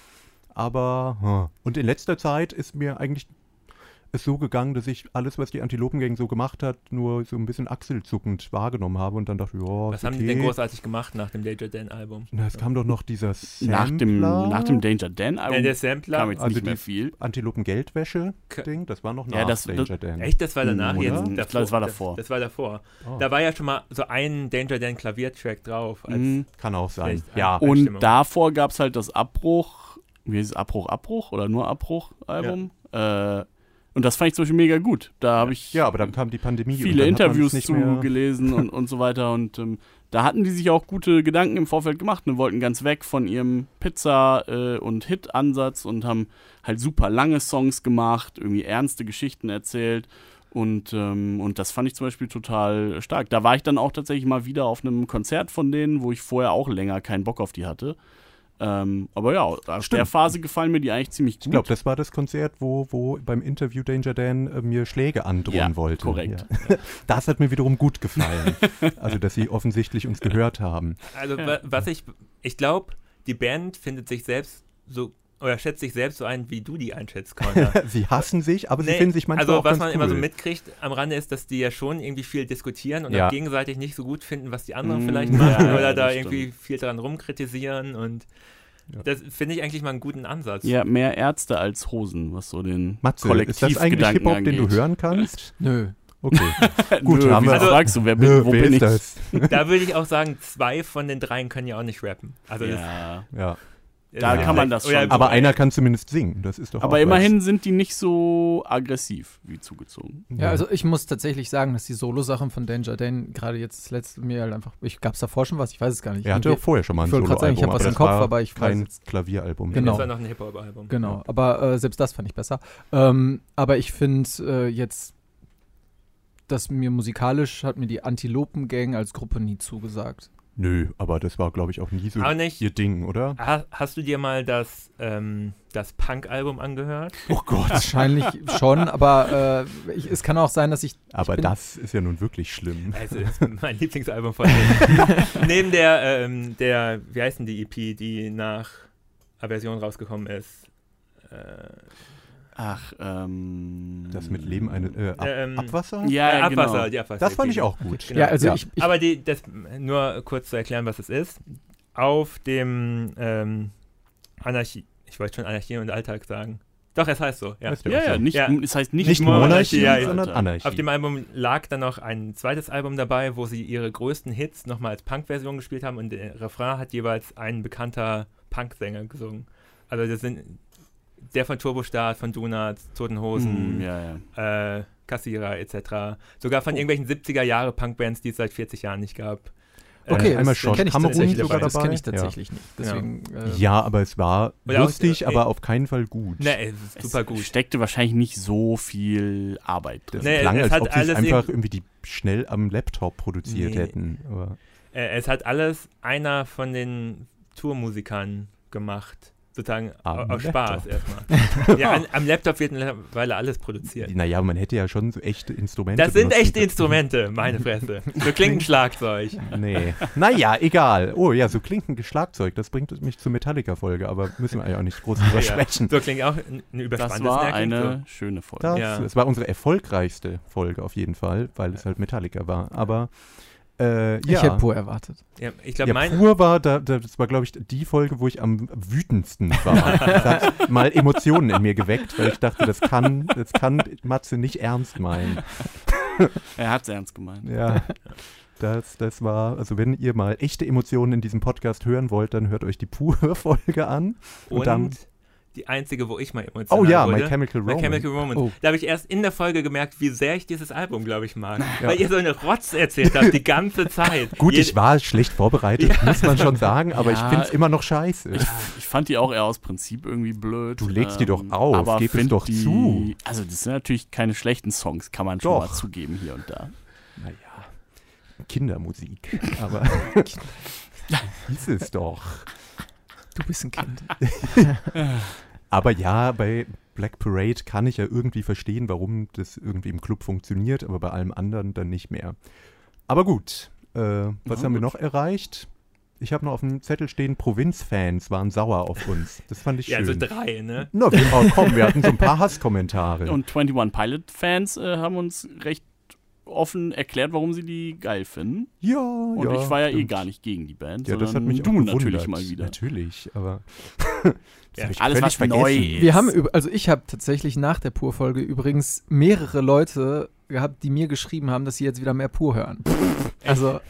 B: aber hm. und in letzter Zeit ist mir eigentlich es so gegangen, dass ich alles, was die Antilopengang so gemacht hat, nur so ein bisschen achselzuckend wahrgenommen habe und dann dachte, ja,
D: Was haben die denn großartig gemacht nach dem Danger Dan Album?
B: Na, es kam doch noch dieser Sampler,
C: Nach dem, nach dem Danger Dan
D: Ja,
C: Album
D: der
C: kam
D: Sampler.
C: jetzt
B: Also
C: nicht mehr
B: die-
C: viel.
B: Antilopen-Geldwäsche-Ding, das war noch nach
C: Ja, das-
B: Danger
C: das-
B: Dan.
D: Echt, das war danach
B: Mhm,
D: jetzt?
B: oder?
C: Ich glaub, das war davor.
D: Das, das war davor.
B: Oh.
D: Da war ja schon mal so ein Danger Dan Klaviertrack drauf. Als
C: Mhm.
B: Kann auch sein.
D: Vielleicht-
B: Ja,
D: Oh,
C: Und
D: Stimmung.
C: davor gab es halt das Abbruch, wie hieß es, Abbruch, Abbruch oder nur Abbruch-Album. Äh, und das fand ich zum Beispiel mega gut. Da habe ich
B: ja, aber dann kam die Pandemie. und
C: viele
B: dann hat man es
C: Interviews
B: nicht mehr-
C: zugelesen und, und so weiter. Und ähm, da hatten die sich auch gute Gedanken im Vorfeld gemacht und wollten ganz weg von ihrem Pizza- äh, und Hit-Ansatz und haben halt super lange Songs gemacht, irgendwie ernste Geschichten erzählt. Und, ähm, und das fand ich zum Beispiel total stark. Da war ich dann auch tatsächlich mal wieder auf einem Konzert von denen, wo ich vorher auch länger keinen Bock auf die hatte. Ähm, aber ja, aus der
B: Stimmt.
C: Phase gefallen mir die eigentlich ziemlich gut.
B: Ich glaube, das war das Konzert, wo, wo beim Interview Danger Dan äh, mir Schläge androhen
C: Ja,
B: wollte.
C: korrekt.
B: Ja. Das hat mir wiederum gut gefallen. also, dass sie offensichtlich uns gehört haben.
D: Also
C: Ja.
D: wa- was ich, ich glaube, die Band findet sich selbst so, oder schätzt sich selbst so ein, wie du die einschätzt, Connor.
B: Sie hassen sich, aber sie
D: Nee,
B: finden sich manchmal
D: also
B: auch
D: was
B: ganz
D: man
B: cool.
D: immer so mitkriegt am Rande ist, dass die ja schon irgendwie viel diskutieren und
B: Ja.
D: auch gegenseitig nicht so gut finden, was die anderen
C: Mm,
D: vielleicht
C: ja,
D: machen
C: ja,
D: oder da
C: das
D: irgendwie viel dran rumkritisieren und
B: Ja.
D: das finde ich eigentlich mal einen guten Ansatz.
C: Ja, mehr Ärzte als Hosen, was so den
B: Matze, ist das eigentlich
C: Kollektivgedanken
B: Hip-Hop, den du
C: angeht.
B: hören kannst?
E: Nö.
B: Okay. Gut,
C: Gut, Nö,
B: haben
C: haben
B: wir-
D: Also-
C: fragst du, wer bin,
B: Nö,
C: wo
B: wer
C: bin ich?
B: ist das?
D: Da würde ich auch sagen, zwei von den dreien können ja auch nicht rappen. Also das,
C: Ja.
B: Ja.
D: das
C: Da
D: ist
B: kann
C: man
D: vielleicht-
C: das
D: oder
C: schon.
B: Aber einer kann zumindest singen. Das ist doch auch
C: Aber immerhin sind die nicht so aggressiv wie zugezogen.
B: Was.
E: Ja, also ich muss tatsächlich sagen, dass die Solo-Sachen von Danger Dan gerade jetzt das letzte mir halt einfach. Ich gab's davor schon was, ich weiß es gar nicht.
B: er hatte auch vorher schon mal ein
E: Ich wollte gerade sagen,
B: Soloalbum,
E: ich hab was
B: aber
E: im
B: das
E: Kopf,
B: war
E: aber ich weiß
B: kein
E: jetzt-
B: Klavieralbum.
E: Genau.
D: Das war noch ein Hip-Hop-Album.
E: Genau, aber äh, selbst das fand ich besser. Ähm, aber ich finde äh, jetzt, dass mir musikalisch hat mir die Antilopen-Gang als Gruppe nie zugesagt.
B: Nö, aber das war, glaube ich, auch nie so
D: Aber nicht.
B: ihr Ding, oder?
D: Ha- Hast du dir mal das, ähm, das Punk-Album angehört?
B: Oh Gott.
E: Wahrscheinlich schon, aber äh, ich, es kann auch sein, dass ich.
B: aber
E: bin-
B: das ist ja nun wirklich schlimm.
D: Also, das ist mein Lieblingsalbum von denen. Neben der, ähm, der, wie heißt denn die EP, die nach Aversion rausgekommen ist? Äh,
C: Ach, ähm.
B: Das mit Leben eine äh, Ab
D: ähm,
B: Abwasser?
C: Ja,
D: äh,
C: ja,
D: Abwasser,
C: genau.
D: die Abwasser.
B: Das fand
D: EP.
B: ich auch gut.
D: Genau.
E: Ja, also
B: Ja.
E: ich. ich
D: Aber die, das, nur kurz zu erklären, was es ist. Auf dem ähm, Anarchie, ich wollte schon Anarchie und Alltag sagen. Doch, es heißt so, ja.
B: Weißt du,
C: genau. Ja, ja, nicht,
D: Ja.
C: es heißt nicht,
B: Nicht Monarchie,
D: Monarchie, ja,
B: sondern Anarchie.
D: Auf dem Album lag dann noch ein zweites Album dabei, wo sie ihre größten Hits nochmal als Punk-Version gespielt haben und den Refrain hat jeweils ein bekannter Punk-Sänger gesungen. Also das sind der von Turbostart, von Donuts, Toten Hosen,
C: Hm, ja, ja.
D: äh, Kassierer etc. Sogar von irgendwelchen 70er-Jahre-Punk-Bands, die es seit 40 Jahren nicht gab.
E: okay,
B: einmal
E: das
B: schon
E: kenne ich
B: Kamerun
E: tatsächlich,
B: sogar
E: das
B: dabei.
E: kenn ich
B: Ja.
E: tatsächlich nicht. Deswegen, äh,
B: Ja, aber es war
D: Oder auch-
B: lustig,
D: äh,
B: aber auf keinen Fall gut.
D: Ne, es ist super
C: Es
D: gut.
C: steckte wahrscheinlich nicht so viel Arbeit drin.
B: Das
D: Nee,
B: klang,
D: es
B: als
D: hat
B: ob sie es
D: alles
B: einfach
D: irgendwie-
B: irgendwie die schnell am Laptop produziert
D: Nee.
B: hätten. Aber
D: Äh, es hat alles einer von den Tourmusikern gemacht. sozusagen
B: Am
D: au- aus
B: Laptop.
D: Spaß erstmal. ja, an, am Laptop wird mittlerweile alles produziert.
B: Naja, man hätte ja schon so echte Instrumente.
D: Das sind
B: benutzen
D: echte
B: können.
D: Instrumente, meine Fresse. So klingt ein Schlagzeug.
B: Nee. Naja, egal. Oh ja, so klinkendes Schlagzeug, das bringt mich zur Metallica-Folge, aber müssen wir ja auch nicht groß drüber
D: Ja,
B: sprechen.
D: So klingt auch ein ein überspannendes
C: Das war
D: Nerven,
C: eine schöne Folge.
B: Das,
D: Ja.
B: es war unsere erfolgreichste Folge auf jeden Fall, weil es halt Metallica war. Aber äh, ja,
E: Ich hätte Pur erwartet.
D: So. Ja, ich
B: ja
D: glaube, mein,
B: pur war, da, da- das war glaube ich die Folge, wo ich am wütendsten war. Das hat mal Emotionen in mir geweckt, weil ich dachte, das kann, das kann Matze nicht ernst meinen.
C: Er hat es ernst gemeint.
B: Ja. Das, das war, also wenn ihr mal echte Emotionen in diesem Podcast hören wollt, dann hört euch die Pur-Folge an. Und,
D: und
B: dann,
D: die einzige, wo ich mal emotional
B: oh ja, My
D: wurde.
B: Chemical
D: My
B: Romance.
D: Chemical Romance.
E: Oh.
D: Da habe ich erst in der Folge gemerkt, wie sehr ich dieses Album, glaube ich, mag. Weil ihr so eine Rotz erzählt habt, die ganze Zeit.
B: Gut,
D: Jed-
B: ich war schlecht vorbereitet, muss man schon sagen, aber ich
C: Ja.
B: finde es immer noch scheiße.
C: Ich fand die auch eher aus Prinzip irgendwie blöd. ähm,
B: Du legst die doch auf,
C: aber
B: gib es
C: find
B: doch
C: die,
B: zu.
C: Also, das sind natürlich keine schlechten Songs, kann man schon
B: Doch.
C: mal zugeben hier und da.
B: Naja, Kindermusik. Aber hieß es doch.
E: Du bist ein Kind.
B: Aber ja, bei Black Parade kann ich ja irgendwie verstehen, warum das irgendwie im Club funktioniert, aber bei allem anderen dann nicht mehr. Aber gut, äh, was
C: Na
B: haben wir
C: gut.
B: noch erreicht? Ich habe noch auf dem Zettel stehen, Provinzfans waren sauer auf uns. Das fand ich
D: ja,
B: schön.
D: also drei, ne?
B: Na, wir, oh, komm, wir hatten so ein paar Hasskommentare.
C: Und 21 Pilot-Fans äh, haben uns recht offen erklärt, warum sie die geil finden.
B: ja,
C: Und
B: ja,
C: ich war ja eh
B: stimmt.
C: gar nicht gegen die Band,
B: Ja,
C: sondern
B: das hat mich auch
C: du
B: gewundert.
C: natürlich mal wieder.
B: Natürlich, aber das
D: Ja,
B: hab ich
C: alles,
B: völlig
C: was neu ist.
E: Wir haben, über- also ich habe tatsächlich nach der Pur-Folge übrigens mehrere Leute gehabt, die mir geschrieben haben, dass sie jetzt wieder mehr Pur hören. Also,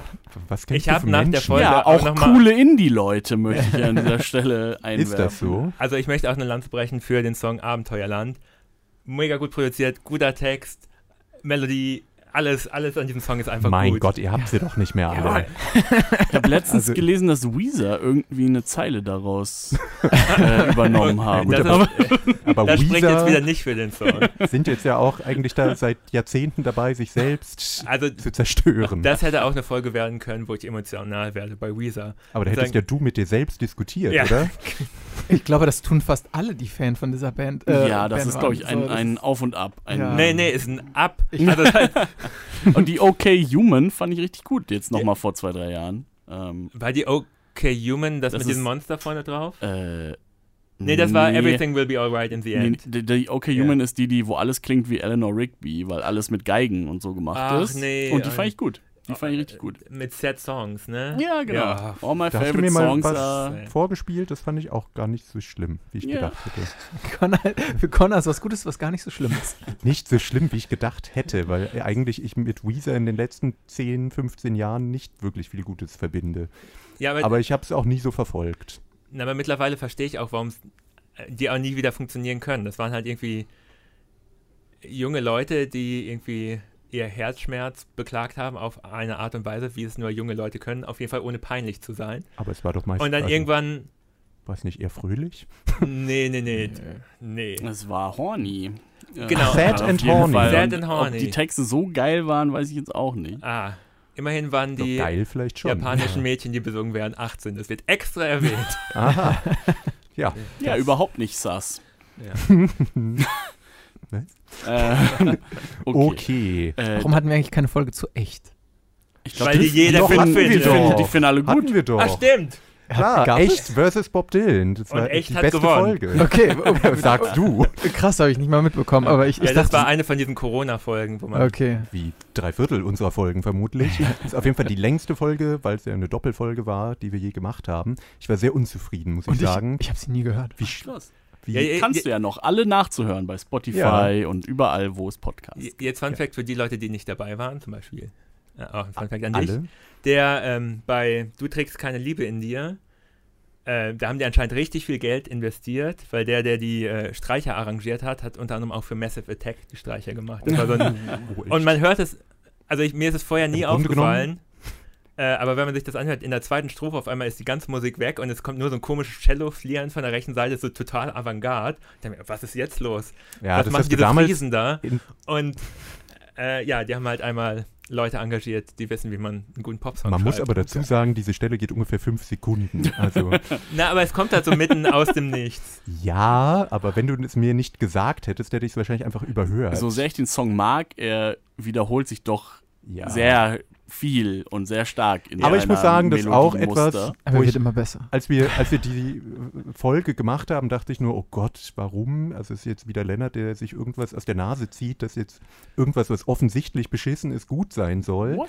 B: Was kennst
D: Ich
B: du
D: hab
B: für
D: nach der
B: Menschen?
D: Folge-
C: ja,
D: aber
C: auch
D: noch mal-
C: coole Indie-Leute möchte ich an dieser Stelle einwerfen.
B: Ist das so?
D: Also ich möchte auch eine Lanze brechen für den Song Abenteuerland. Mega gut produziert, guter Text, Melodie, alles, alles an diesem Song ist einfach
B: mein
D: gut.
B: Gott, ihr habt sie doch nicht mehr alle.
D: Jawohl.
C: Ich habe letztens
B: Also-
C: gelesen, dass Weezer irgendwie eine Zeile daraus äh, übernommen haben.
D: Das,
C: aber
D: ist, äh,
B: Aber
D: das spricht jetzt wieder
B: Weezer
D: nicht für den Song.
B: sind jetzt ja auch eigentlich da seit Jahrzehnten dabei, sich selbst
D: Also
B: zu zerstören.
D: das hätte auch eine Folge werden können, wo ich emotional werde bei Weezer.
B: Aber da hättest
D: sagen-
B: ja du mit dir selbst diskutiert,
D: Ja.
B: oder?
E: ich glaube, das tun fast alle, die Fan von dieser Band. äh,
C: ja, das
E: Band
C: ist, glaube ich,
E: waren.
C: ein,
E: So, das
C: ein
E: ist-
C: Auf und Ab. Ein
E: Ja.
D: Nee, nee, ist ein Ab. Also, das heißt,
C: Und die OK Human fand ich richtig gut, jetzt nochmal vor zwei, drei Jahren. Ähm,
D: war die Okay Human das,
C: Das
D: mit
C: ist-
D: diesem Monster vorne drauf?
C: äh,
D: Nee, das war Everything Will Be Alright in the
C: Nee,
D: End.
C: die, die OK
D: Ja.
C: Human ist die, die, wo alles klingt wie Eleanor Rigby, weil alles mit Geigen und so gemacht
D: Ach,
C: ist.
D: nee,
C: und die
D: äh,
C: fand ich gut. Die fand ich richtig gut.
D: Mit Sad Songs, ne?
C: Ja, genau.
D: Ja,
C: All my
B: Da hast du
C: favorite
B: mir mal
C: songs
B: was
C: are.
B: vorgespielt, das fand ich auch gar nicht so schlimm, wie ich
C: Ja.
B: gedacht hätte.
E: Connor, für Connor ist was Gutes, was gar nicht so schlimm ist.
B: Nicht so schlimm, wie ich gedacht hätte, weil eigentlich ich mit Weezer in den letzten 10, 15 Jahren nicht wirklich viel Gutes verbinde.
D: Ja, aber,
B: Aber ich habe es auch nie so verfolgt.
D: na, aber mittlerweile verstehe ich auch, warum die auch nie wieder funktionieren können. Das waren halt irgendwie junge Leute, die irgendwie ihr Herzschmerz beklagt haben auf eine Art und Weise, wie es nur junge Leute können, auf jeden Fall ohne peinlich zu sein.
B: Aber es war doch meistens,
D: Und dann irgendwann,
B: weiß nicht, eher fröhlich?
D: nee, nee, nee, nee.
C: Es war horny. Äh,
D: Genau.
B: Sad
C: auf
B: and
C: jeden
B: horny.
C: Fall.
D: Sad
C: Und
D: and horny.
C: Ob die Texte so geil waren, weiß ich jetzt auch nicht.
D: Ah, immerhin waren
B: Doch
D: die
B: geil vielleicht schon.
D: japanischen Mädchen, die besungen werden, 18. Das wird extra erwähnt.
B: Aha. Ja.
C: Ja, überhaupt nicht sass.
D: Ja.
C: Äh, okay.
B: Okay.
C: Äh,
E: Warum hatten wir eigentlich keine Folge zu echt?
C: ich glaub,
D: Weil die
C: das-
D: jeder
C: die
B: finden
C: finden-
B: wir
C: die finden-
B: doch.
C: Die finden alle gut.
B: Hatten wir doch.
D: Ah, stimmt.
B: Klar,
E: Gab
B: echt versus Bob Dylan. Das
D: Und
B: war
D: echt
B: die
D: hat
B: beste
D: gewonnen.
B: Folge.
E: Okay,
B: Sagst du.
E: krass, habe ich nicht mal mitbekommen, aber ich,
D: Ja,
E: ich
D: das war
E: dachte.
D: eine von diesen Corona-Folgen, wo man.
E: Okay.
B: Wie drei Viertel unserer Folgen vermutlich. ist auf jeden Fall die längste Folge, weil es ja eine Doppelfolge war, die wir je gemacht haben. Ich war sehr unzufrieden, muss ich
E: Und ich,
B: sagen.
E: ich habe sie nie gehört.
B: wie, sch-
C: Krass.
B: wie,
D: Ja, ja,
C: Kannst du ja noch alle nachzuhören bei Spotify
B: Ja.
C: und überall, wo es Podcasts
D: J-
C: gibt.
D: Jetzt Fun Fact für die Leute, die nicht dabei waren, zum Beispiel. Ja, auch ein Fun Fact an dich.
B: alle?
D: Der ähm, bei Du trägst keine Liebe in dir, äh, da haben die anscheinend richtig viel Geld investiert, weil der, der die äh, Streicher arrangiert hat, hat unter anderem auch für Massive Attack die Streicher gemacht. Das war so ein,
B: Oh, echt?
D: und man hört es, also ich, mir ist es vorher nie
B: Im Grunde
D: aufgefallen. Äh, aber wenn man sich das anhört, in der zweiten Strophe auf einmal ist die ganze Musik weg und es kommt nur so ein komisches Cello-Flieren von der rechten Seite, so total Avantgarde. Ich dachte mir, was ist jetzt los?
B: ja,
D: was
B: das
D: machen
B: hast du
D: diese
B: damals
D: Friesen da?
B: in-
D: Und äh, ja, die haben halt einmal Leute engagiert, die wissen, wie man einen guten Popsong
B: Man muss
D: schreibt.
B: aber dazu sagen, diese Stelle geht ungefähr fünf Sekunden. Also
D: Na, aber es kommt halt so mitten aus dem Nichts.
B: ja, aber wenn du es mir nicht gesagt hättest, hätte ich es wahrscheinlich einfach überhört.
C: Also So sehr ich den Song mag, er wiederholt sich doch
B: ja.
C: sehr viel und sehr stark in
B: Aber ich muss
C: seiner
B: sagen, das ist auch etwas,
C: Melodiemuster.
E: Aber
B: wo
E: wird
B: ich,
E: immer besser.
B: als wir, als wir die äh, Folge gemacht haben, dachte ich nur, oh Gott, warum? Also es ist jetzt wieder Lennart, der sich irgendwas aus der Nase zieht, dass jetzt irgendwas, was offensichtlich beschissen ist, gut sein soll.
C: What?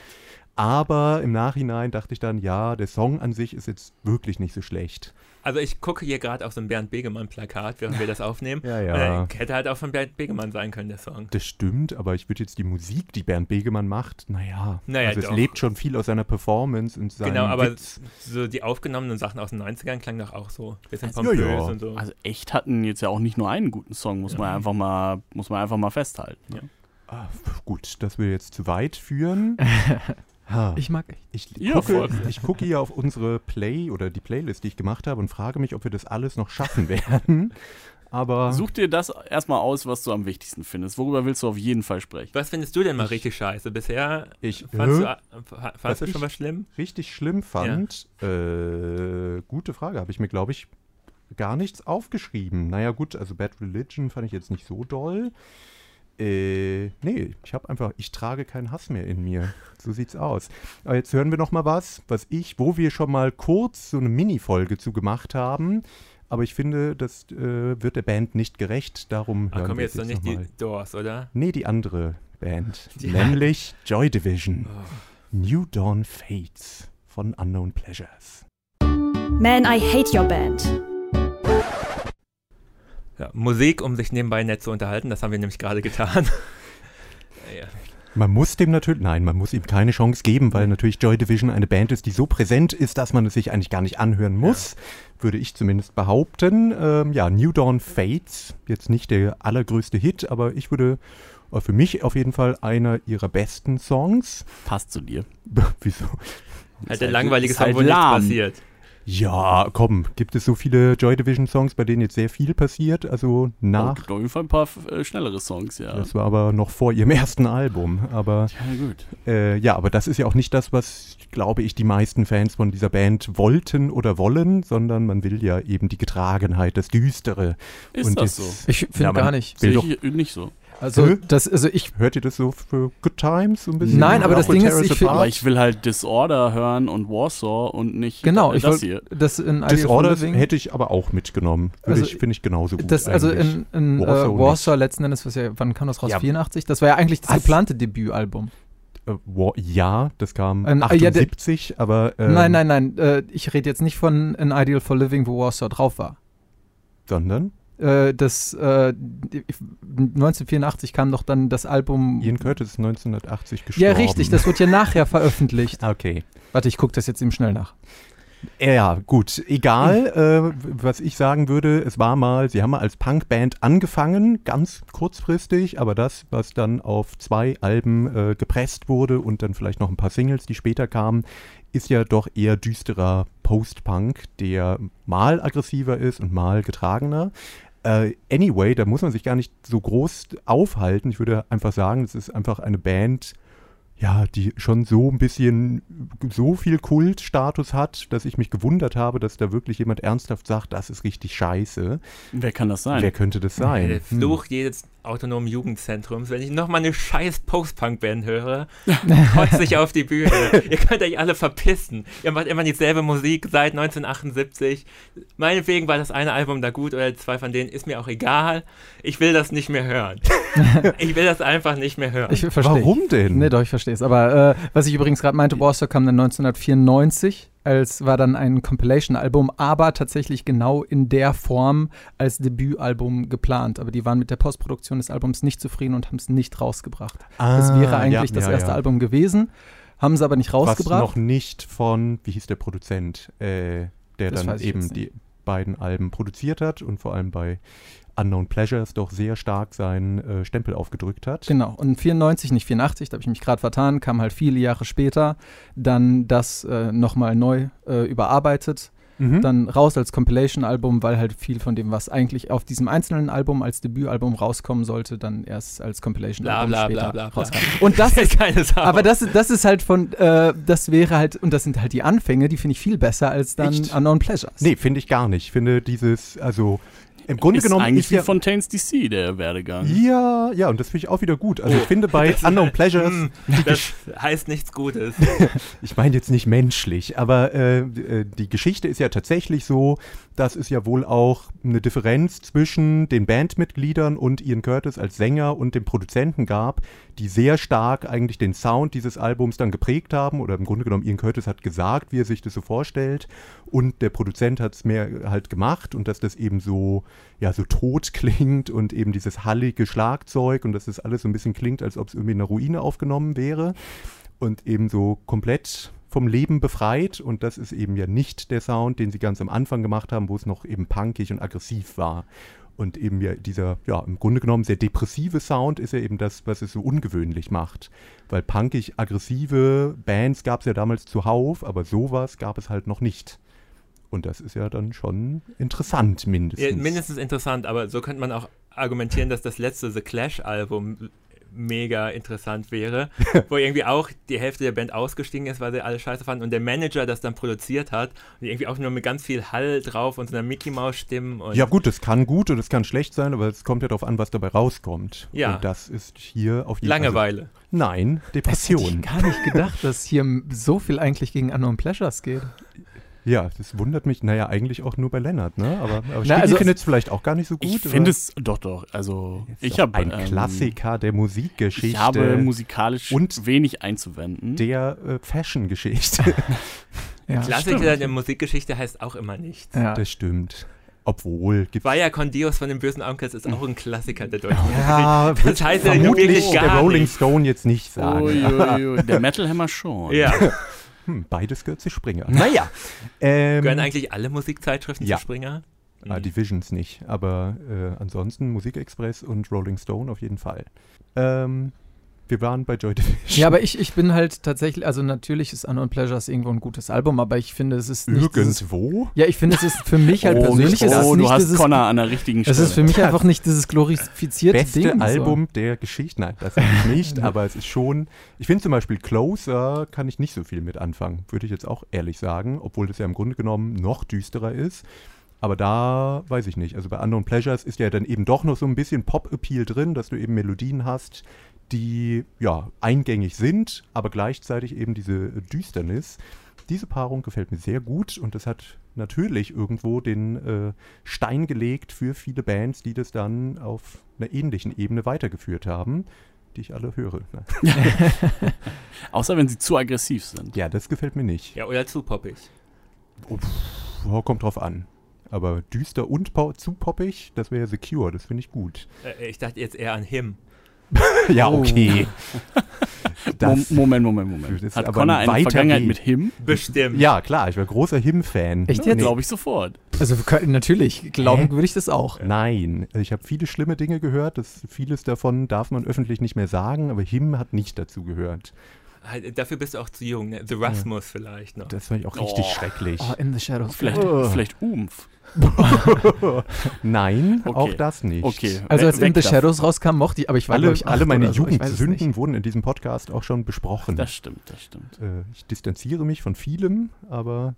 B: Aber im Nachhinein dachte ich dann, ja, der Song an sich ist jetzt wirklich nicht so schlecht.
D: Also ich gucke hier gerade auf so ein Bernd Begemann-Plakat, während wir das aufnehmen.
B: Ja,
D: Und dann hätte halt auch von Bernd Begemann sein können, der Song.
B: Das stimmt, aber ich würde jetzt die Musik, die Bernd Begemann macht, naja,
D: Naja,
B: also es
D: doch.
B: lebt schon viel aus seiner Performance und seinem
D: Genau, aber
B: Witz.
D: so die aufgenommenen Sachen aus den 90ern klangen doch auch so ein bisschen
B: Also,
D: pompös
B: ja, ja.
D: und so.
C: Also echt hatten jetzt ja auch nicht nur einen guten Song, muss man einfach mal, muss man einfach mal festhalten. ne?
B: Ah, pf, gut, das will jetzt zu weit führen. Ha.
E: Ich mag
B: Ich
E: echt.
C: Ja,
B: gucke,
C: voll.
B: ich gucke hier auf unsere Play oder die Playlist, die ich gemacht habe und frage mich, ob wir das alles noch schaffen werden. Aber
C: Such dir das erstmal aus, was du am wichtigsten findest. Worüber willst du auf jeden Fall sprechen?
D: Was findest du denn mal richtig scheiße? Bisher
B: ich
D: fandst
B: äh,
D: du, fa- fandst du
B: ich-
D: schon was schlimm?
B: richtig schlimm fand, äh, gute Frage, habe ich mir, glaube ich, gar nichts aufgeschrieben. Naja gut, also Bad Religion fand ich jetzt nicht so doll. Äh, nee, ich habe einfach, ich trage keinen Hass mehr in mir. So sieht's aus. Aber jetzt hören wir noch mal was, was ich, wo wir schon mal kurz so eine Mini-Folge zu gemacht haben. Aber ich finde, das äh, wird der Band nicht gerecht. Darum
D: Ach
B: hören
D: Ah, komm,
B: wir
D: jetzt doch
B: jetzt
D: nicht
B: noch
D: die
B: mal.
D: Doors, oder?
B: Nee, die andere Band,
D: Die-
B: nämlich Joy Division.
D: Oh.
B: New Dawn Fates von Unknown Pleasures.
A: Man, I hate your band.
D: Ja, Musik, um sich nebenbei nett zu unterhalten, das haben wir nämlich gerade getan. ja,
B: Man muss dem natürlich, nein, man muss ihm keine Chance geben, weil natürlich Joy Division eine Band ist, die so präsent ist, dass man es sich eigentlich gar nicht anhören muss, würde ich zumindest behaupten. Ähm, ja, New Dawn Fates, jetzt nicht der allergrößte Hit, aber ich würde äh, für mich auf jeden Fall einer ihrer besten Songs.
C: Passt zu dir.
B: Wieso?
D: halt
C: halt-
D: ein langweiliges
C: ist halt
D: Song, wo nichts
C: lahm.
D: passiert.
B: Ja, komm, gibt es so viele Joy Division Songs, bei denen jetzt sehr viel passiert, also
C: Aber
B: nach.
C: gibt auf jeden Fall ein paar äh, schnellere Songs, ja.
B: Das war aber noch vor ihrem ersten Album, aber
C: Ja, gut.
B: Äh, ja, aber das ist ja auch nicht das, was, glaube ich, die meisten Fans von dieser Band wollten oder wollen, sondern man will ja eben die Getragenheit, das Düstere.
C: Ist
B: Und
C: das
B: das-
C: so?
E: Ich finde
B: Ja, man-
E: gar nicht.
B: will
C: Sehe ich nicht so.
E: Also,
B: Hä?
E: das, also ich.
B: Hört ihr das so für Good Times so ein bisschen?
E: Nein, aber
B: Oder
E: das
B: auch
E: Ding
B: für
E: ist, ich
B: Terrace
E: find-
B: Apart?
C: Aber ich will halt Disorder hören und Warsaw und nicht
E: Genau,
C: äh,
E: ich
C: das
E: wollt-
C: hier.
E: Das in Ideal for
B: Disorder
E: Living-
B: hätte ich aber auch mitgenommen. Würde
E: Also,
B: ich, finde ich genauso gut.
E: Das, also
B: eigentlich.
E: in, in
B: Warsaw
E: Warsaw, äh,
B: nicht.
E: Warsaw letzten Endes, was ja, wann kam das raus?
B: Ja.
E: 84? Das war ja eigentlich das
B: Was?
E: geplante Debütalbum.
B: Äh, Wa- ja, das kam
E: Ähm, ah, ja, der-
B: 78, aber. ähm,
E: nein, nein, nein. Äh, ich rede jetzt nicht von An Ideal for Living, wo Warsaw drauf war.
B: Sondern
E: Äh, das äh, die- 1984 kam doch dann das Album.
B: Ian Curtis ist 1980 gestorben.
E: ja, richtig, das wird ja nachher veröffentlicht.
B: Okay.
E: Warte, ich gucke das jetzt eben schnell nach.
B: Ja, gut. Egal, äh, was ich sagen würde, es war mal, sie haben mal als Punkband angefangen, ganz kurzfristig, aber das, was dann auf zwei Alben äh, gepresst wurde und dann vielleicht noch ein paar Singles, die später kamen, ist ja doch eher düsterer Post-Punk, der mal aggressiver ist und mal getragener. Äh, anyway, da muss man sich gar nicht so groß aufhalten. Ich würde einfach sagen, es ist einfach eine Band, ja, die schon so ein bisschen so viel Kultstatus hat, dass ich mich gewundert habe, dass da wirklich jemand ernsthaft sagt, das ist richtig scheiße.
C: Wer kann das sein?
B: Wer könnte das
D: Ey,
B: sein?
E: Äh,
D: Der
B: Hm.
D: Fluch jedes autonomen Jugendzentrums. Wenn ich nochmal eine scheiß Post-Punk-Band höre, kotze ich auf die Bühne. Ihr könnt euch alle verpissen. Ihr macht immer dieselbe Musik seit 1978. Meinetwegen war das eine Album da gut oder zwei von denen, ist mir auch egal. Ich will das nicht mehr hören. ich will das einfach nicht mehr hören.
E: Ich verstehe.
B: Warum denn?
E: Nee, Ne, doch, ich verstehe es. Aber äh, was ich übrigens gerade meinte, Warsaw kam dann 1994, als war dann ein Compilation-Album, aber tatsächlich genau in der Form als Debütalbum geplant. Aber die waren mit der Postproduktion des Albums nicht zufrieden und haben es nicht rausgebracht.
B: ah,
E: das wäre eigentlich
B: ja,
E: das
B: ja,
E: erste
B: ja.
E: Album gewesen, haben sie aber nicht
B: Was
E: rausgebracht.
B: noch nicht von, wie hieß der Produzent, äh, der
E: Das
B: dann
E: weiß ich
B: eben
E: jetzt
B: die
E: nicht.
B: beiden Alben produziert hat und vor allem bei Unknown Pleasures doch sehr stark seinen äh, Stempel aufgedrückt hat.
E: Genau, und 94, nicht 84, da habe ich mich gerade vertan, kam halt viele Jahre später dann das äh, nochmal neu äh, überarbeitet
B: Mhm.
E: dann raus als Compilation-Album, weil halt viel von dem, was eigentlich auf diesem einzelnen Album als Debütalbum rauskommen sollte, dann erst als
D: Bla
E: Compilation-Album
D: bla bla
E: später
D: Genau. bla bla.
E: rauskam. Und das ist,
D: keine Sau.
E: aber das, ist- das ist halt von, äh, das wäre halt, und das sind halt die Anfänge, die finde ich viel besser als dann
B: Echt?
E: Unknown Pleasures.
B: Nee, finde ich gar nicht. Finde dieses, also im Grunde
C: ist
B: genommen
C: eigentlich
B: ist
C: wie
B: ja,
C: Fontaine's DC, der Werdegang.
B: ja, ja, und das finde ich auch wieder gut. Also ich finde bei Unknown Pleasures,
D: Hm, das heißt nichts Gutes.
B: ich meine jetzt nicht menschlich, aber äh, äh, die Geschichte ist ja tatsächlich so, dass es ja wohl auch eine Differenz zwischen den Bandmitgliedern und Ian Curtis als Sänger und dem Produzenten gab, die sehr stark eigentlich den Sound dieses Albums dann geprägt haben oder im Grunde genommen Ian Curtis hat gesagt, wie er sich das so vorstellt und der Produzent hat es mehr halt gemacht und dass das eben so, ja, so tot klingt und eben dieses hallige Schlagzeug und dass das alles so ein bisschen klingt, als ob es irgendwie in einer Ruine aufgenommen wäre und eben so komplett vom Leben befreit und das ist eben ja nicht der Sound, den sie ganz am Anfang gemacht haben, wo es noch eben punkig und aggressiv war. Und eben ja dieser, ja, im Grunde genommen sehr depressive Sound ist ja eben das, was es so ungewöhnlich macht. Weil punkig aggressive Bands gab es ja damals zuhauf, aber sowas gab es halt noch nicht. Und das ist ja dann schon interessant, mindestens.
D: Ja, mindestens interessant, aber so könnte man auch argumentieren, dass das letzte The Clash-Album mega interessant wäre, wo irgendwie auch die Hälfte der Band ausgestiegen ist, weil sie alle scheiße fanden und der Manager das dann produziert hat und irgendwie auch nur mit ganz viel Hall drauf und so einer Mickey-Maus-Stimmen und
B: Ja gut, das kann gut und das kann schlecht sein, aber es kommt ja darauf an, was dabei rauskommt.
D: Ja.
B: Und das ist hier auf jeden Fall.
D: Langeweile.
B: Nein,
E: Das hätte ich
B: Depression.
E: gar nicht gedacht, dass hier so viel eigentlich gegen Unknown Pleasures geht.
B: Ja, das wundert mich, naja, eigentlich auch nur bei Lennart, ne? Aber, aber Stigi
E: also-
B: findet es vielleicht auch gar nicht so gut.
C: Ich finde
B: oder?
C: es doch doch. Also
B: Ist
C: ich
B: doch
C: habe
B: ein Klassiker der Musikgeschichte.
C: Ich habe musikalisch
B: und
C: wenig einzuwenden.
B: der äh, Fashion-Geschichte.
E: Ja.
D: Klassiker der Musikgeschichte heißt auch immer nichts.
E: Ja.
B: Das stimmt. Obwohl, gibt's
D: Vaya con Dios von den bösen Onkels ist auch ein Klassiker der deutschen
B: Ja,
D: Musik. Das heißt ja
B: vermutlich
D: wirklich
B: der
D: gar
B: Rolling
D: nichts.
B: Stone jetzt nicht sagen.
C: Uiuiui, der Metal Hammer schon.
D: Ja,
B: Hm, beides gehört zu Springer. Naja. Ähm,
D: gehören eigentlich alle Musikzeitschriften
B: Ja.
D: zu Springer?
B: Ah, die Visions nicht, aber äh, ansonsten Musikexpress und Rolling Stone auf jeden Fall. Ähm, wir waren bei Joy Division.
E: Ja, aber ich, ich bin halt tatsächlich, also natürlich ist Unknown Pleasures irgendwo ein gutes Album, aber ich finde, es ist nicht dieses,
B: Irgendwo?
E: Ja, ich finde, es ist für mich halt
C: oh,
E: persönlich, es
C: nicht,
E: ist
C: oh, du
E: nicht
C: hast
E: dieses,
C: Connor an der richtigen Stelle.
E: es ist für mich einfach nicht dieses glorifizierte
B: Beste
E: Ding. so.
B: Album der Geschichte. Nein, das eigentlich nicht, aber es ist schon. Ich finde zum Beispiel Closer kann ich nicht so viel mit anfangen, würde ich jetzt auch ehrlich sagen, obwohl das ja im Grunde genommen noch düsterer ist. Aber da weiß ich nicht. Also bei Unknown Pleasures ist ja dann eben doch noch so ein bisschen Pop-Appeal drin, dass du eben Melodien hast, die ja eingängig sind, aber gleichzeitig eben diese Düsternis. Diese Paarung gefällt mir sehr gut und das hat natürlich irgendwo den äh, Stein gelegt für viele Bands, die das dann auf einer ähnlichen Ebene weitergeführt haben, die ich alle höre. Ne?
C: Außer wenn sie zu aggressiv sind.
B: Ja, das gefällt mir nicht.
D: Ja, oder zu poppig.
B: Ja, kommt drauf an. Aber düster und po zu poppig, das wäre The Cure, das finde ich gut.
D: Äh, Ich dachte jetzt eher an Him.
B: Ja,
E: Oh.
B: okay. Das,
C: Mom- Moment, Moment, Moment.
B: Das ist
C: Hat
B: aber
C: Connor
B: ein
C: eine
B: weiter
C: Vergangenheit
B: Weg.
C: mit Him?
D: Bestimmt.
B: ja, klar, ich war großer Him-Fan.
E: Echt jetzt?
C: Glaube ich sofort.
E: Also wir können- natürlich, glauben
B: Hä?
E: würde ich das auch.
B: Nein, Also ich habe viele schlimme Dinge gehört. Das, vieles davon darf man öffentlich nicht mehr sagen, aber Him hat nicht dazu gehört.
D: Halt, Dafür bist du auch zu jung, ne? The Rasmus vielleicht noch.
B: Das fand ich auch richtig
C: Oh.
B: schrecklich.
E: Oh, in the Shadows.
C: Vielleicht,
B: Oh.
C: vielleicht Umf.
B: Nein,
C: Okay.
B: auch das nicht.
C: Okay.
E: Also als
C: weg
E: In the
C: davon.
E: Shadows rauskam, mochte ich, aber ich war
B: Alle,
E: glaub ich, acht
B: alle meine
E: oder so, ich weiß es nicht.
B: Jugendsünden wurden in diesem Podcast auch schon besprochen.
C: Das stimmt, das stimmt.
B: äh, ich distanziere mich von vielem, aber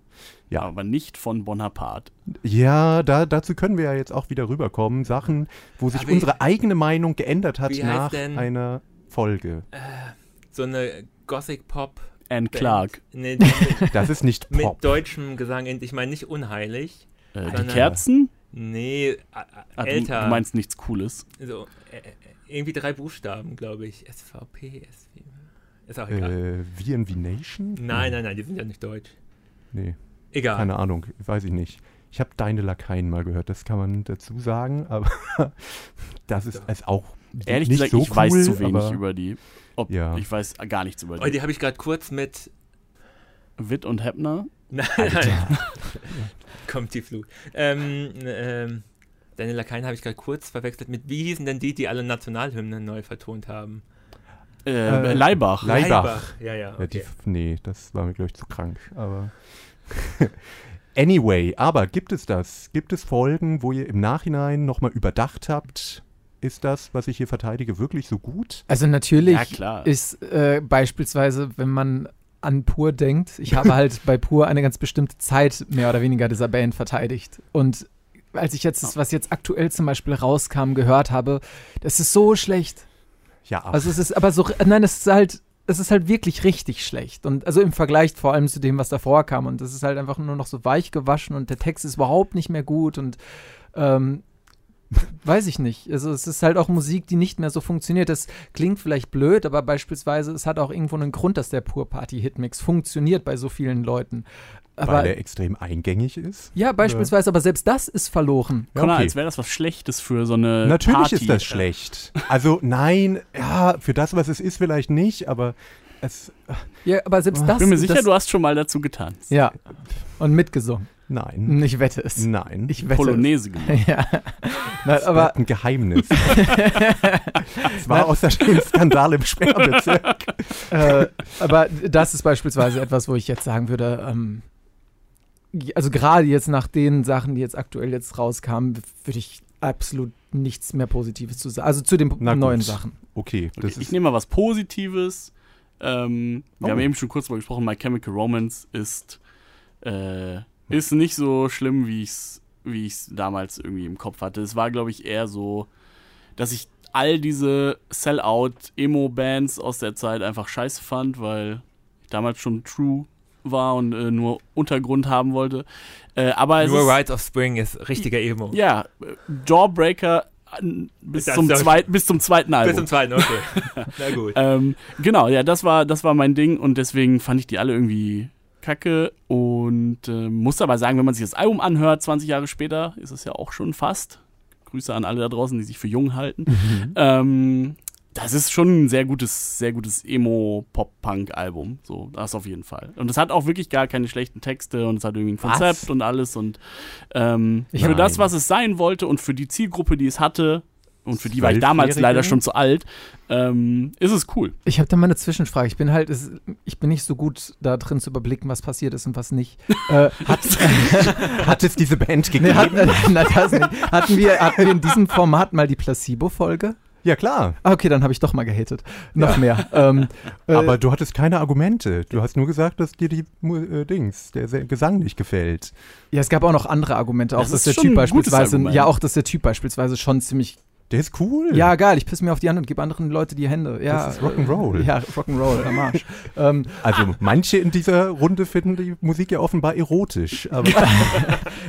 B: Ja.
C: Aber nicht von Bonaparte.
B: ja, da, dazu können wir ja jetzt auch wieder rüberkommen. Sachen, wo sich
D: Aber
B: unsere eigene Meinung geändert hat
D: Wie heißt
B: nach
D: denn-
B: einer Folge.
D: So eine Gothic-Pop.
C: Anne Clark.
D: Nee, die-
B: Das ist nicht
D: mit
B: Pop.
D: deutschem Gesang. in- Ich meine nicht unheilig.
C: Äh, die
D: Sondern-
C: Kerzen?
D: Nee, a- a-
C: Ah, du,
D: älter.
C: du meinst nichts Cooles.
D: so, äh, äh, irgendwie drei Buchstaben, glaube ich. SVP, SV. Ist auch egal.
B: Äh, VNV Nation?
D: Nein, nein, nein, die sind ja nicht deutsch.
B: Nee,
D: Egal.
B: keine Ahnung, weiß ich nicht. Ich habe Deine Lakaien mal gehört, das kann man dazu sagen, aber das ist als auch
C: Ehrlich
B: nicht
C: gesagt,
B: so
C: ich
B: cool,
C: weiß zu wenig
B: aber
C: über die. Ob,
B: Ja.
C: Ich weiß gar nichts über
D: Oh,
C: die.
D: die habe ich gerade kurz mit.
C: Witt und Heppner.
D: Nein, nein. Kommt die Flut. Ähm, ähm, Deine Lakaien habe ich gerade kurz verwechselt mit, wie hießen denn die, die alle Nationalhymnen neu vertont haben?
C: Äh,
B: Äh,
C: Leibach.
B: Leibach.
D: Ja, ja.
B: Ja, die,
D: Okay.
B: nee, das war mir, glaube ich, zu krank. Aber Anyway, aber gibt es das? Gibt es Folgen, wo ihr im Nachhinein nochmal überdacht habt, ist das, was ich hier verteidige, wirklich so gut?
E: Also natürlich
C: Ja, klar.
E: ist äh, beispielsweise, wenn man an Pur denkt, ich habe halt bei Pur eine ganz bestimmte Zeit mehr oder weniger dieser Band verteidigt. Und als ich jetzt das, was jetzt aktuell zum Beispiel rauskam, gehört habe, das ist so schlecht.
B: Ja,
E: Also es ist aber so, nein, es ist halt, es ist halt wirklich richtig schlecht. Und also im Vergleich vor allem zu dem, was davor kam. Und das ist halt einfach nur noch so weich gewaschen und der Text ist überhaupt nicht mehr gut und ähm, weiß ich nicht. Also es ist halt auch Musik, die nicht mehr so funktioniert. Das klingt vielleicht blöd, aber beispielsweise es hat auch irgendwo einen Grund, dass der Pur Party Hitmix funktioniert bei so vielen Leuten. Aber
B: weil er extrem eingängig ist.
E: ja, beispielsweise, aber selbst das ist verloren.
B: Ja,
C: Connor,
B: okay.
C: als wäre das was Schlechtes für so eine
B: Natürlich
C: Party. äh,
B: ist das schlecht. Also nein, ja, für das, was es ist, vielleicht nicht, aber es, äh,
E: Ja, aber selbst das.
C: Ich bin mir sicher,
E: das,
C: du hast schon mal dazu getanzt.
E: ja und mitgesungen.
B: nein,
E: Ich wette es.
B: nein.
E: Ich wette es.
C: Polonaise gemacht.
E: Ja. Nein,
B: Das
E: aber
B: bleibt ein Geheimnis. es war außerdem ein Skandal im Sperrbezirk.
E: äh, aber das ist beispielsweise etwas, wo ich jetzt sagen würde, ähm, also gerade jetzt nach den Sachen, die jetzt aktuell jetzt rauskamen, würde ich absolut nichts mehr Positives zu sagen. Also zu den
B: Na gut.
E: neuen Sachen.
B: Okay,
C: Okay,
B: das
C: ich
B: ist
C: nehme mal was Positives. Ähm, Wir
B: Oh.
C: haben eben schon kurz darüber gesprochen, My Chemical Romance ist, äh, ist nicht so schlimm, wie ich es wie ich's damals irgendwie im Kopf hatte. Es war, glaube ich, eher so, dass ich all diese Sellout-Emo-Bands aus der Zeit einfach scheiße fand, weil ich damals schon True war und äh, nur Untergrund haben wollte. Äh, aber es
D: Nur
C: ist,
B: Also
D: Rite of Spring ist richtiger Emo.
C: ja, äh, Jawbreaker an- bis,
D: Das
C: zum
D: darf ich-
C: zweit, bis zum zweiten Album.
D: Bis zum zweiten, okay. Na gut.
C: Ähm, genau, ja, das war, das war mein Ding und deswegen fand ich die alle irgendwie kacke und äh, muss aber sagen, wenn man sich das Album anhört, 20 Jahre später, ist es ja auch schon fast. Grüße an alle da draußen, die sich für jung halten.
B: Mhm.
C: Ähm, das ist schon ein sehr gutes, sehr gutes Emo-Pop-Punk-Album. So, das auf jeden Fall. Und es hat auch wirklich gar keine schlechten Texte und es hat irgendwie ein
B: Was?
C: Konzept und alles und ähm,
E: Ich
C: für
B: hab-
C: das, was es sein wollte und für die Zielgruppe, die es hatte, und für die war ich damals
B: Zwölfjährige?
C: leider schon zu alt, ähm, ist es cool.
E: Ich habe da mal eine Zwischenfrage. Ich bin halt, es, ich bin nicht so gut da drin zu überblicken, was passiert ist und was nicht. äh, hat,
B: hat es diese Band gegeben?
E: nee, hat, na, das nicht. Hatten, wir, hatten wir in diesem Format mal die Placebo-Folge?
B: ja klar,
E: Ah, Okay, dann habe ich doch mal gehatet. Noch mehr. Ähm, äh,
B: aber du hattest keine Argumente. Du hast nur gesagt, dass dir die Mu- äh, Dings, der Se- Gesang nicht gefällt.
E: Ja, es gab auch noch andere Argumente, auch
C: Das
E: dass
C: ist
E: der
C: schon
E: Typ
C: ein gutes
E: beispielsweise,
C: Argument.
E: ja, auch dass der Typ beispielsweise schon ziemlich,
B: Der ist cool.
E: ja, geil, ich pisse mir auf die Hand und gebe anderen Leute die Hände. Ja,
B: Das ist Rock'n'Roll.
E: Äh, ja, Rock'n'Roll am Arsch. ähm,
B: Also manche in dieser Runde finden die Musik ja offenbar erotisch. Aber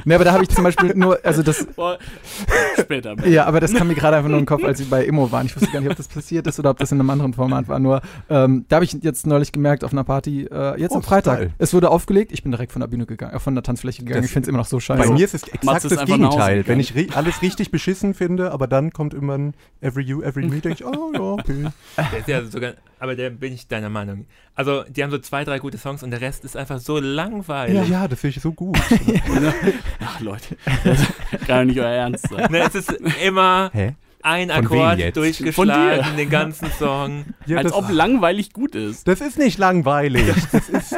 E: ne, aber da habe ich zum Beispiel nur, also das,
C: Boah, Später. mehr.
E: ja, aber das kam mir gerade einfach nur in den Kopf, als wir bei Immo waren. Ich wusste gar nicht, ob das passiert ist oder ob das in einem anderen Format war. Nur, ähm, da habe ich jetzt neulich gemerkt auf einer Party, äh, jetzt
B: Oh,
E: am Freitag.
B: geil.
E: Es wurde aufgelegt, ich bin direkt von der Bühne gegangen, äh, von der Tanzfläche gegangen.
B: Das-
E: ich finde es immer noch so scheiße.
B: bei mir ist es exakt
C: Matze Also, ist
B: das
C: einfach nach Hause
B: Gegenteil. Wenn
C: gegangen.
B: ich ri- alles richtig beschissen finde, aber dann kommt immer ein Every You, Every Me, denke ich, oh ja, okay.
D: Der ist ja sogar, aber der bin ich deiner Meinung. Also, die haben so zwei, drei gute Songs und der Rest ist einfach so
B: Ja,
D: langweilig.
B: ja das finde ich so gut.
C: ne? Ach Leute, das kann doch nicht euer Ernst sein.
D: Ne, es ist immer
B: Hä?
D: ein
B: Von wem
D: Akkord
B: jetzt?
C: Von
D: durchgeschlagen, den ganzen Song.
B: Ja,
C: Als
B: das,
C: ob langweilig gut ist.
B: das ist nicht langweilig. Das ist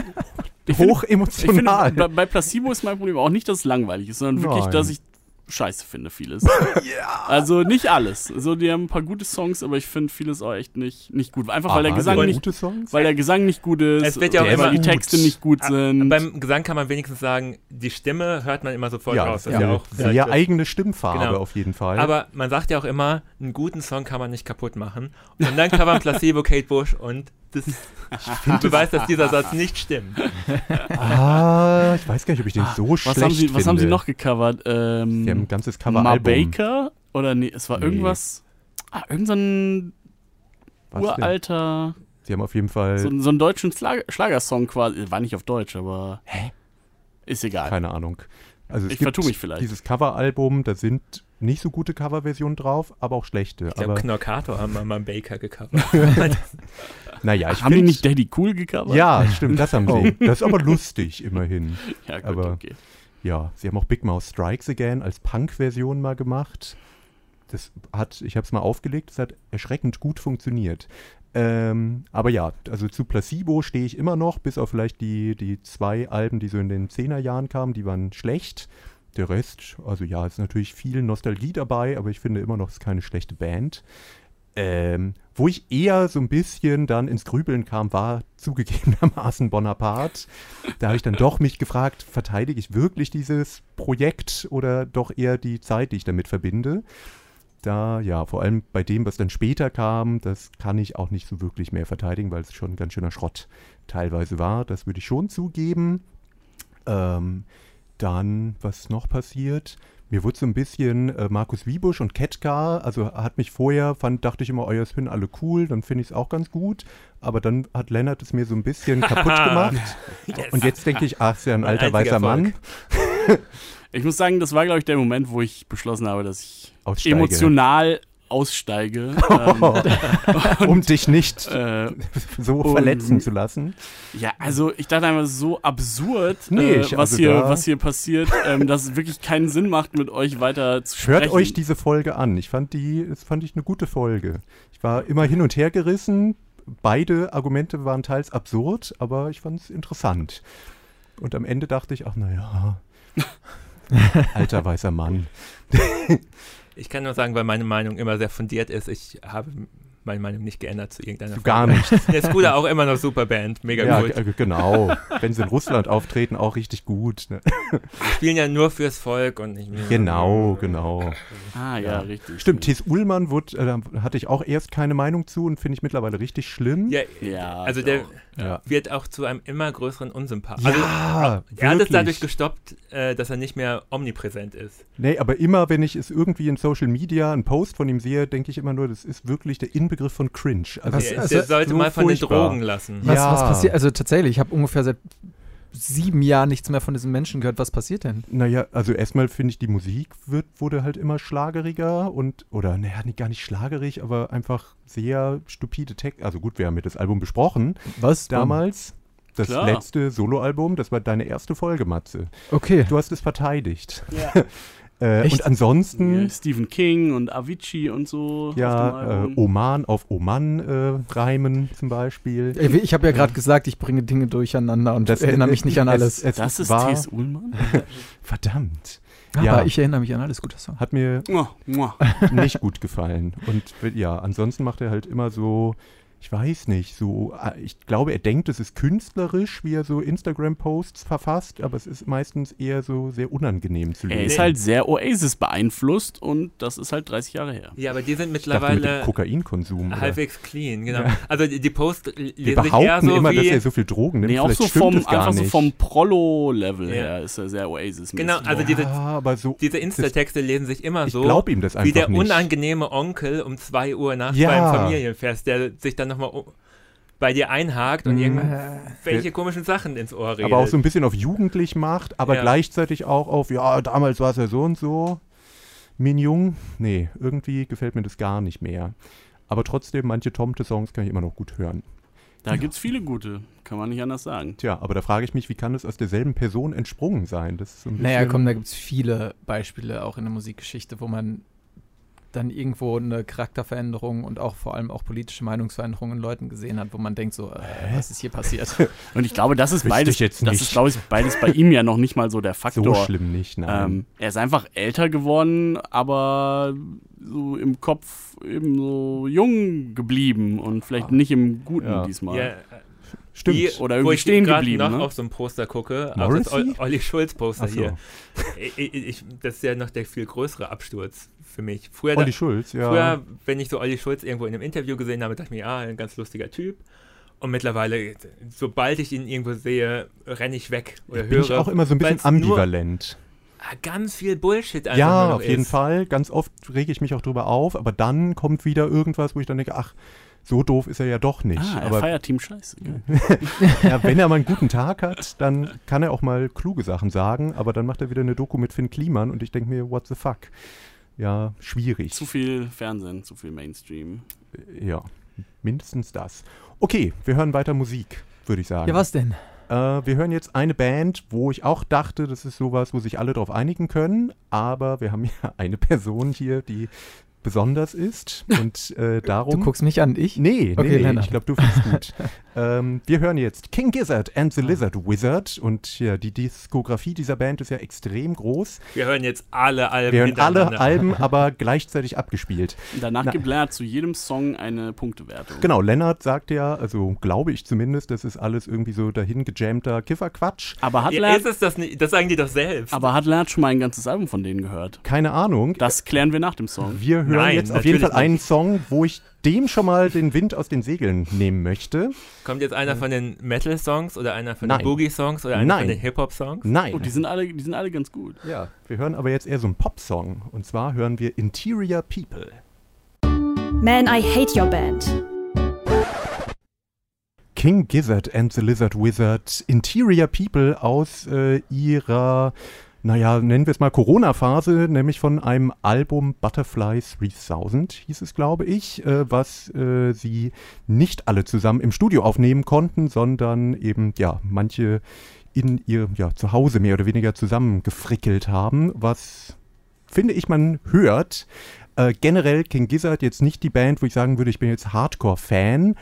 C: Ich finde-
B: hoch
C: Ich finde,
B: emotional.
C: bei, bei Placebo ist mein Problem auch nicht, dass es langweilig ist, sondern wirklich,
B: Nein.
C: dass ich scheiße finde, vieles. Also nicht alles. Also die haben ein paar gute Songs, aber ich finde vieles auch echt nicht, nicht gut. Einfach weil der
B: Aha,
C: Gesang
B: sind
C: nicht,
B: Ah, gute Songs?
C: weil der Gesang nicht gut ist,
D: Es wird ja auch
C: weil
D: immer-
C: die Texte nicht gut
D: Ah,
C: sind.
D: Beim Gesang kann man wenigstens sagen, die Stimme hört man immer sofort
B: ja,
D: raus.
B: das
D: Das
B: ist
D: ist
B: ja auch sehr
D: vielleicht-
B: eigene Stimmfarbe
D: Genau.
B: auf jeden Fall.
D: aber man sagt ja auch immer, einen guten Song kann man nicht kaputt machen. Und dann covern Placebo Kate Bush und das beweist, dass dieser Satz nicht stimmt.
B: ah, ich weiß gar nicht, ob ich den so schlecht
C: was haben sie,
B: finde.
C: was haben sie noch gecovert? Ähm,
B: Sie haben ein ganzes
C: Ma
B: Coveralbum.
C: Baker? Oder nee, es war
B: Nee.
C: irgendwas. Ah, irgend so ein
B: Was Äh. denn?
C: uralter.
B: Sie haben auf jeden Fall
C: So, so einen deutschen Schlag Schlagersong quasi. War nicht auf Deutsch, aber. Hä? Ist egal.
B: keine Ahnung. Also es
C: Ich
B: gibt
C: vertue mich vielleicht.
B: dieses Coveralbum, da sind nicht so gute Coverversionen drauf, aber auch schlechte.
D: Ich glaube,
B: aber
D: Knorkator haben wir mal einen Baker gecovert.
B: naja, ich
C: haben die
B: find-
C: nicht Daddy Cool gecovert?
B: Ja, stimmt, das haben
E: Oh.
B: sie. Das ist aber lustig immerhin.
C: ja gut,
B: aber-
C: okay.
B: Ja, sie haben auch Big Mouth Strikes Again als Punk-Version mal gemacht. das hat, ich habe es mal aufgelegt, es hat erschreckend gut funktioniert. Ähm, aber ja, also zu Placebo stehe ich immer noch, bis auf vielleicht die, die zwei Alben, die so in den 10er Jahren kamen, die waren schlecht. Der Rest, also ja, ist natürlich viel Nostalgie dabei, aber ich finde immer noch, es ist keine schlechte Band. Ähm, wo ich eher so ein bisschen dann ins Grübeln kam, war zugegebenermaßen Bonaparte. Da habe ich dann doch mich gefragt, verteidige ich wirklich dieses Projekt oder doch eher die Zeit, die ich damit verbinde? Da, ja, vor allem bei dem, was dann später kam, das kann ich auch nicht so wirklich mehr verteidigen, weil es schon ein ganz schöner Schrott teilweise war. Das würde ich schon zugeben. Ähm, dann, was ist noch passiert? Mir wurde so ein bisschen äh, Markus Wiebusch und Ketka, also hat mich vorher, fand, dachte ich immer, euer Spin alle cool, dann finde ich es auch ganz gut. Aber dann hat Lennart es mir so ein bisschen kaputt gemacht. Und jetzt denke ich, ach, ist ja ein alter
D: einziger
B: weißer Mann.
C: Ich muss sagen, das war, glaube ich, der Moment, wo ich beschlossen habe, dass ich
B: Aussteige.
C: emotional aussteige. ähm,
B: Oh. um dich nicht
C: äh,
B: so
C: Und-
B: verletzen zu lassen.
C: ja, also ich dachte einfach, so absurd,
B: Nee,
C: äh,
B: ich-
C: was,
B: also
C: hier,
B: da-
C: was hier passiert, ähm, dass es wirklich keinen Sinn macht, mit euch weiter zu sprechen.
B: Hört euch diese Folge an. Ich fand die, das fand ich eine gute Folge. Ich war immer hin und her gerissen. Beide Argumente waren teils absurd, aber ich fand es interessant. Und am Ende dachte ich, ach naja, alter weißer Mann.
D: Ich kann nur sagen, weil meine Meinung immer sehr fundiert ist, ich habe meine Meinung nicht geändert zu irgendeiner
B: Du gar
D: Folge.
B: nichts.
D: Der Scooter auch immer noch super Band, mega
B: Ja,
D: gut.
B: g- genau. Wenn sie in Russland auftreten, auch richtig gut. Ne?
D: Spielen ja nur fürs Volk und nicht mehr.
B: Genau, genau.
C: Ah, ja,
B: Ja.
C: richtig.
B: Stimmt, Thies Ullmann wurde, äh, da hatte ich auch erst keine Meinung zu und finde ich mittlerweile richtig schlimm.
D: Ja,
C: Ja,
D: also
C: ich
D: der
C: auch.
B: Ja.
D: wird auch zu einem immer größeren Unsympath.
B: Ja,
D: also, er hat es
B: wirklich.
D: dadurch gestoppt, äh, dass er nicht mehr omnipräsent ist.
B: Nee, aber immer, wenn ich es irgendwie in Social Media, einen Post von ihm sehe, denke ich immer nur, das ist wirklich der Inbegriff von Cringe. Also,
E: Was-
B: es
D: Er,
B: ist
E: also-
D: der sollte
B: so
D: mal von
B: furchtbar.
D: den Drogen lassen.
E: Was,
B: Ja.
E: was passiert? Also tatsächlich, ich habe ungefähr seit sieben Jahren nichts mehr von diesem Menschen gehört. Was passiert denn?
B: Naja, also erstmal finde ich, die Musik wird, wurde halt immer schlageriger und, oder, naja, nee, gar nicht schlagerig, aber einfach sehr stupide Tech. Also gut, wir haben ja das Album besprochen
E: Was?
B: damals. Das
C: Klar.
B: letzte Soloalbum, das war deine erste Folge, Matze.
E: Okay.
B: Du hast es verteidigt.
C: Ja.
B: äh,
E: Echt?
B: und ansonsten,
C: Ja, Stephen King und Avicii und so. auf dem
B: ja, äh,
C: Album.
B: Oman auf Oman äh, reimen zum Beispiel.
E: Ey, Ich habe ja gerade gesagt, ich bringe Dinge durcheinander und erinnere mich nicht an alles.
B: Es, es
C: Das ist
B: war,
C: Thies Ullmann?
B: Verdammt.
E: Aber
B: ja.
E: ich erinnere mich an alles. Guter Song.
B: Hat mir
C: Mua, mua.
B: nicht gut gefallen. Und ja, ansonsten macht er halt immer so, ich weiß nicht, so, ah, ich glaube, er denkt, es ist künstlerisch, wie er so Instagram-Posts verfasst, aber es ist meistens eher so sehr unangenehm zu lesen.
C: Er ist halt sehr Oasis beeinflusst und das ist halt 30 Jahre her.
D: Ja, aber die sind
B: ich dachte, mit dem
D: mittlerweile
B: Kokainkonsum. oder-
D: halbwegs clean, genau.
B: Ja.
D: Also die, die Post
B: Wir
D: lesen sich eher
B: behaupten
D: so
B: immer, dass
D: wie...
B: er so viel Drogen nimmt.
C: Nee, auch
B: Vielleicht
C: so
B: stimmt
C: vom,
B: es gar
C: einfach so
B: nicht.
C: vom Prolo-Level
D: Ja.
C: her ist er sehr oasis -mäßig.
D: Genau, also diese,
B: ja, Ah, aber so,
D: diese Insta-Texte lesen sich immer
B: ich
D: so...
B: glaube ihm das einfach
D: Wie der
B: nicht.
D: unangenehme Onkel um 2 Uhr nachts
B: Ja.
D: beim Familienfest, der sich dann nochmal bei dir einhakt und irgendwelche komischen Sachen ins Ohr redet.
B: Mhm. aber auch so ein bisschen auf jugendlich macht, aber
D: Ja.
B: gleichzeitig auch auf, ja, damals war es ja so und so. Minjung, nee, irgendwie gefällt mir das gar nicht mehr. Aber trotzdem, manche Tomte-Songs kann ich immer noch gut hören.
C: Da gibt's viele gute, kann man nicht anders sagen.
B: Tja, aber da frage ich mich, wie kann das aus derselben Person entsprungen sein? Das ist so ein bisschen,
E: Naja, komm, da gibt es viele Beispiele auch in der Musikgeschichte, wo man dann irgendwo eine Charakterveränderung und auch vor allem auch politische Meinungsveränderung in Leuten gesehen hat, wo man denkt so, äh, was ist hier passiert?
C: Und ich glaube, das ist
B: Wüsste
C: beides,
B: ich jetzt
C: das
B: nicht.
C: ist, glaube ich, beides bei ihm ja noch nicht mal so der
B: so
C: Faktor.
B: schlimm nicht, nein.
C: ähm, er ist einfach älter geworden, aber so im Kopf eben so jung geblieben und vielleicht nicht im Guten
B: Ah. Ja.
C: diesmal.
D: ja,
B: Stimmt.
D: die,
C: Oder
D: wo
C: irgendwie
D: ich
C: stehen
D: grad
C: geblieben,
D: noch
C: ne?
D: auf so ein Poster gucke, auf das
B: Morrissey?
D: Ol- Olli Schulz-Poster
B: Ach so.
D: hier. Ich, ich, ich, das ist ja noch der viel größere Absturz für mich. Früher,
B: Olli Schulz, ja.
D: früher wenn ich so Olli Schulz irgendwo in einem Interview gesehen habe, dachte ich mir, ah, ein ganz lustiger Typ. Und mittlerweile, sobald ich ihn irgendwo sehe, renne ich weg oder
B: Bin
D: höre.
B: ich auch immer so ein bisschen
D: weil's nur-
B: ambivalent.
D: Ah, ganz viel Bullshit einfach nur
B: Ja,
D: noch
B: auf jeden
D: ist.
B: Fall. Ganz oft rege ich mich auch drüber auf, aber dann kommt wieder irgendwas, wo ich dann denke, ach, so doof ist er ja doch nicht.
C: ah, er
B: aber
C: feiert Team Scheiße. gell?
B: Ja, wenn er mal einen guten Tag hat, dann kann er auch mal kluge Sachen sagen, aber dann macht er wieder eine Doku mit Finn Kliman und ich denke mir, what the fuck? Ja, schwierig.
C: Zu viel Fernsehen, zu viel Mainstream.
B: Ja, mindestens das. Okay, wir hören weiter Musik, würde ich sagen.
E: ja, was denn?
B: Äh, wir hören jetzt eine Band, wo ich auch dachte, das ist sowas, wo sich alle drauf einigen können, aber wir haben ja eine Person hier, die besonders ist. Und äh,
E: Du
B: darum.
E: guckst mich an, ich?
B: Nee, nee,
E: Okay,
B: nee
E: Lennart.
B: ich glaube, du findest gut. ähm, wir hören jetzt King Gizzard and the Lizard Wizard. Und ja, die Diskografie dieser Band ist ja extrem groß.
D: Wir hören jetzt alle Alben
B: Wir hören alle
D: hintereinander.
B: Alben, aber gleichzeitig abgespielt.
C: Danach
B: Na-
C: gibt Lennart zu jedem Song eine Punktewertung.
B: Genau, Lennart sagt ja, also glaube ich zumindest, das ist alles irgendwie so dahin gejammter Kifferquatsch.
C: Aber hat,
D: Ja, ist
C: Lennart,
D: es das nicht? Das sagen die doch selbst.
C: aber hat Lennart schon mal ein ganzes Album von denen gehört?
B: Keine Ahnung.
C: Das klären wir nach dem Song.
B: Wir hören
D: Nein,
B: jetzt auf jeden Fall
D: natürlich
B: einen Song, wo ich dem schon mal den Wind aus den Segeln nehmen möchte.
D: Kommt jetzt einer von den Metal-Songs oder einer
B: Hm.
D: von
B: Nein.
D: den Boogie-Songs oder einer
B: Nein.
D: von den Hip-Hop-Songs?
B: Nein.
C: Oh, die sind alle, die sind alle ganz gut.
B: ja, wir hören aber jetzt eher so einen Popsong. Und zwar hören wir Interior People.
A: Man, I hate your band.
B: King Gizzard and the Lizard Wizard, Interior People aus äh, ihrer, naja, nennen wir es mal Corona-Phase, nämlich von einem Album Butterfly 3000 hieß es, glaube ich, äh, was äh, sie nicht alle zusammen im Studio aufnehmen konnten, sondern eben, ja, manche in ihr ja, Zuhause mehr oder weniger zusammengefrickelt haben, was, finde ich, man hört. Äh, generell King Gizzard jetzt nicht die Band, wo ich sagen würde, ich bin jetzt Hardcore-Fan,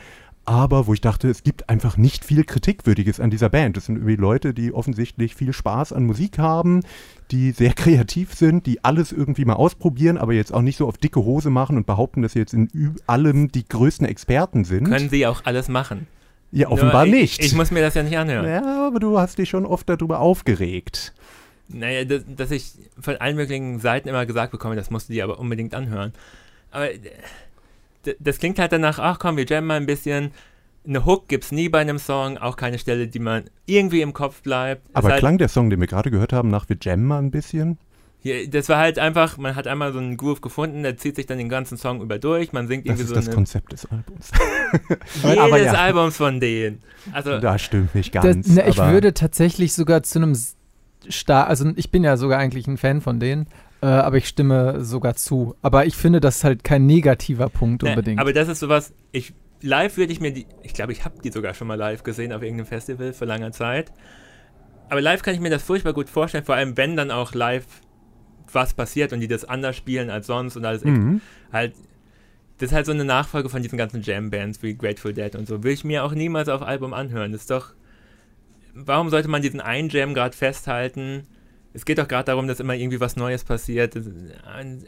B: aber wo ich dachte, es gibt einfach nicht viel Kritikwürdiges an dieser Band. Es sind irgendwie Leute, die offensichtlich viel Spaß an Musik haben, die sehr kreativ sind, die alles irgendwie mal ausprobieren, aber jetzt auch nicht so auf dicke Hose machen und behaupten, dass sie jetzt in ü- allem die größten Experten sind.
D: Können sie auch alles machen.
B: ja, offenbar
D: Nur
B: nicht.
D: Ich, ich muss mir das ja nicht anhören.
B: ja, aber du hast dich schon oft darüber aufgeregt.
D: Naja, dass, dass ich von allen möglichen Seiten immer gesagt bekomme, das musst du dir aber unbedingt anhören. Aber äh, d- das klingt halt danach, ach komm, wir jammen mal ein bisschen. Eine Hook gibt's nie bei einem Song, auch keine Stelle, die man irgendwie im Kopf bleibt. Ist
B: Aber
D: halt,
B: klang der Song, den wir gerade gehört haben, nach Wir jammen mal ein bisschen?
D: hier, das war halt einfach, man hat einmal so einen Groove gefunden, der zieht sich dann den ganzen Song über durch, man singt
B: Das
D: irgendwie
B: ist
D: so
B: das
D: eine,
B: Konzept des Albums.
D: jedes
B: Aber ja.
D: Albums von denen. Also
B: da stimmt nicht
E: Das,
B: ganz.
E: ne, ich
B: aber
E: würde tatsächlich sogar zu einem Star, also ich bin ja sogar eigentlich ein Fan von denen, äh, aber ich stimme sogar zu. Aber ich finde, das ist halt kein negativer Punkt
D: Nee,
E: unbedingt.
D: Ne, Aber das ist sowas, ich live würde ich mir die, ich glaube, ich habe die sogar schon mal live gesehen auf irgendeinem Festival vor langer Zeit. Aber live kann ich mir das furchtbar gut vorstellen, vor allem wenn dann auch live was passiert und die das anders spielen als sonst und alles
B: Mhm.
D: halt das ist halt so eine Nachfolge von diesen ganzen Jam Bands wie Grateful Dead und so. Will ich mir auch niemals auf Album anhören. Das ist doch warum sollte man diesen einen Jam gerade festhalten? Es geht doch gerade darum, dass immer irgendwie was Neues passiert. Das äh, ist ein-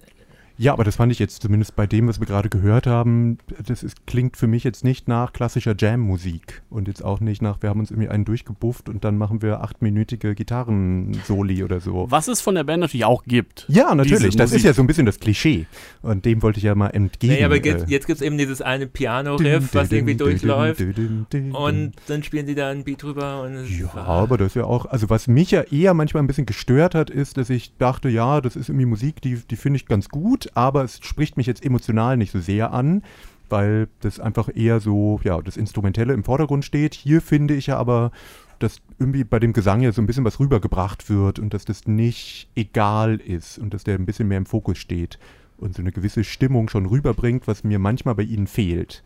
B: Ja, aber das fand ich jetzt zumindest bei dem, was wir gerade gehört haben, das ist, klingt für mich jetzt nicht nach klassischer Jam-Musik und jetzt auch nicht nach, wir haben uns irgendwie einen durchgebufft und dann machen wir achtminütige Gitarren-Soli oder so.
C: Was es von der Band natürlich auch gibt.
B: Oh. Ja, natürlich,
C: Diese
B: das ist
C: Musik.
B: ja so ein bisschen das Klischee und dem wollte ich ja mal entgegen.
D: Naja, aber jetzt,
B: äh,
D: jetzt gibt es eben dieses eine
B: dün,
D: Piano-Riff, was
B: dün,
D: irgendwie
B: dün,
D: durchläuft.
B: dün, dün, dün, dün.
D: Und dann spielen die da einen Beat drüber und es
B: Ja,
D: war-
B: aber das ist ja auch, also was mich ja eher manchmal ein bisschen gestört hat, ist, dass ich dachte, ja, das ist irgendwie Musik, die, die finde ich ganz gut, aber es spricht mich jetzt emotional nicht so sehr an, weil das einfach eher so, ja, das Instrumentelle im Vordergrund steht. Hier finde ich ja aber, dass irgendwie bei dem Gesang ja so ein bisschen was rübergebracht wird und dass das nicht egal ist und dass der ein bisschen mehr im Fokus steht und so eine gewisse Stimmung schon rüberbringt, was mir manchmal bei ihnen fehlt.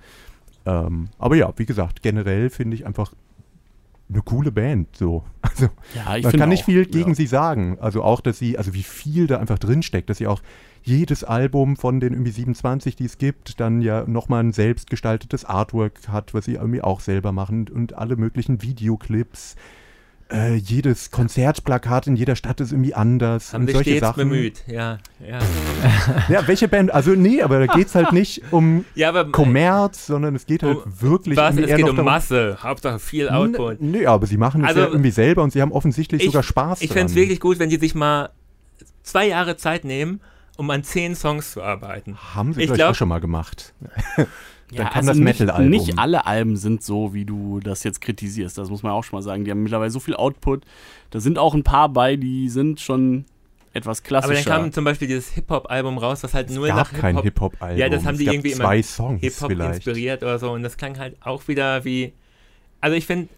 B: Ähm, aber ja, wie gesagt, generell finde ich einfach eine coole Band so. Also
C: Ja,
B: man
C: finde
B: kann nicht
C: auch,
B: viel gegen
C: ja.
B: sie sagen. Also auch, dass sie, also wie viel da einfach drinsteckt, dass sie auch jedes Album von den irgendwie 27, die es gibt, dann ja nochmal ein selbstgestaltetes Artwork hat, was sie irgendwie auch selber machen und alle möglichen Videoclips. Äh, jedes Konzertplakat in jeder Stadt ist irgendwie anders.
D: haben
B: und
D: sich
B: solche
D: stets
B: Sachen.
D: bemüht. Ja, ja.
B: Ja, welche Band? Also nee, aber da geht's halt nicht um
D: ja aber
B: Kommerz, sondern es geht halt
D: Um
B: wirklich
D: was?
B: irgendwie
D: Es
B: eher
D: geht
B: noch
D: um
B: darum-
D: Masse. Hauptsache viel Output.
B: Nö, aber sie machen es
D: Also,
B: ja irgendwie selber und sie haben offensichtlich sogar Spaß
D: Ich
B: dran.
D: fände es wirklich gut, wenn die sich mal zwei Jahre Zeit nehmen, um an zehn Songs zu arbeiten.
B: Haben sie
D: Ich
B: glaub ich
D: glaub-
B: auch schon mal gemacht. Dann
C: Ja, also
B: kam das
C: nicht-
B: Metal-Album.
C: Nicht alle Alben sind so, wie du das jetzt kritisierst. Das muss man auch schon mal sagen. Die haben mittlerweile so viel Output. Da sind auch ein paar bei, die sind schon etwas
D: Aber dann
C: klassischer.
D: kam zum Beispiel dieses Hip-Hop-Album raus, was halt
B: Es
D: nur
B: gab
D: nach
B: kein
D: Hip-Hop
B: Hip-Hop-Album.
D: Ja, das haben
B: es
D: die
B: gab
D: irgendwie immer
B: zwei Songs
D: Hip-Hop
B: vielleicht.
D: inspiriert oder so. Und das klang halt auch wieder wie. Also ich finde,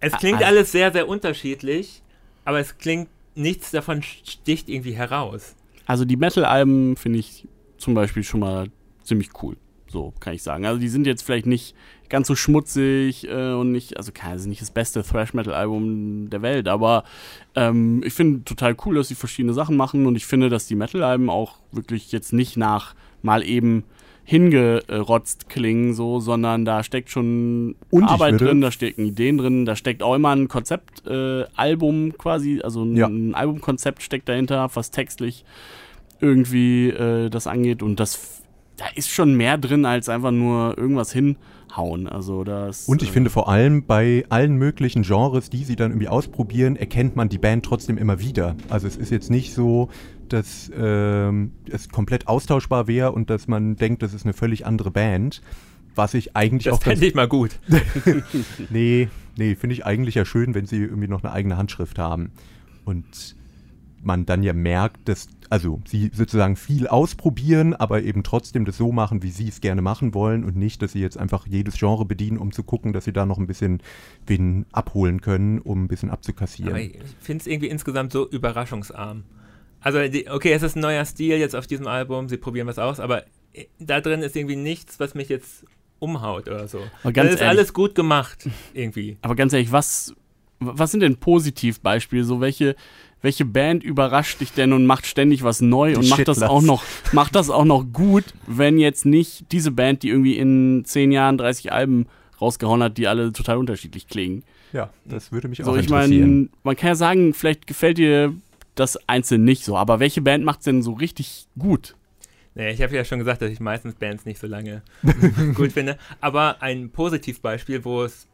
D: es klingt
C: ah.
D: alles sehr, sehr unterschiedlich, aber es klingt, nichts davon sticht irgendwie heraus.
C: also die Metal-Alben finde ich zum Beispiel schon mal ziemlich cool. So kann ich sagen. Also die sind jetzt vielleicht nicht ganz so schmutzig äh, und nicht, also kein, also nicht das beste Thrash-Metal-Album der Welt, aber ähm, ich finde total cool, dass sie verschiedene Sachen machen und ich finde, dass die Metal-Alben auch wirklich jetzt nicht nach mal eben hingerotzt klingen, so, sondern da steckt schon
B: Und ich
C: Arbeit
B: würde-
C: drin, da stecken Ideen drin, da steckt auch immer ein Konzeptalbum äh, Album quasi, also ein,
B: Ja.
C: ein Albumkonzept steckt dahinter, was textlich irgendwie äh, das angeht und das f- da ist schon mehr drin als einfach nur irgendwas hinhauen. Also das
B: Und ich
C: äh,
B: finde vor allem bei allen möglichen Genres, die sie dann irgendwie ausprobieren, erkennt man die Band trotzdem immer wieder. Also es ist jetzt nicht so, dass ähm, es komplett austauschbar wäre und dass man denkt, das ist eine völlig andere Band. Was ich eigentlich
D: Das
B: auch ganz
D: fände ich mal gut.
B: Nee, nee, finde ich eigentlich ja schön, wenn sie irgendwie noch eine eigene Handschrift haben. Und man dann ja merkt, dass, also sie sozusagen viel ausprobieren, aber eben trotzdem das so machen, wie sie es gerne machen wollen und nicht, dass sie jetzt einfach jedes Genre bedienen, um zu gucken, dass sie da noch ein bisschen wen abholen können, um ein bisschen abzukassieren.
D: Aber ich finde es irgendwie insgesamt so überraschungsarm. Also, die, okay, es ist ein neuer Stil jetzt auf diesem Album, sie probieren was aus, aber äh, da drin ist irgendwie nichts, was mich jetzt umhaut oder so.
C: Aber
D: Das
C: ganz
D: ist
C: ehrlich-
D: alles gut gemacht, irgendwie.
C: Aber ganz ehrlich, was, was sind denn Positivbeispiele? So welche, welche Band überrascht dich denn und macht ständig was neu und macht das
B: Shitlers.
C: auch noch, macht das auch noch gut, wenn jetzt nicht diese Band, die irgendwie in 10 Jahren 30 Alben rausgehauen hat, die alle total unterschiedlich klingen.
B: ja, das würde mich auch
C: So, ich
B: interessieren.
C: meine, man kann ja sagen, vielleicht gefällt dir das einzeln nicht so, aber welche Band macht's denn so richtig gut?
D: Naja, ich habe ja schon gesagt, dass ich meistens Bands nicht so lange gut finde. Aber ein Positivbeispiel, wo es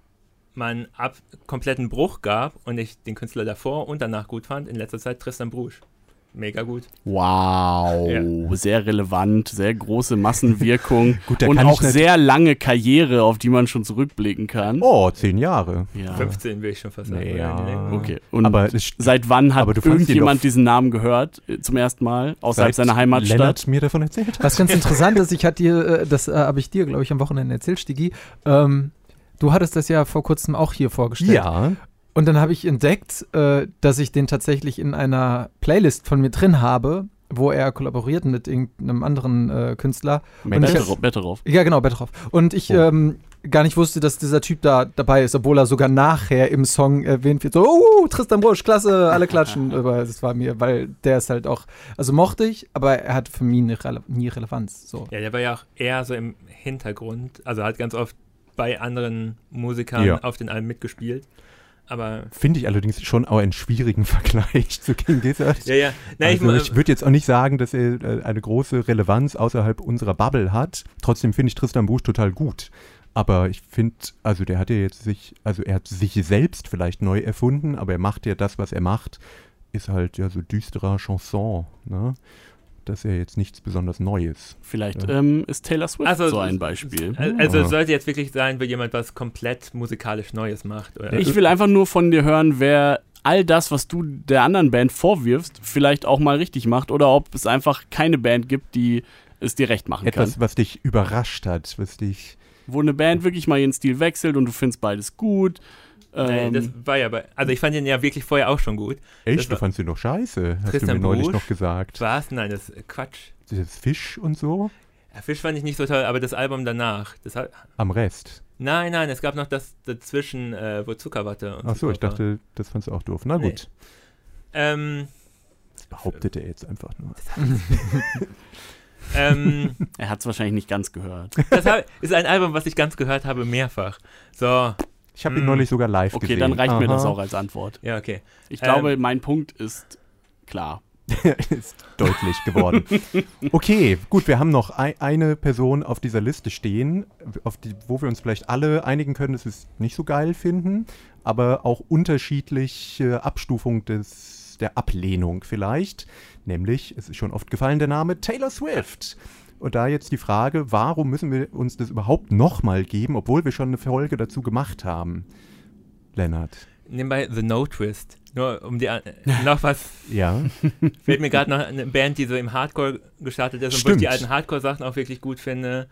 D: man ab kompletten Bruch gab und ich den Künstler davor und danach gut fand, in letzter Zeit Tristan Brusch. Mega gut.
C: Wow,
D: Ja.
C: sehr relevant, sehr große Massenwirkung
B: Gut, da
C: und
B: kann ich
C: auch
B: nat-
C: sehr lange Karriere, auf die man schon zurückblicken kann.
B: Oh, zehn Jahre.
C: Ja.
D: 15 will ich schon fast sagen. oder?
B: Naja.
C: Okay. Und
B: aber es
C: seit wann hat
B: Aber du fandst ihn
C: irgendjemand
B: doch-
C: diesen Namen gehört äh, zum ersten Mal außerhalb
B: seit
C: seiner Heimatstadt?
B: Lennart mir davon erzählt hat.
E: Was ganz interessant ist, ich hatte dir, äh, das äh, habe ich dir, glaube ich, am Wochenende erzählt, Stigi. Ähm, du hattest das ja vor kurzem auch hier vorgestellt.
B: Ja,
E: Und dann habe ich entdeckt, äh, dass ich den tatsächlich in einer Playlist von mir drin habe, wo er kollaboriert mit irgendeinem anderen äh, Künstler.
C: Mit
E: ich-
C: Betteroff- Betteroff.
E: Ja, genau, Betroff. Und ich
B: Oh.
E: ähm, gar nicht wusste, dass dieser Typ da dabei ist, obwohl er sogar nachher im Song erwähnt wird. So, oh, Tristan Brusch, klasse, alle klatschen. aber das war mir, weil der ist halt auch, also mochte ich, aber er hat für mich nie, Rele nie Relevanz. So.
D: Ja, der war ja auch eher so im Hintergrund. Also hat ganz oft bei anderen Musikern
B: Ja.
D: auf den Alben mitgespielt. Aber
B: finde ich allerdings schon auch einen schwierigen Vergleich zu King Gizzard.
D: ja, ja. Nein,
B: also
D: ich, äh,
B: ich würde jetzt auch nicht sagen, dass er äh, eine große Relevanz außerhalb unserer Bubble hat. Trotzdem finde ich Tristan Busch total gut. Aber ich finde, also der hat ja jetzt sich, also er hat sich selbst vielleicht neu erfunden, aber er macht ja das, was er macht, ist halt ja so düsterer Chanson, ne? Das ist ja jetzt nichts besonders Neues.
C: Vielleicht
B: Ja.
C: ähm, ist Taylor Swift
D: Also,
C: so ein Beispiel.
D: al- also
B: Ah.
D: es sollte jetzt wirklich sein, wenn jemand was komplett musikalisch Neues macht. Oder?
C: Ich will einfach nur von dir hören, wer all das, was du der anderen Band vorwirfst, vielleicht auch mal richtig macht oder ob es einfach keine Band gibt, die es dir recht machen
B: Etwas,
C: kann.
B: was dich überrascht hat, was dich.
C: Wo eine Band wirklich mal ihren Stil wechselt und du findest beides gut.
D: Nein,
C: Ähm,
D: das war ja bei, also ich fand ihn ja wirklich vorher auch schon gut.
B: Echt, du
D: war-
B: fandst ihn doch scheiße, hast du
D: Tristan
B: mir neulich
D: Busch?
B: noch gesagt.
D: Was? Nein, das ist Quatsch.
B: Dieses Fisch und so
D: Ja, Fisch fand ich nicht so toll, aber das Album danach. Das hat,
B: am Rest.
D: nein, nein, es gab noch das dazwischen, äh, wo Zuckerwatte und
B: Ach so, ich
D: Zucker war.
B: dachte, das fandst du auch doof. Na
D: Nee.
B: gut,
D: Ähm,
B: das behauptet er jetzt einfach nur.
D: ähm,
C: er hat es wahrscheinlich nicht ganz gehört.
D: das hab, ist ein Album, was ich ganz gehört habe, mehrfach. So,
B: Ich habe ihn
D: Mm.
B: neulich sogar live
C: Okay,
B: gesehen.
C: dann reicht mir
B: Aha.
C: das auch als Antwort.
D: ja, okay.
C: Ich
D: Ähm,
C: glaube, mein Punkt ist klar.
B: Ist deutlich geworden. Okay, gut, wir haben noch ei- eine Person auf dieser Liste stehen, auf die, wo wir uns vielleicht alle einigen können, dass wir es nicht so geil finden, aber auch unterschiedliche Abstufung des, der Ablehnung vielleicht. Nämlich, es ist schon oft gefallen, der Name Taylor Swift. Und da jetzt die Frage, warum müssen wir uns das überhaupt nochmal geben, obwohl wir schon eine Folge dazu gemacht haben? Lennart.
D: Nebenbei The No Twist. Nur um die an- noch was.
B: Ja.
D: Fällt mir gerade noch eine Band, die so im Hardcore gestartet ist und wo ich
B: Stimmt.
D: die alten Hardcore-Sachen auch wirklich gut finde.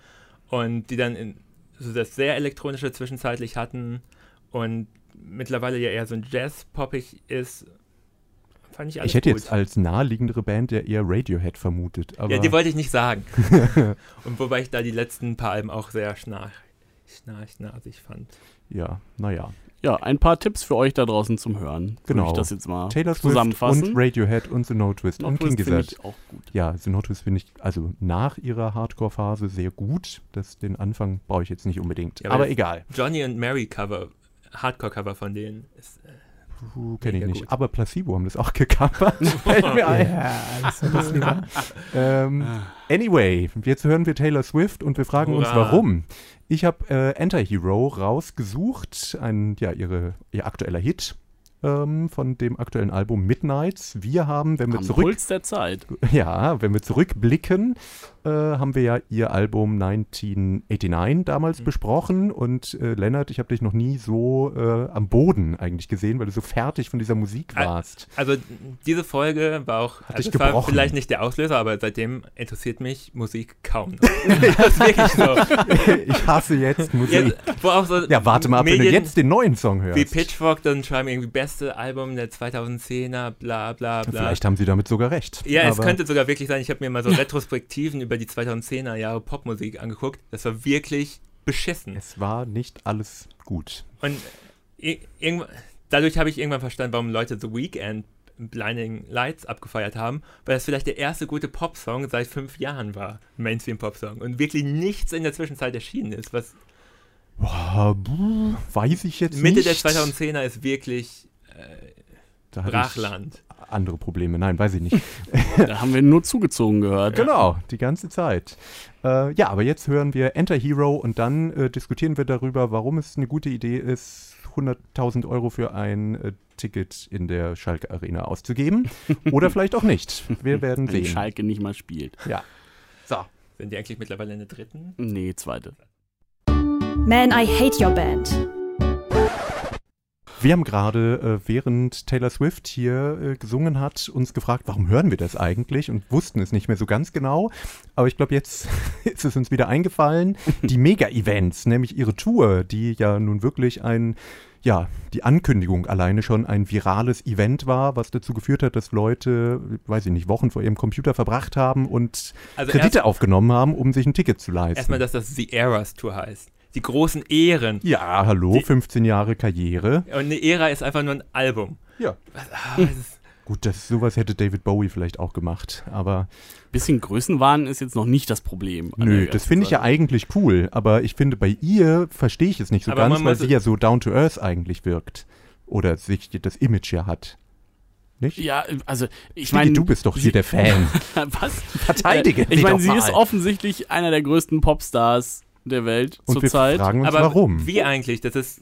D: Und die dann in, so das sehr elektronische zwischenzeitlich hatten und mittlerweile ja eher so ein Jazz-Poppig ist. Fand ich alles
B: Ich hätte
D: gut.
B: jetzt als naheliegendere Band ja eher Radiohead vermutet. Aber
D: ja, die wollte ich nicht sagen. und wobei ich da die letzten paar Alben auch sehr schnarch, schnarch, schnarchig fand.
B: ja, naja.
C: Ja, ein paar Tipps für euch da draußen zum Hören. Würde
B: Genau.
C: ich das jetzt mal
B: Taylor Swift
C: zusammenfassen.
B: und Radiohead und The No Twist
C: Noch
B: und King
C: Twist finde
B: Gizzard.
C: ich auch gut.
B: ja, Sinotus finde ich also nach ihrer Hardcore-Phase sehr gut. Das, den Anfang brauche ich jetzt nicht unbedingt.
D: Ja, aber
B: aber
D: das-
B: egal.
D: Johnny und Mary Cover, Hardcore-Cover von denen. Ist, äh,
B: Kenne ich
D: mega
B: nicht.
D: gut.
B: Aber Placebo haben das auch gecovert. Fällt mir ein.
E: Ja, alles ein bisschen lieber.
B: Ähm,
D: Ah.
B: anyway, jetzt hören wir Taylor Swift und wir fragen uns
D: Hurra.
B: warum. Ich habe äh, Enter Hero rausgesucht, ein, ja, ihre, ihr aktueller Hit ähm, von dem aktuellen Album Midnights. Wir haben, wenn wir
C: Am
B: zurück
C: Puls der Zeit.
B: ja, wenn wir zurückblicken, äh, haben wir ja ihr Album 1989 damals
D: Mhm.
B: besprochen und äh, Lennart, ich habe dich noch nie so äh, am Boden eigentlich gesehen, weil du so fertig von dieser Musik
D: Ah,
B: warst.
D: also diese Folge war auch,
B: Hat
D: also
B: dich
D: es war
B: gebrochen.
D: vielleicht nicht der Auslöser, aber seitdem interessiert mich Musik kaum. noch. das ist wirklich so.
B: ich hasse jetzt Musik.
D: Jetzt, wo auch so
B: Ja, warte mal ab, wenn du
D: Medien-
B: jetzt den neuen Song hörst.
D: Wie Pitchfork dann schreiben irgendwie beste Album der 2010er, bla bla bla.
B: Vielleicht haben sie damit sogar recht.
D: ja, es
B: Aber
D: könnte sogar wirklich sein, ich habe mir mal so Retrospektiven über die 2010er Jahre Popmusik angeguckt. Das war wirklich beschissen.
B: Es war nicht alles gut.
D: Und i- irgendw- dadurch habe ich irgendwann verstanden, warum Leute The Weeknd Blinding Lights abgefeiert haben, weil das vielleicht der erste gute Popsong seit fünf Jahren war. Mainstream-Popsong. Und wirklich nichts in der Zwischenzeit erschienen ist. Was
B: Boah, buh, weiß ich jetzt
D: Mitte
B: nicht.
D: der 2010er ist wirklich äh,
B: Da hatte ich
D: Brachland.
B: Andere Probleme. Nein, weiß ich nicht.
C: Da haben wir nur zugezogen gehört.
B: Genau, die ganze Zeit. Äh, ja, aber jetzt hören wir Enter Hero und dann äh, diskutieren wir darüber, warum es eine gute Idee ist, 100.000 Euro für ein äh, Ticket in der Schalke Arena auszugeben. Oder vielleicht auch nicht. Wir werden
C: Wenn
B: sehen.
C: Schalke nicht mal spielt.
D: Sind die eigentlich mittlerweile in der dritten?
C: Nee, zweite.
A: Man, I hate your band.
B: Wir haben gerade, äh, während Taylor Swift hier äh, gesungen hat, uns gefragt, warum hören wir das eigentlich und wussten es nicht mehr so ganz genau. Aber ich glaube, jetzt ist es uns wieder eingefallen. Die Mega-Events, nämlich ihre Tour, die ja nun wirklich ein, ja, die Ankündigung alleine schon ein virales Event war, was dazu geführt hat, dass Leute, weiß ich nicht, Wochen vor ihrem Computer verbracht haben und
D: Also
B: Kredite aufgenommen haben, um sich ein Ticket zu leisten.
D: Erstmal, dass das The Eras Tour heißt. Die großen Ehren.
B: ja, hallo,
D: Die-
B: 15 Jahre Karriere.
D: Und eine Ära ist einfach nur ein Album.
B: Ja.
D: Was, ah, das ist,
B: Gut, das sowas hätte David Bowie vielleicht auch gemacht, aber
C: Bisschen Größenwahn ist jetzt noch nicht das Problem.
D: Ah,
C: an der
B: nö,
C: ganzen
B: das finde ich ja
C: Sache.
B: eigentlich cool, aber ich finde bei ihr verstehe ich es nicht so
D: Aber
B: ganz,
D: man
B: weil
D: muss-
B: sie ja so down to earth eigentlich wirkt oder sich das Image ja hat. Nicht?
C: Ja, also ich
B: Stiggy,
C: meine.
B: du bist doch hier
C: sie-
B: der Fan.
C: Was? Äh,
B: Verteidige
C: Ich
B: sie
C: meine,
B: doch
C: sie
B: mal.
C: ist offensichtlich einer der größten Popstars der Welt
B: Und wir
C: zurzeit.
B: fragen uns
D: aber
B: warum.
D: wie eigentlich? Das ist.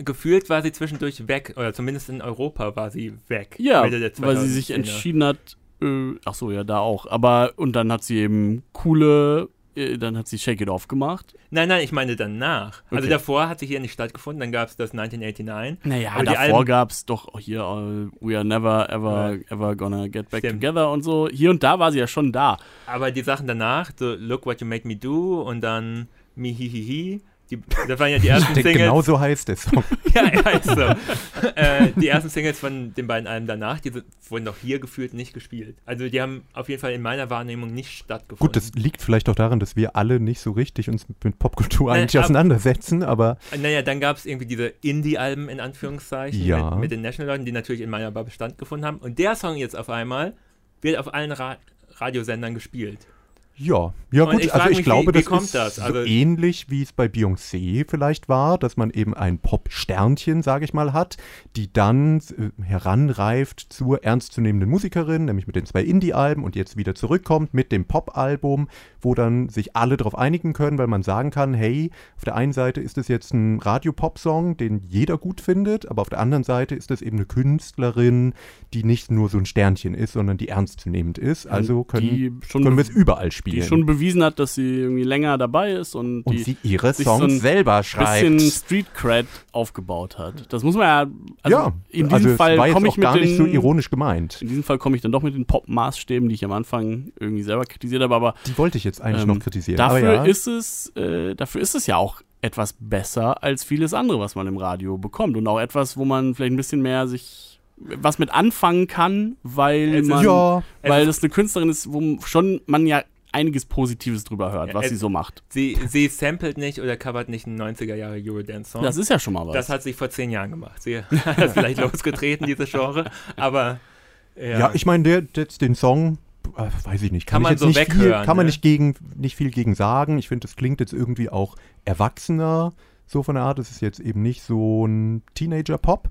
D: Gefühlt war sie zwischendurch weg, oder zumindest in Europa war sie weg.
C: Ja,
D: Mitte der
C: weil sie sich
D: 2010er.
C: entschieden hat, äh, ach so, ja, da auch. Aber, und dann hat sie eben coole, äh, dann hat sie Shake It Off gemacht.
D: Nein, nein, ich meine danach. Also
C: Okay.
D: davor hat sie hier nicht stattgefunden, dann gab es das 1989.
C: Naja,
D: Aber die
C: davor
D: Alben-
C: gab es doch auch hier äh, We Are Never Ever Ever Gonna Get Back
D: Stimmt.
C: Together und so. Hier und da war sie ja schon da.
D: Aber die Sachen danach, so Look What You Made Me Do und dann Mi Hi Hi Hi, die, das waren ja die ersten
B: Ich denke,
D: Singles.
B: genau so heißt es.
D: Ja, ja, ist so. äh, die ersten Singles von den beiden Alben danach, die sind- wurden doch hier gefühlt nicht gespielt. Also die haben auf jeden Fall in meiner Wahrnehmung nicht stattgefunden.
B: Gut, das liegt vielleicht auch daran, dass wir alle nicht so richtig uns mit Popkultur
D: Nein,
B: eigentlich
D: ab-
B: auseinandersetzen, aber
D: Naja, dann gab es irgendwie diese Indie-Alben in Anführungszeichen
B: Ja.
D: mit, mit den National-Leuten, die natürlich in meiner Bar Bestand gefunden haben. Und der Song jetzt auf einmal wird auf allen Ra Radiosendern gespielt.
B: Ja, ja
D: Und
B: gut,
D: ich
B: also
D: frag
B: ich
D: mich,
B: glaube,
D: wie- wie
B: das
D: kommt
B: ist
D: das? Also-
B: so ähnlich, wie es bei Beyoncé vielleicht war, dass man eben ein Pop-Sternchen, sage ich mal, hat, die dann äh, heranreift zur ernstzunehmenden Musikerin, nämlich mit den zwei Indie-Alben und jetzt wieder zurückkommt mit dem Pop-Album, wo dann sich alle darauf einigen können, weil man sagen kann, hey, auf der einen Seite ist es jetzt ein Radio-Pop-Song, den jeder gut findet, aber auf der anderen Seite ist es eben eine Künstlerin, die nicht nur so ein Sternchen ist, sondern die ernstzunehmend ist. Also können
C: die schon,
B: können wir es überall
C: die
B: spielen.
C: schon bewiesen hat, dass sie irgendwie länger dabei ist und,
B: und
C: die
B: sie ihre
C: sich so
B: Songs
C: ein
B: selber
C: bisschen
B: schreibt.
C: Street Cred aufgebaut hat. Das muss man ja. Also
B: ja,
C: in diesem
B: also es
C: Fall
B: war jetzt
C: komme
B: auch
C: ich mit
B: gar
C: den,
B: nicht so ironisch gemeint.
C: In diesem Fall komme ich dann doch mit den Pop-Maßstäben, die ich am Anfang irgendwie selber kritisiert habe, aber
B: Die wollte ich jetzt eigentlich
C: Ähm,
B: noch kritisieren.
C: Dafür,
B: aber ja,
C: ist es, äh, dafür ist es ja auch etwas besser als vieles andere, was man im Radio bekommt. Und auch etwas, wo man vielleicht ein bisschen mehr sich was mit anfangen kann, weil
D: Es ist-
C: man,
B: ja,
C: weil
D: es-
C: das eine Künstlerin ist, wo m- schon man ja einiges Positives drüber hört,
D: Ja,
C: was
D: es-
C: sie so macht.
D: Sie, sie samplet nicht oder covert nicht einen 90er-Jahre-Eurodance-Song.
C: Das ist ja schon mal was.
D: Das hat sie vor zehn Jahren gemacht. Sie hat das vielleicht losgetreten, diese Genre. Aber ja,
B: ja, ich meine, der, der jetzt den Song Äh, weiß ich nicht.
D: Kann man
B: ich jetzt
D: so
B: nicht
D: weghören,
B: Viel, kann man
D: ne?
B: nicht, gegen, nicht viel gegen sagen. Ich finde, das klingt jetzt irgendwie auch erwachsener, so von der Art. Es ist jetzt eben nicht so ein Teenager-Pop.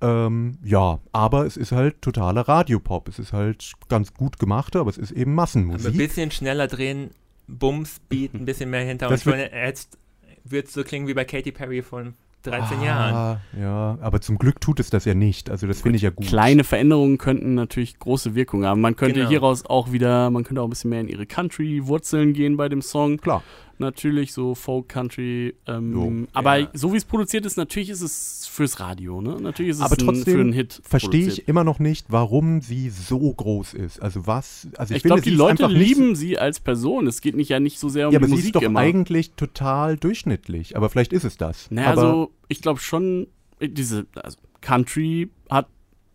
B: Ähm, ja, aber es ist halt totaler Radiopop. Es ist halt ganz gut gemacht, aber es ist eben
D: Aber ein
B: Massenmusik.
D: bisschen schneller drehen, Bumsbeat, ein bisschen mehr hinter. Und
B: Das
D: ich meine, jetzt wird es so klingen wie bei Katy Perry von 13 Jahren.
B: Ah, ja, aber zum Glück tut es das ja nicht. Also das finde ich ja gut.
C: Kleine Veränderungen könnten natürlich große Wirkung haben. Man könnte
D: Genau.
C: hieraus auch wieder, man könnte auch ein bisschen mehr in ihre Country-Wurzeln gehen bei dem Song.
B: Klar.
C: Natürlich so Folk Country. Ähm,
B: Jo.
C: aber
D: Ja.
C: so wie es produziert ist, natürlich ist es fürs Radio, ne? Natürlich ist es
B: Aber
C: ein, für
B: trotzdem
C: einen Hit.
B: Verstehe
C: produziert.
B: ich immer noch nicht, warum sie so groß ist. Also was, also ich,
C: Ich
B: finde,
C: glaube, die
B: sie ist
C: Leute
B: einfach nicht so-
C: lieben sie als Person. Es geht nicht ja nicht so sehr um
B: ja, aber
C: die
B: sie
C: Musik
B: ist doch
C: immer.
B: eigentlich total durchschnittlich. Aber vielleicht ist es das.
C: Naja,
B: aber
C: also ich glaube schon, äh, diese also Country hat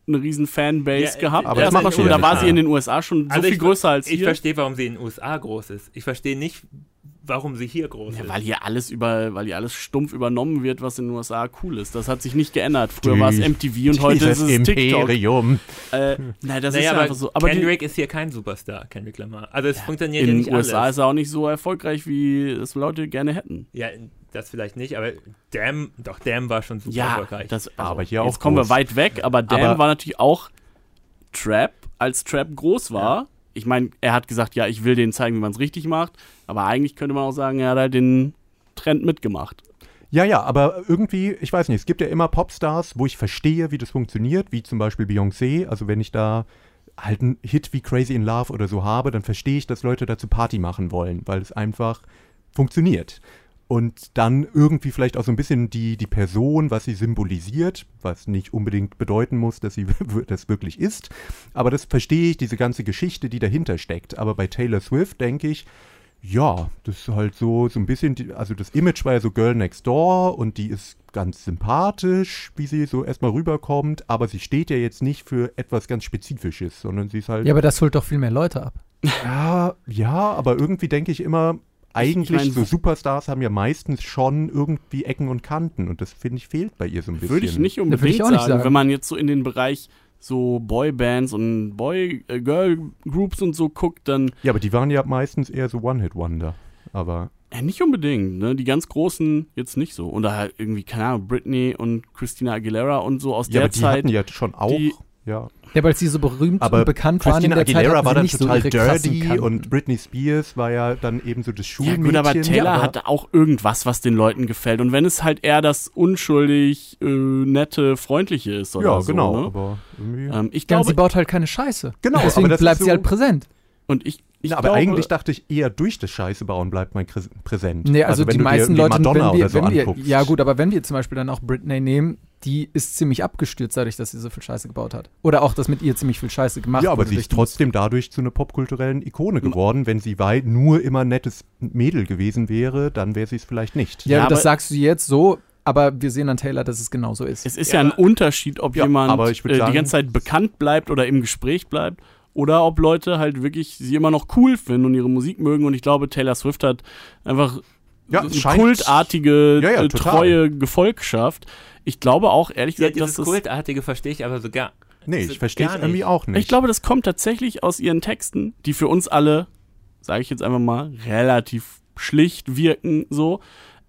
C: eine riesen Fanbase
D: Ja, äh,
C: gehabt.
B: aber das
C: Erstmal
B: machen
C: schon,
B: wir
C: da
B: ja
C: war
B: nicht.
C: sie in den USA schon
D: Also
C: so viel
D: ich-
C: größer als
D: Ich
C: hier.
D: verstehe, warum sie in den USA groß ist. Ich verstehe nicht, warum sie hier groß
C: Ja,
D: ist.
C: weil hier alles über, weil hier alles stumpf übernommen wird, was in den USA cool ist. Das hat sich nicht geändert. Früher war es
B: Die-
C: MTV und heute ist
B: dieses
C: es TikTok.
B: Imperium.
C: Äh, nein, das
D: naja,
C: ist ja
D: aber
C: einfach so. Aber die,
D: Kendrick ist hier kein Superstar, Kendrick Lamar. Also es funktioniert ja
C: in
D: nicht
C: den USA
D: alles.
C: ist er auch nicht so erfolgreich, wie es Leute gerne hätten.
D: Ja, das vielleicht nicht, aber Damn, doch Damn war schon super
C: Ja,
D: erfolgreich.
C: das,
B: Aber
C: also,
B: hier
C: jetzt
B: auch
C: kommen wir
B: groß.
C: weit weg, aber Dan
B: Aber-
C: war natürlich auch Trap, als Trap groß war. Ich meine, er hat gesagt, ja, ich will denen zeigen, wie man es richtig macht, aber eigentlich könnte man auch sagen, er hat halt den Trend mitgemacht.
B: Ja, ja, aber irgendwie, ich weiß nicht, es gibt ja immer Popstars, wo ich verstehe, wie das funktioniert, wie zum Beispiel Beyoncé. Also wenn ich da halt einen Hit wie Crazy in Love oder so habe, dann verstehe ich, dass Leute dazu Party machen wollen, weil es einfach funktioniert. Und dann irgendwie vielleicht auch so ein bisschen die, die Person, was sie symbolisiert, was nicht unbedingt bedeuten muss, dass sie wir- das wirklich ist. Aber das verstehe ich, diese ganze Geschichte, die dahinter steckt. Aber bei Taylor Swift denke ich, ja, das ist halt so, so ein bisschen, die, also das Image war ja so Girl Next Door und die ist ganz sympathisch, wie sie so erstmal rüberkommt, aber sie steht ja jetzt nicht für etwas ganz Spezifisches, sondern sie ist halt,
E: Ja,
B: ja,
E: aber das holt doch viel mehr Leute ab.
B: ja, aber irgendwie denke ich immer, eigentlich
C: mein-
B: so Superstars haben ja meistens schon irgendwie Ecken und Kanten und das finde ich fehlt bei ihr so ein bisschen.
C: Würde ich nicht unbedingt
E: ich auch
C: sagen,
E: nicht sagen.
C: wenn man jetzt so in den Bereich so Boybands und Boy äh, Girl Groups und so guckt, dann
B: Ja, aber die waren ja meistens eher so One-Hit-Wonder, aber
C: äh, nicht unbedingt, ne? Die ganz großen jetzt nicht so und da halt irgendwie keine Ahnung, Britney und Christina Aguilera und so aus
B: ja,
C: der
B: aber die
C: Zeit
B: hatten ja schon auch,
C: die-
B: ja.
E: Ja, weil sie so berühmt
B: Aber
E: und bekannt waren in
B: Christina
E: der Zeit,
B: Aguilera
E: hatten
B: war
E: sie
B: dann
E: nicht
B: total
E: so ihre krassen
B: dirty
E: Kanten.
B: und Britney Spears war ja dann eben so das
C: Ja,
B: Schulmädchen.
C: gut, aber Taylor
B: aber-
C: hatte auch irgendwas, was den Leuten gefällt. Und wenn es halt eher das unschuldig, äh, nette, freundliche ist oder
B: Ja,
C: so.
B: genau,
C: Ne?
B: aber irgendwie...
C: Ähm, ich
E: Ja, und sie
C: glaube,
E: baut halt keine Scheiße.
B: Genau,
E: Deswegen
B: aber das
E: bleibt
B: ist
E: sie
B: so-
E: halt präsent.
C: und ich, ich
B: Na, aber
C: glaube,
B: eigentlich dachte ich, eher durch das Scheiße bauen bleibt man krä- präsent.
E: Nee, also,
B: wenn
E: die
B: du dir
E: meisten
B: die
E: Leute,
B: Madonna
E: wenn wir,
B: oder so
E: wenn wir,
B: anguckst.
E: ja gut, aber wenn wir zum Beispiel dann auch Britney nehmen, die ist ziemlich abgestürzt, dadurch, dass sie so viel Scheiße gebaut hat. Oder auch, dass mit ihr ziemlich viel Scheiße gemacht
B: ja, aber
E: wurde.
B: sie
E: durch
B: ist
E: die-
B: trotzdem dadurch zu einer popkulturellen Ikone geworden. Wenn sie wei- nur immer ein nettes Mädel gewesen wäre, dann wäre sie es vielleicht nicht.
E: Ja,
C: Ja,
E: das
C: aber-
E: sagst du jetzt so, aber wir sehen an Taylor, dass es genau so ist.
C: es ist ja,
D: Ja,
C: ein
D: aber-
C: Unterschied, ob
B: Ja,
C: jemand
B: aber ich würd
C: äh, die
B: sagen-
C: ganze Zeit bekannt bleibt oder im Gespräch bleibt. Oder ob Leute halt wirklich sie immer noch cool finden und ihre Musik mögen. Und ich glaube, Taylor Swift hat einfach
B: Ja,
C: eine
B: es scheint-
C: kultartige,
B: Ja, ja,
C: äh,
B: total.
C: treue Gefolgschaft. Ich glaube auch, ehrlich
D: ja,
C: gesagt, dass
D: dieses
C: das
D: Kultartige verstehe ich aber sogar. Also
B: nee,
D: gar
B: ich verstehe es
D: nicht.
B: irgendwie auch nicht.
C: Ich glaube, das kommt tatsächlich aus ihren Texten, die für uns alle, sage ich jetzt einfach mal, relativ schlicht wirken, so.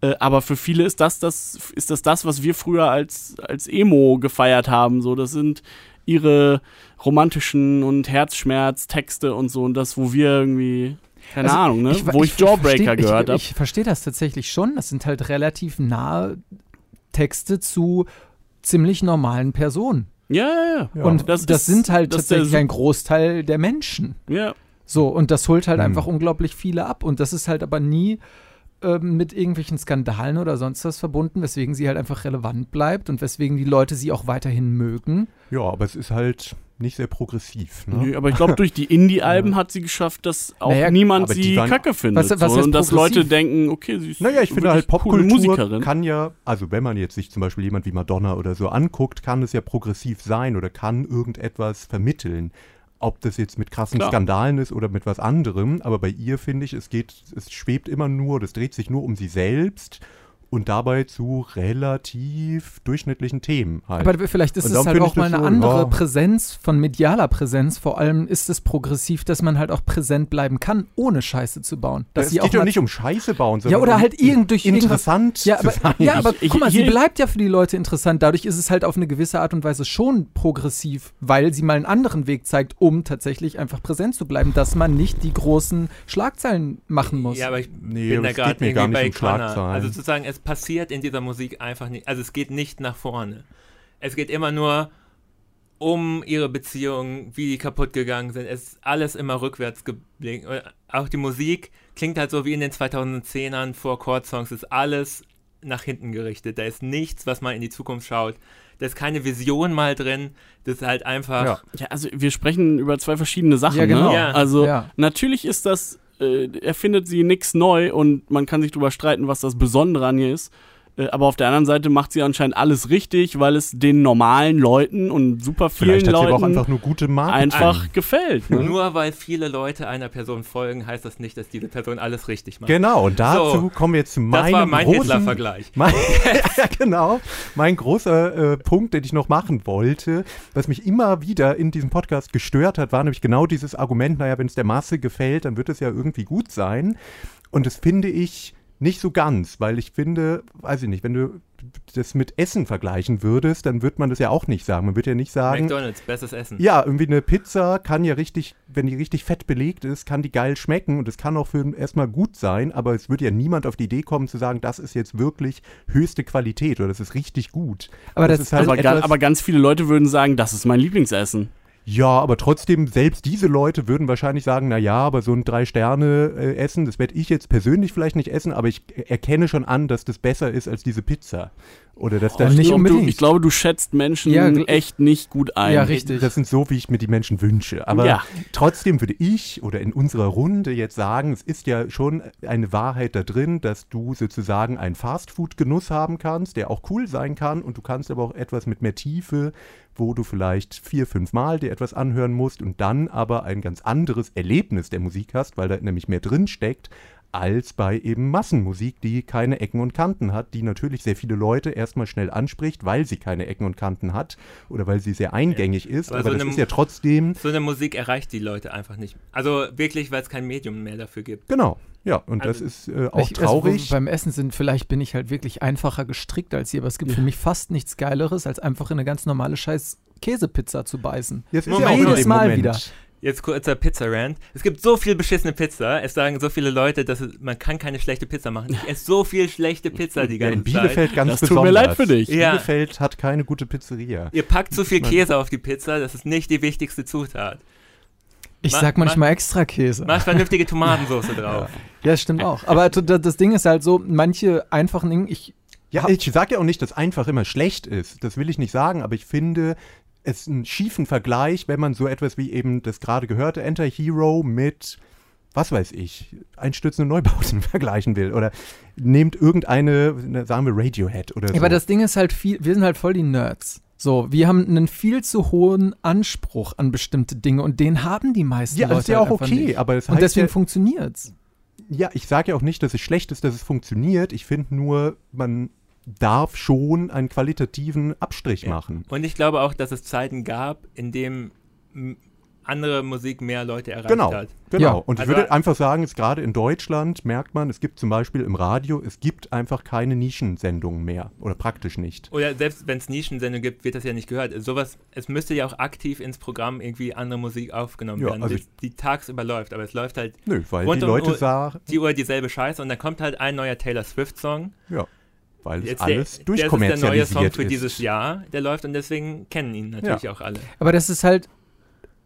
C: Äh, aber für viele ist das, das, ist das das, was wir früher als, als Emo gefeiert haben, so. Das sind ihre romantischen und Herzschmerztexte und so und das, wo wir irgendwie, keine
E: Also,
C: Ahnung, ne?
E: wa-
C: wo ich, Jawbreaker
E: versteh-
C: gehört habe.
E: Ich, ich verstehe das tatsächlich schon. Das sind halt relativ nahe Texte zu ziemlich normalen Personen.
C: Ja, ja, ja.
B: Ja.
E: Und das,
C: Das ist-
E: sind halt
C: das ist der
E: tatsächlich
C: Su-
E: ein Großteil der Menschen.
C: ja.
E: So, und das holt halt
B: Hm.
E: einfach unglaublich viele ab. Und das ist halt aber nie ähm, mit irgendwelchen Skandalen oder sonst was verbunden, weswegen sie halt einfach relevant bleibt und weswegen die Leute sie auch weiterhin mögen.
B: ja, aber es ist halt nicht sehr progressiv. Ne?
C: Nö, aber ich glaube, durch die Indie-Alben hat sie geschafft, dass auch
E: Naja,
C: niemand
B: aber die
C: sie
B: waren-
C: kacke findet.
E: Was- was
C: so,
E: heißt
C: und dass
E: progressiv?
C: Leute denken, okay, sie ist
B: Naja, ich finde
C: wirklich
B: halt
C: coole
B: Popkultur
C: Musikerin.
B: kann ja, also wenn man jetzt sich zum Beispiel jemand wie Madonna oder so anguckt, kann es ja progressiv sein oder kann irgendetwas vermitteln. Ob das jetzt mit krassen
C: Klar.
B: Skandalen ist oder mit was anderem, aber bei ihr finde ich, es geht, es schwebt immer nur, das dreht sich nur um sie selbst und dabei zu relativ durchschnittlichen Themen halt.
E: Aber vielleicht ist
B: Und
E: es
B: dann
E: halt
B: finde
E: auch
B: ich
E: mal
B: das
E: eine
B: so,
E: andere
B: ja.
E: Präsenz von medialer Präsenz. Vor allem ist es progressiv, dass man halt auch präsent bleiben kann, ohne Scheiße zu bauen. Dass
B: es
E: sie auch
B: geht ja
E: mal-
B: nicht um Scheiße bauen,
E: ja, oder
B: um
E: halt irgend durch irgendwas.
B: interessant
E: Ja, aber,
B: zu sein.
E: ja, aber
C: Ich-
E: guck mal, sie
C: hier-
E: bleibt ja für die Leute interessant. Dadurch ist es halt auf eine gewisse Art und Weise schon progressiv, weil sie mal einen anderen Weg zeigt, um tatsächlich einfach präsent zu bleiben, dass man nicht die großen Schlagzeilen machen muss.
D: Ja, aber ich
B: Nee,
D: bin da
B: das geht
D: gerade
B: mir gar
D: irgendwie bei
B: nicht um
D: Connor.
B: Schlagzeilen.
D: Also sozusagen, es passiert in dieser Musik einfach nicht. Also es geht nicht nach vorne. Es geht immer nur um ihre Beziehungen, wie die kaputt gegangen sind. Es ist alles immer rückwärts geblinkt. Auch die Musik klingt halt so wie in den 2010ern vor Chord-Songs. Ist alles nach hinten gerichtet. Da ist nichts, was mal in die Zukunft schaut. Da ist keine Vision mal drin. Das ist halt einfach.
B: Ja.
C: Ja, also wir sprechen über zwei verschiedene Sachen.
E: Ja, genau.
C: Ne?
D: Ja.
C: Also
E: Ja.
C: natürlich ist das, äh, erfindet sie nichts neu und man kann sich darüber streiten, was das Besondere an ihr ist. Äh, aber auf der anderen Seite macht sie anscheinend alles richtig, weil es den normalen Leuten und super vielen
B: Vielleicht hat sie aber auch
C: Leuten
B: einfach nur gute Marken.
C: einfach gefällt. Ne?
D: Nur weil viele Leute einer Person folgen, heißt das nicht, dass diese Person alles richtig macht.
B: Genau, und dazu
D: So.
B: kommen wir zu
D: Das
B: meinem
D: war mein
B: großen
D: Hitler-Vergleich.
B: Mein, ja, genau. Mein großer äh, Punkt, den ich noch machen wollte, was mich immer wieder in diesem Podcast gestört hat, war nämlich genau dieses Argument, naja, wenn es der Masse gefällt, dann wird es ja irgendwie gut sein. Und das finde ich nicht so ganz, weil ich finde, weiß ich nicht, wenn du das mit Essen vergleichen würdest, dann wird man das ja auch nicht sagen. Man wird ja nicht sagen,
D: McDonalds, bestes Essen.
B: ja, irgendwie eine Pizza kann ja richtig, wenn die richtig fett belegt ist, kann die geil schmecken und es kann auch für erstmal gut sein, aber es würde ja niemand auf die Idee kommen zu sagen, das ist jetzt wirklich höchste Qualität oder das ist richtig gut.
E: Aber das-
B: ist halt
C: aber, ga,
B: etwas,
C: aber ganz viele Leute würden sagen, das ist mein Lieblingsessen.
B: ja, aber trotzdem, selbst diese Leute würden wahrscheinlich sagen, na ja, aber so ein Drei-Sterne-Essen, das werde ich jetzt persönlich vielleicht nicht essen, aber ich e-, erkenne schon an, dass das besser ist als diese Pizza. Oder dass das
E: Oh, nicht
C: ich, glaube, Äh, du,
E: unbedingt.
C: ich glaube, du schätzt Menschen
E: Ja, gl-
C: echt nicht gut ein.
E: Ja, richtig.
B: Das sind so, wie ich mir die Menschen wünsche. Aber
C: Ja.
B: trotzdem würde ich oder in unserer Runde jetzt sagen, es ist ja schon eine Wahrheit da drin, dass du sozusagen einen Fastfood-Genuss haben kannst, der auch cool sein kann und du kannst aber auch etwas mit mehr Tiefe, wo du vielleicht vier, fünf Mal dir etwas anhören musst und dann aber ein ganz anderes Erlebnis der Musik hast, weil da nämlich mehr drin steckt als bei eben Massenmusik, die keine Ecken und Kanten hat, die natürlich sehr viele Leute erstmal schnell anspricht, weil sie keine Ecken und Kanten hat oder weil sie sehr eingängig ist.
D: Aber
B: Aber,
D: so
B: das
D: eine-
B: ist ja trotzdem,
D: So eine Musik erreicht die Leute einfach nicht. Also wirklich, weil es kein Medium mehr dafür gibt.
B: genau, ja, und
D: Also,
B: das ist äh, auch
E: Vielleicht- also, wo wir
B: traurig.
E: beim Essen sind, vielleicht bin ich halt wirklich einfacher gestrickt als ihr, aber es gibt für mich fast nichts Geileres, als einfach in eine ganz normale scheiß Käsepizza zu beißen.
B: Jetzt
D: Moment, jedes
E: Mal wieder.
D: Jetzt kurzer Pizza-Rant. Es gibt so viel beschissene Pizza. Es sagen so viele Leute, dass es, man kann keine schlechte Pizza machen. Ich esse so viel schlechte Pizza die
B: Ja, in
D: ganze Zeit.
B: Bielefeld ganz
C: Das tut mir
B: besonders.
C: leid für dich.
D: Ja.
B: Bielefeld hat keine gute Pizzeria.
D: Ihr packt zu viel Käse auf die Pizza. Das ist nicht die wichtigste Zutat.
E: Ich
D: Ma-
E: sag manchmal
D: ma-
E: extra Käse.
D: Macht vernünftige Tomatensauce drauf.
E: Ja, stimmt auch. Aber t- das Ding ist halt so, manche einfachen Dinge, ich,
B: Ja, ich sage ja auch nicht, dass einfach immer schlecht ist. Das will ich nicht sagen, aber ich finde es einen schiefen Vergleich, wenn man so etwas wie eben das gerade gehörte Enter Hero mit was weiß ich, einstürzende Neubauten vergleichen will oder nehmt irgendeine, na, sagen wir Radiohead oder so.
E: Aber das Ding ist halt viel, wir sind halt voll die Nerds. So, wir haben einen viel zu hohen Anspruch an bestimmte Dinge und den haben die meisten
B: ja,
E: Leute.
B: das ist ja
E: halt
B: auch
E: einfach
B: okay,
E: Nicht.
B: aber das
E: Und
B: heißt
E: deswegen
B: ja,
E: funktioniert's.
B: ja, ich sage ja auch nicht, dass es schlecht ist, dass es funktioniert. Ich finde nur, man darf schon einen qualitativen Abstrich machen.
D: Und ich glaube auch, dass es Zeiten gab, in denen m, andere Musik mehr Leute erreicht
B: Genau,
D: hat.
B: genau.
E: Ja.
B: Und ich
D: Also-
B: würde einfach sagen, es gerade in Deutschland merkt man, es gibt zum Beispiel im Radio, es gibt einfach keine Nischensendungen mehr oder praktisch nicht.
D: Oder selbst wenn es Nischensendungen gibt, wird das ja nicht gehört. Sowas, es müsste ja auch aktiv ins Programm irgendwie andere Musik aufgenommen
B: Ja,
D: werden,
B: also
D: die, die tagsüber läuft, aber es läuft halt
B: Nö, weil
D: Rund
B: die
D: um
B: Leute
D: Uhr-
B: sagen,
D: die Uhr dieselbe Scheiße und dann kommt halt ein neuer Taylor Swift-Song.
B: ja, weil es
D: Jetzt
B: alles
D: der, das ist der neue
B: durchkommerzialisiert
D: Song für
B: ist.
D: dieses Jahr, der läuft und deswegen kennen ihn natürlich auch alle.
E: Aber das ist halt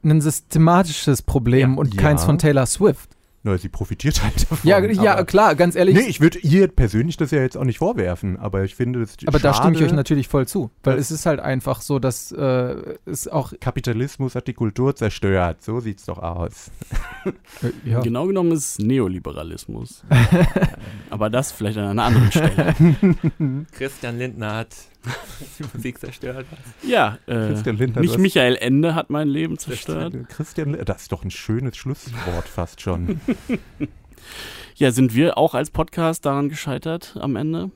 E: ein systematisches Problem
D: Ja.
E: und
B: Ja.
E: keins von Taylor Swift.
B: Na, sie profitiert halt davon.
E: Ja,
B: aber-
E: ja, klar, ganz ehrlich.
B: Nee, ich würde ihr persönlich das ja jetzt auch nicht vorwerfen, aber ich finde das
E: aber
B: schade.
E: da stimme ich euch natürlich voll zu, weil es ist halt einfach so, dass äh, es auch
B: Kapitalismus hat die Kultur zerstört. So sieht's doch aus.
E: äh, ja.
C: Genau genommen ist es Neoliberalismus. Aber das vielleicht an einer anderen Stelle.
D: Christian Lindner hat die Musik zerstört.
C: Ja, äh,
B: Christian Lindner,
C: nicht
B: was-
C: Michael Ende hat mein Leben zerstört.
B: Christian, das ist doch ein schönes Schlusswort fast schon.
C: Ja, sind wir auch als Podcast daran gescheitert am Ende?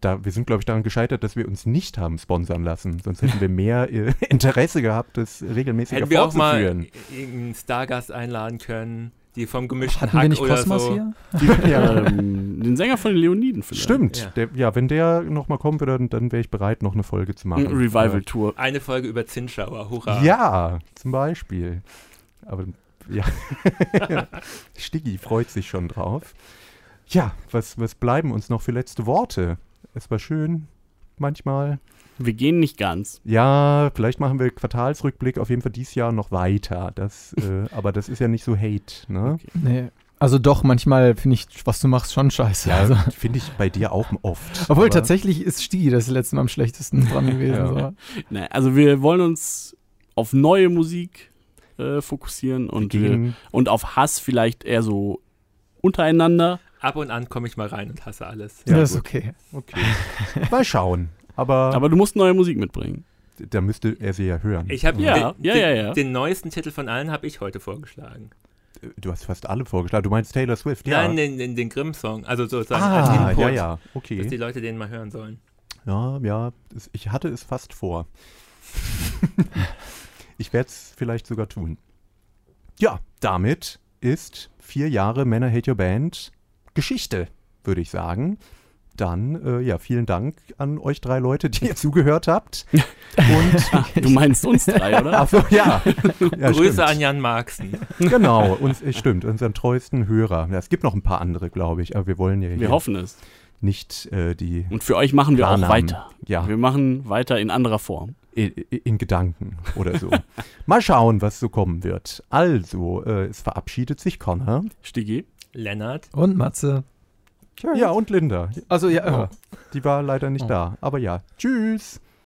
B: Da, wir sind, glaube ich, daran gescheitert, dass wir uns nicht haben sponsern lassen. Sonst hätten wir mehr äh, Interesse gehabt, das regelmäßig
D: Hätten wir auch mal
B: fortzuführen.
D: irgendeinen Stargast einladen können, die vom gemischten
E: Hatten
D: Hack
E: wir nicht
D: oder
E: Kosmos
D: so.
E: hier?
B: ja,
C: Ähm, den Sänger von den Leoniden vielleicht.
B: stimmt.
D: Ja.
B: Ja. Der, ja, wenn der nochmal kommen würde, dann, dann wäre ich bereit, noch eine Folge zu machen.
C: Eine Revival-Tour.
D: Eine Folge über Zinschauer, hurra.
B: Ja, zum Beispiel. Aber ja, Stiggy freut sich schon drauf. Ja, was, was bleiben uns noch für letzte Worte? Es war schön, manchmal.
C: Wir gehen nicht ganz.
B: Ja, vielleicht machen wir Quartalsrückblick auf jeden Fall dieses Jahr noch weiter. Das, äh, aber das ist ja nicht so Hate, ne?
E: Nee. Also doch, manchmal finde ich, was du machst, schon scheiße.
B: Ja,
E: Also,
B: finde ich bei dir auch oft.
E: obwohl
B: aber-
E: tatsächlich ist Stigi das letzte Mal am schlechtesten dran gewesen.
B: Ja.
E: so.
C: Nee, also wir wollen uns auf neue Musik äh, fokussieren und, wir,
B: Gegen,
C: und auf Hass vielleicht eher so untereinander.
D: Ab und an komme ich mal rein und hasse alles.
E: Ja,
B: Ja,
E: das ist
B: gut.
E: okay.
B: okay. Mal schauen. Aber,
C: Aber du musst neue Musik mitbringen.
B: da müsste er sie ja hören.
D: Ich habe
C: Ja,
D: den,
C: ja,
D: den,
C: ja, ja.
D: den neuesten Titel von allen habe ich heute vorgeschlagen.
B: äh, du hast fast alle vorgeschlagen. Du meinst Taylor Swift, ja.
D: Nein, den, den, den Grimm-Song. Also sozusagen
B: ah,
D: als Input,
B: ja, ja. Okay.
D: dass die Leute den mal hören sollen.
B: Ja, ja, es- ich hatte es fast vor. ich werde es vielleicht sogar tun. Ja, damit ist vier Jahre Männer Hate Your Band Geschichte, würde ich sagen. Dann, äh, ja, vielen Dank an euch drei Leute, die ihr zugehört habt. Und,
C: Du meinst uns drei, oder?
B: ach so, ja. ja
D: Grüße
B: stimmt.
D: an Jan Marxen.
B: Genau, uns, äh, stimmt, unseren treuesten Hörer. Ja, es gibt noch ein paar andere, glaube ich, aber wir wollen ja
C: Wir
B: hier
C: hoffen es.
B: nicht äh, die
C: Und für euch machen wir auch
B: Klarnamen.
C: weiter.
B: Ja.
C: Wir machen weiter in anderer Form.
B: in, in Gedanken oder so. Mal schauen, was so kommen wird. Also, äh, es verabschiedet sich Connor.
C: Stigi?
D: Lennart.
E: Und Matze.
B: Ja, und Linda.
E: Also ja,
B: Die war leider nicht
E: Oh.
B: da. Aber ja. Tschüss.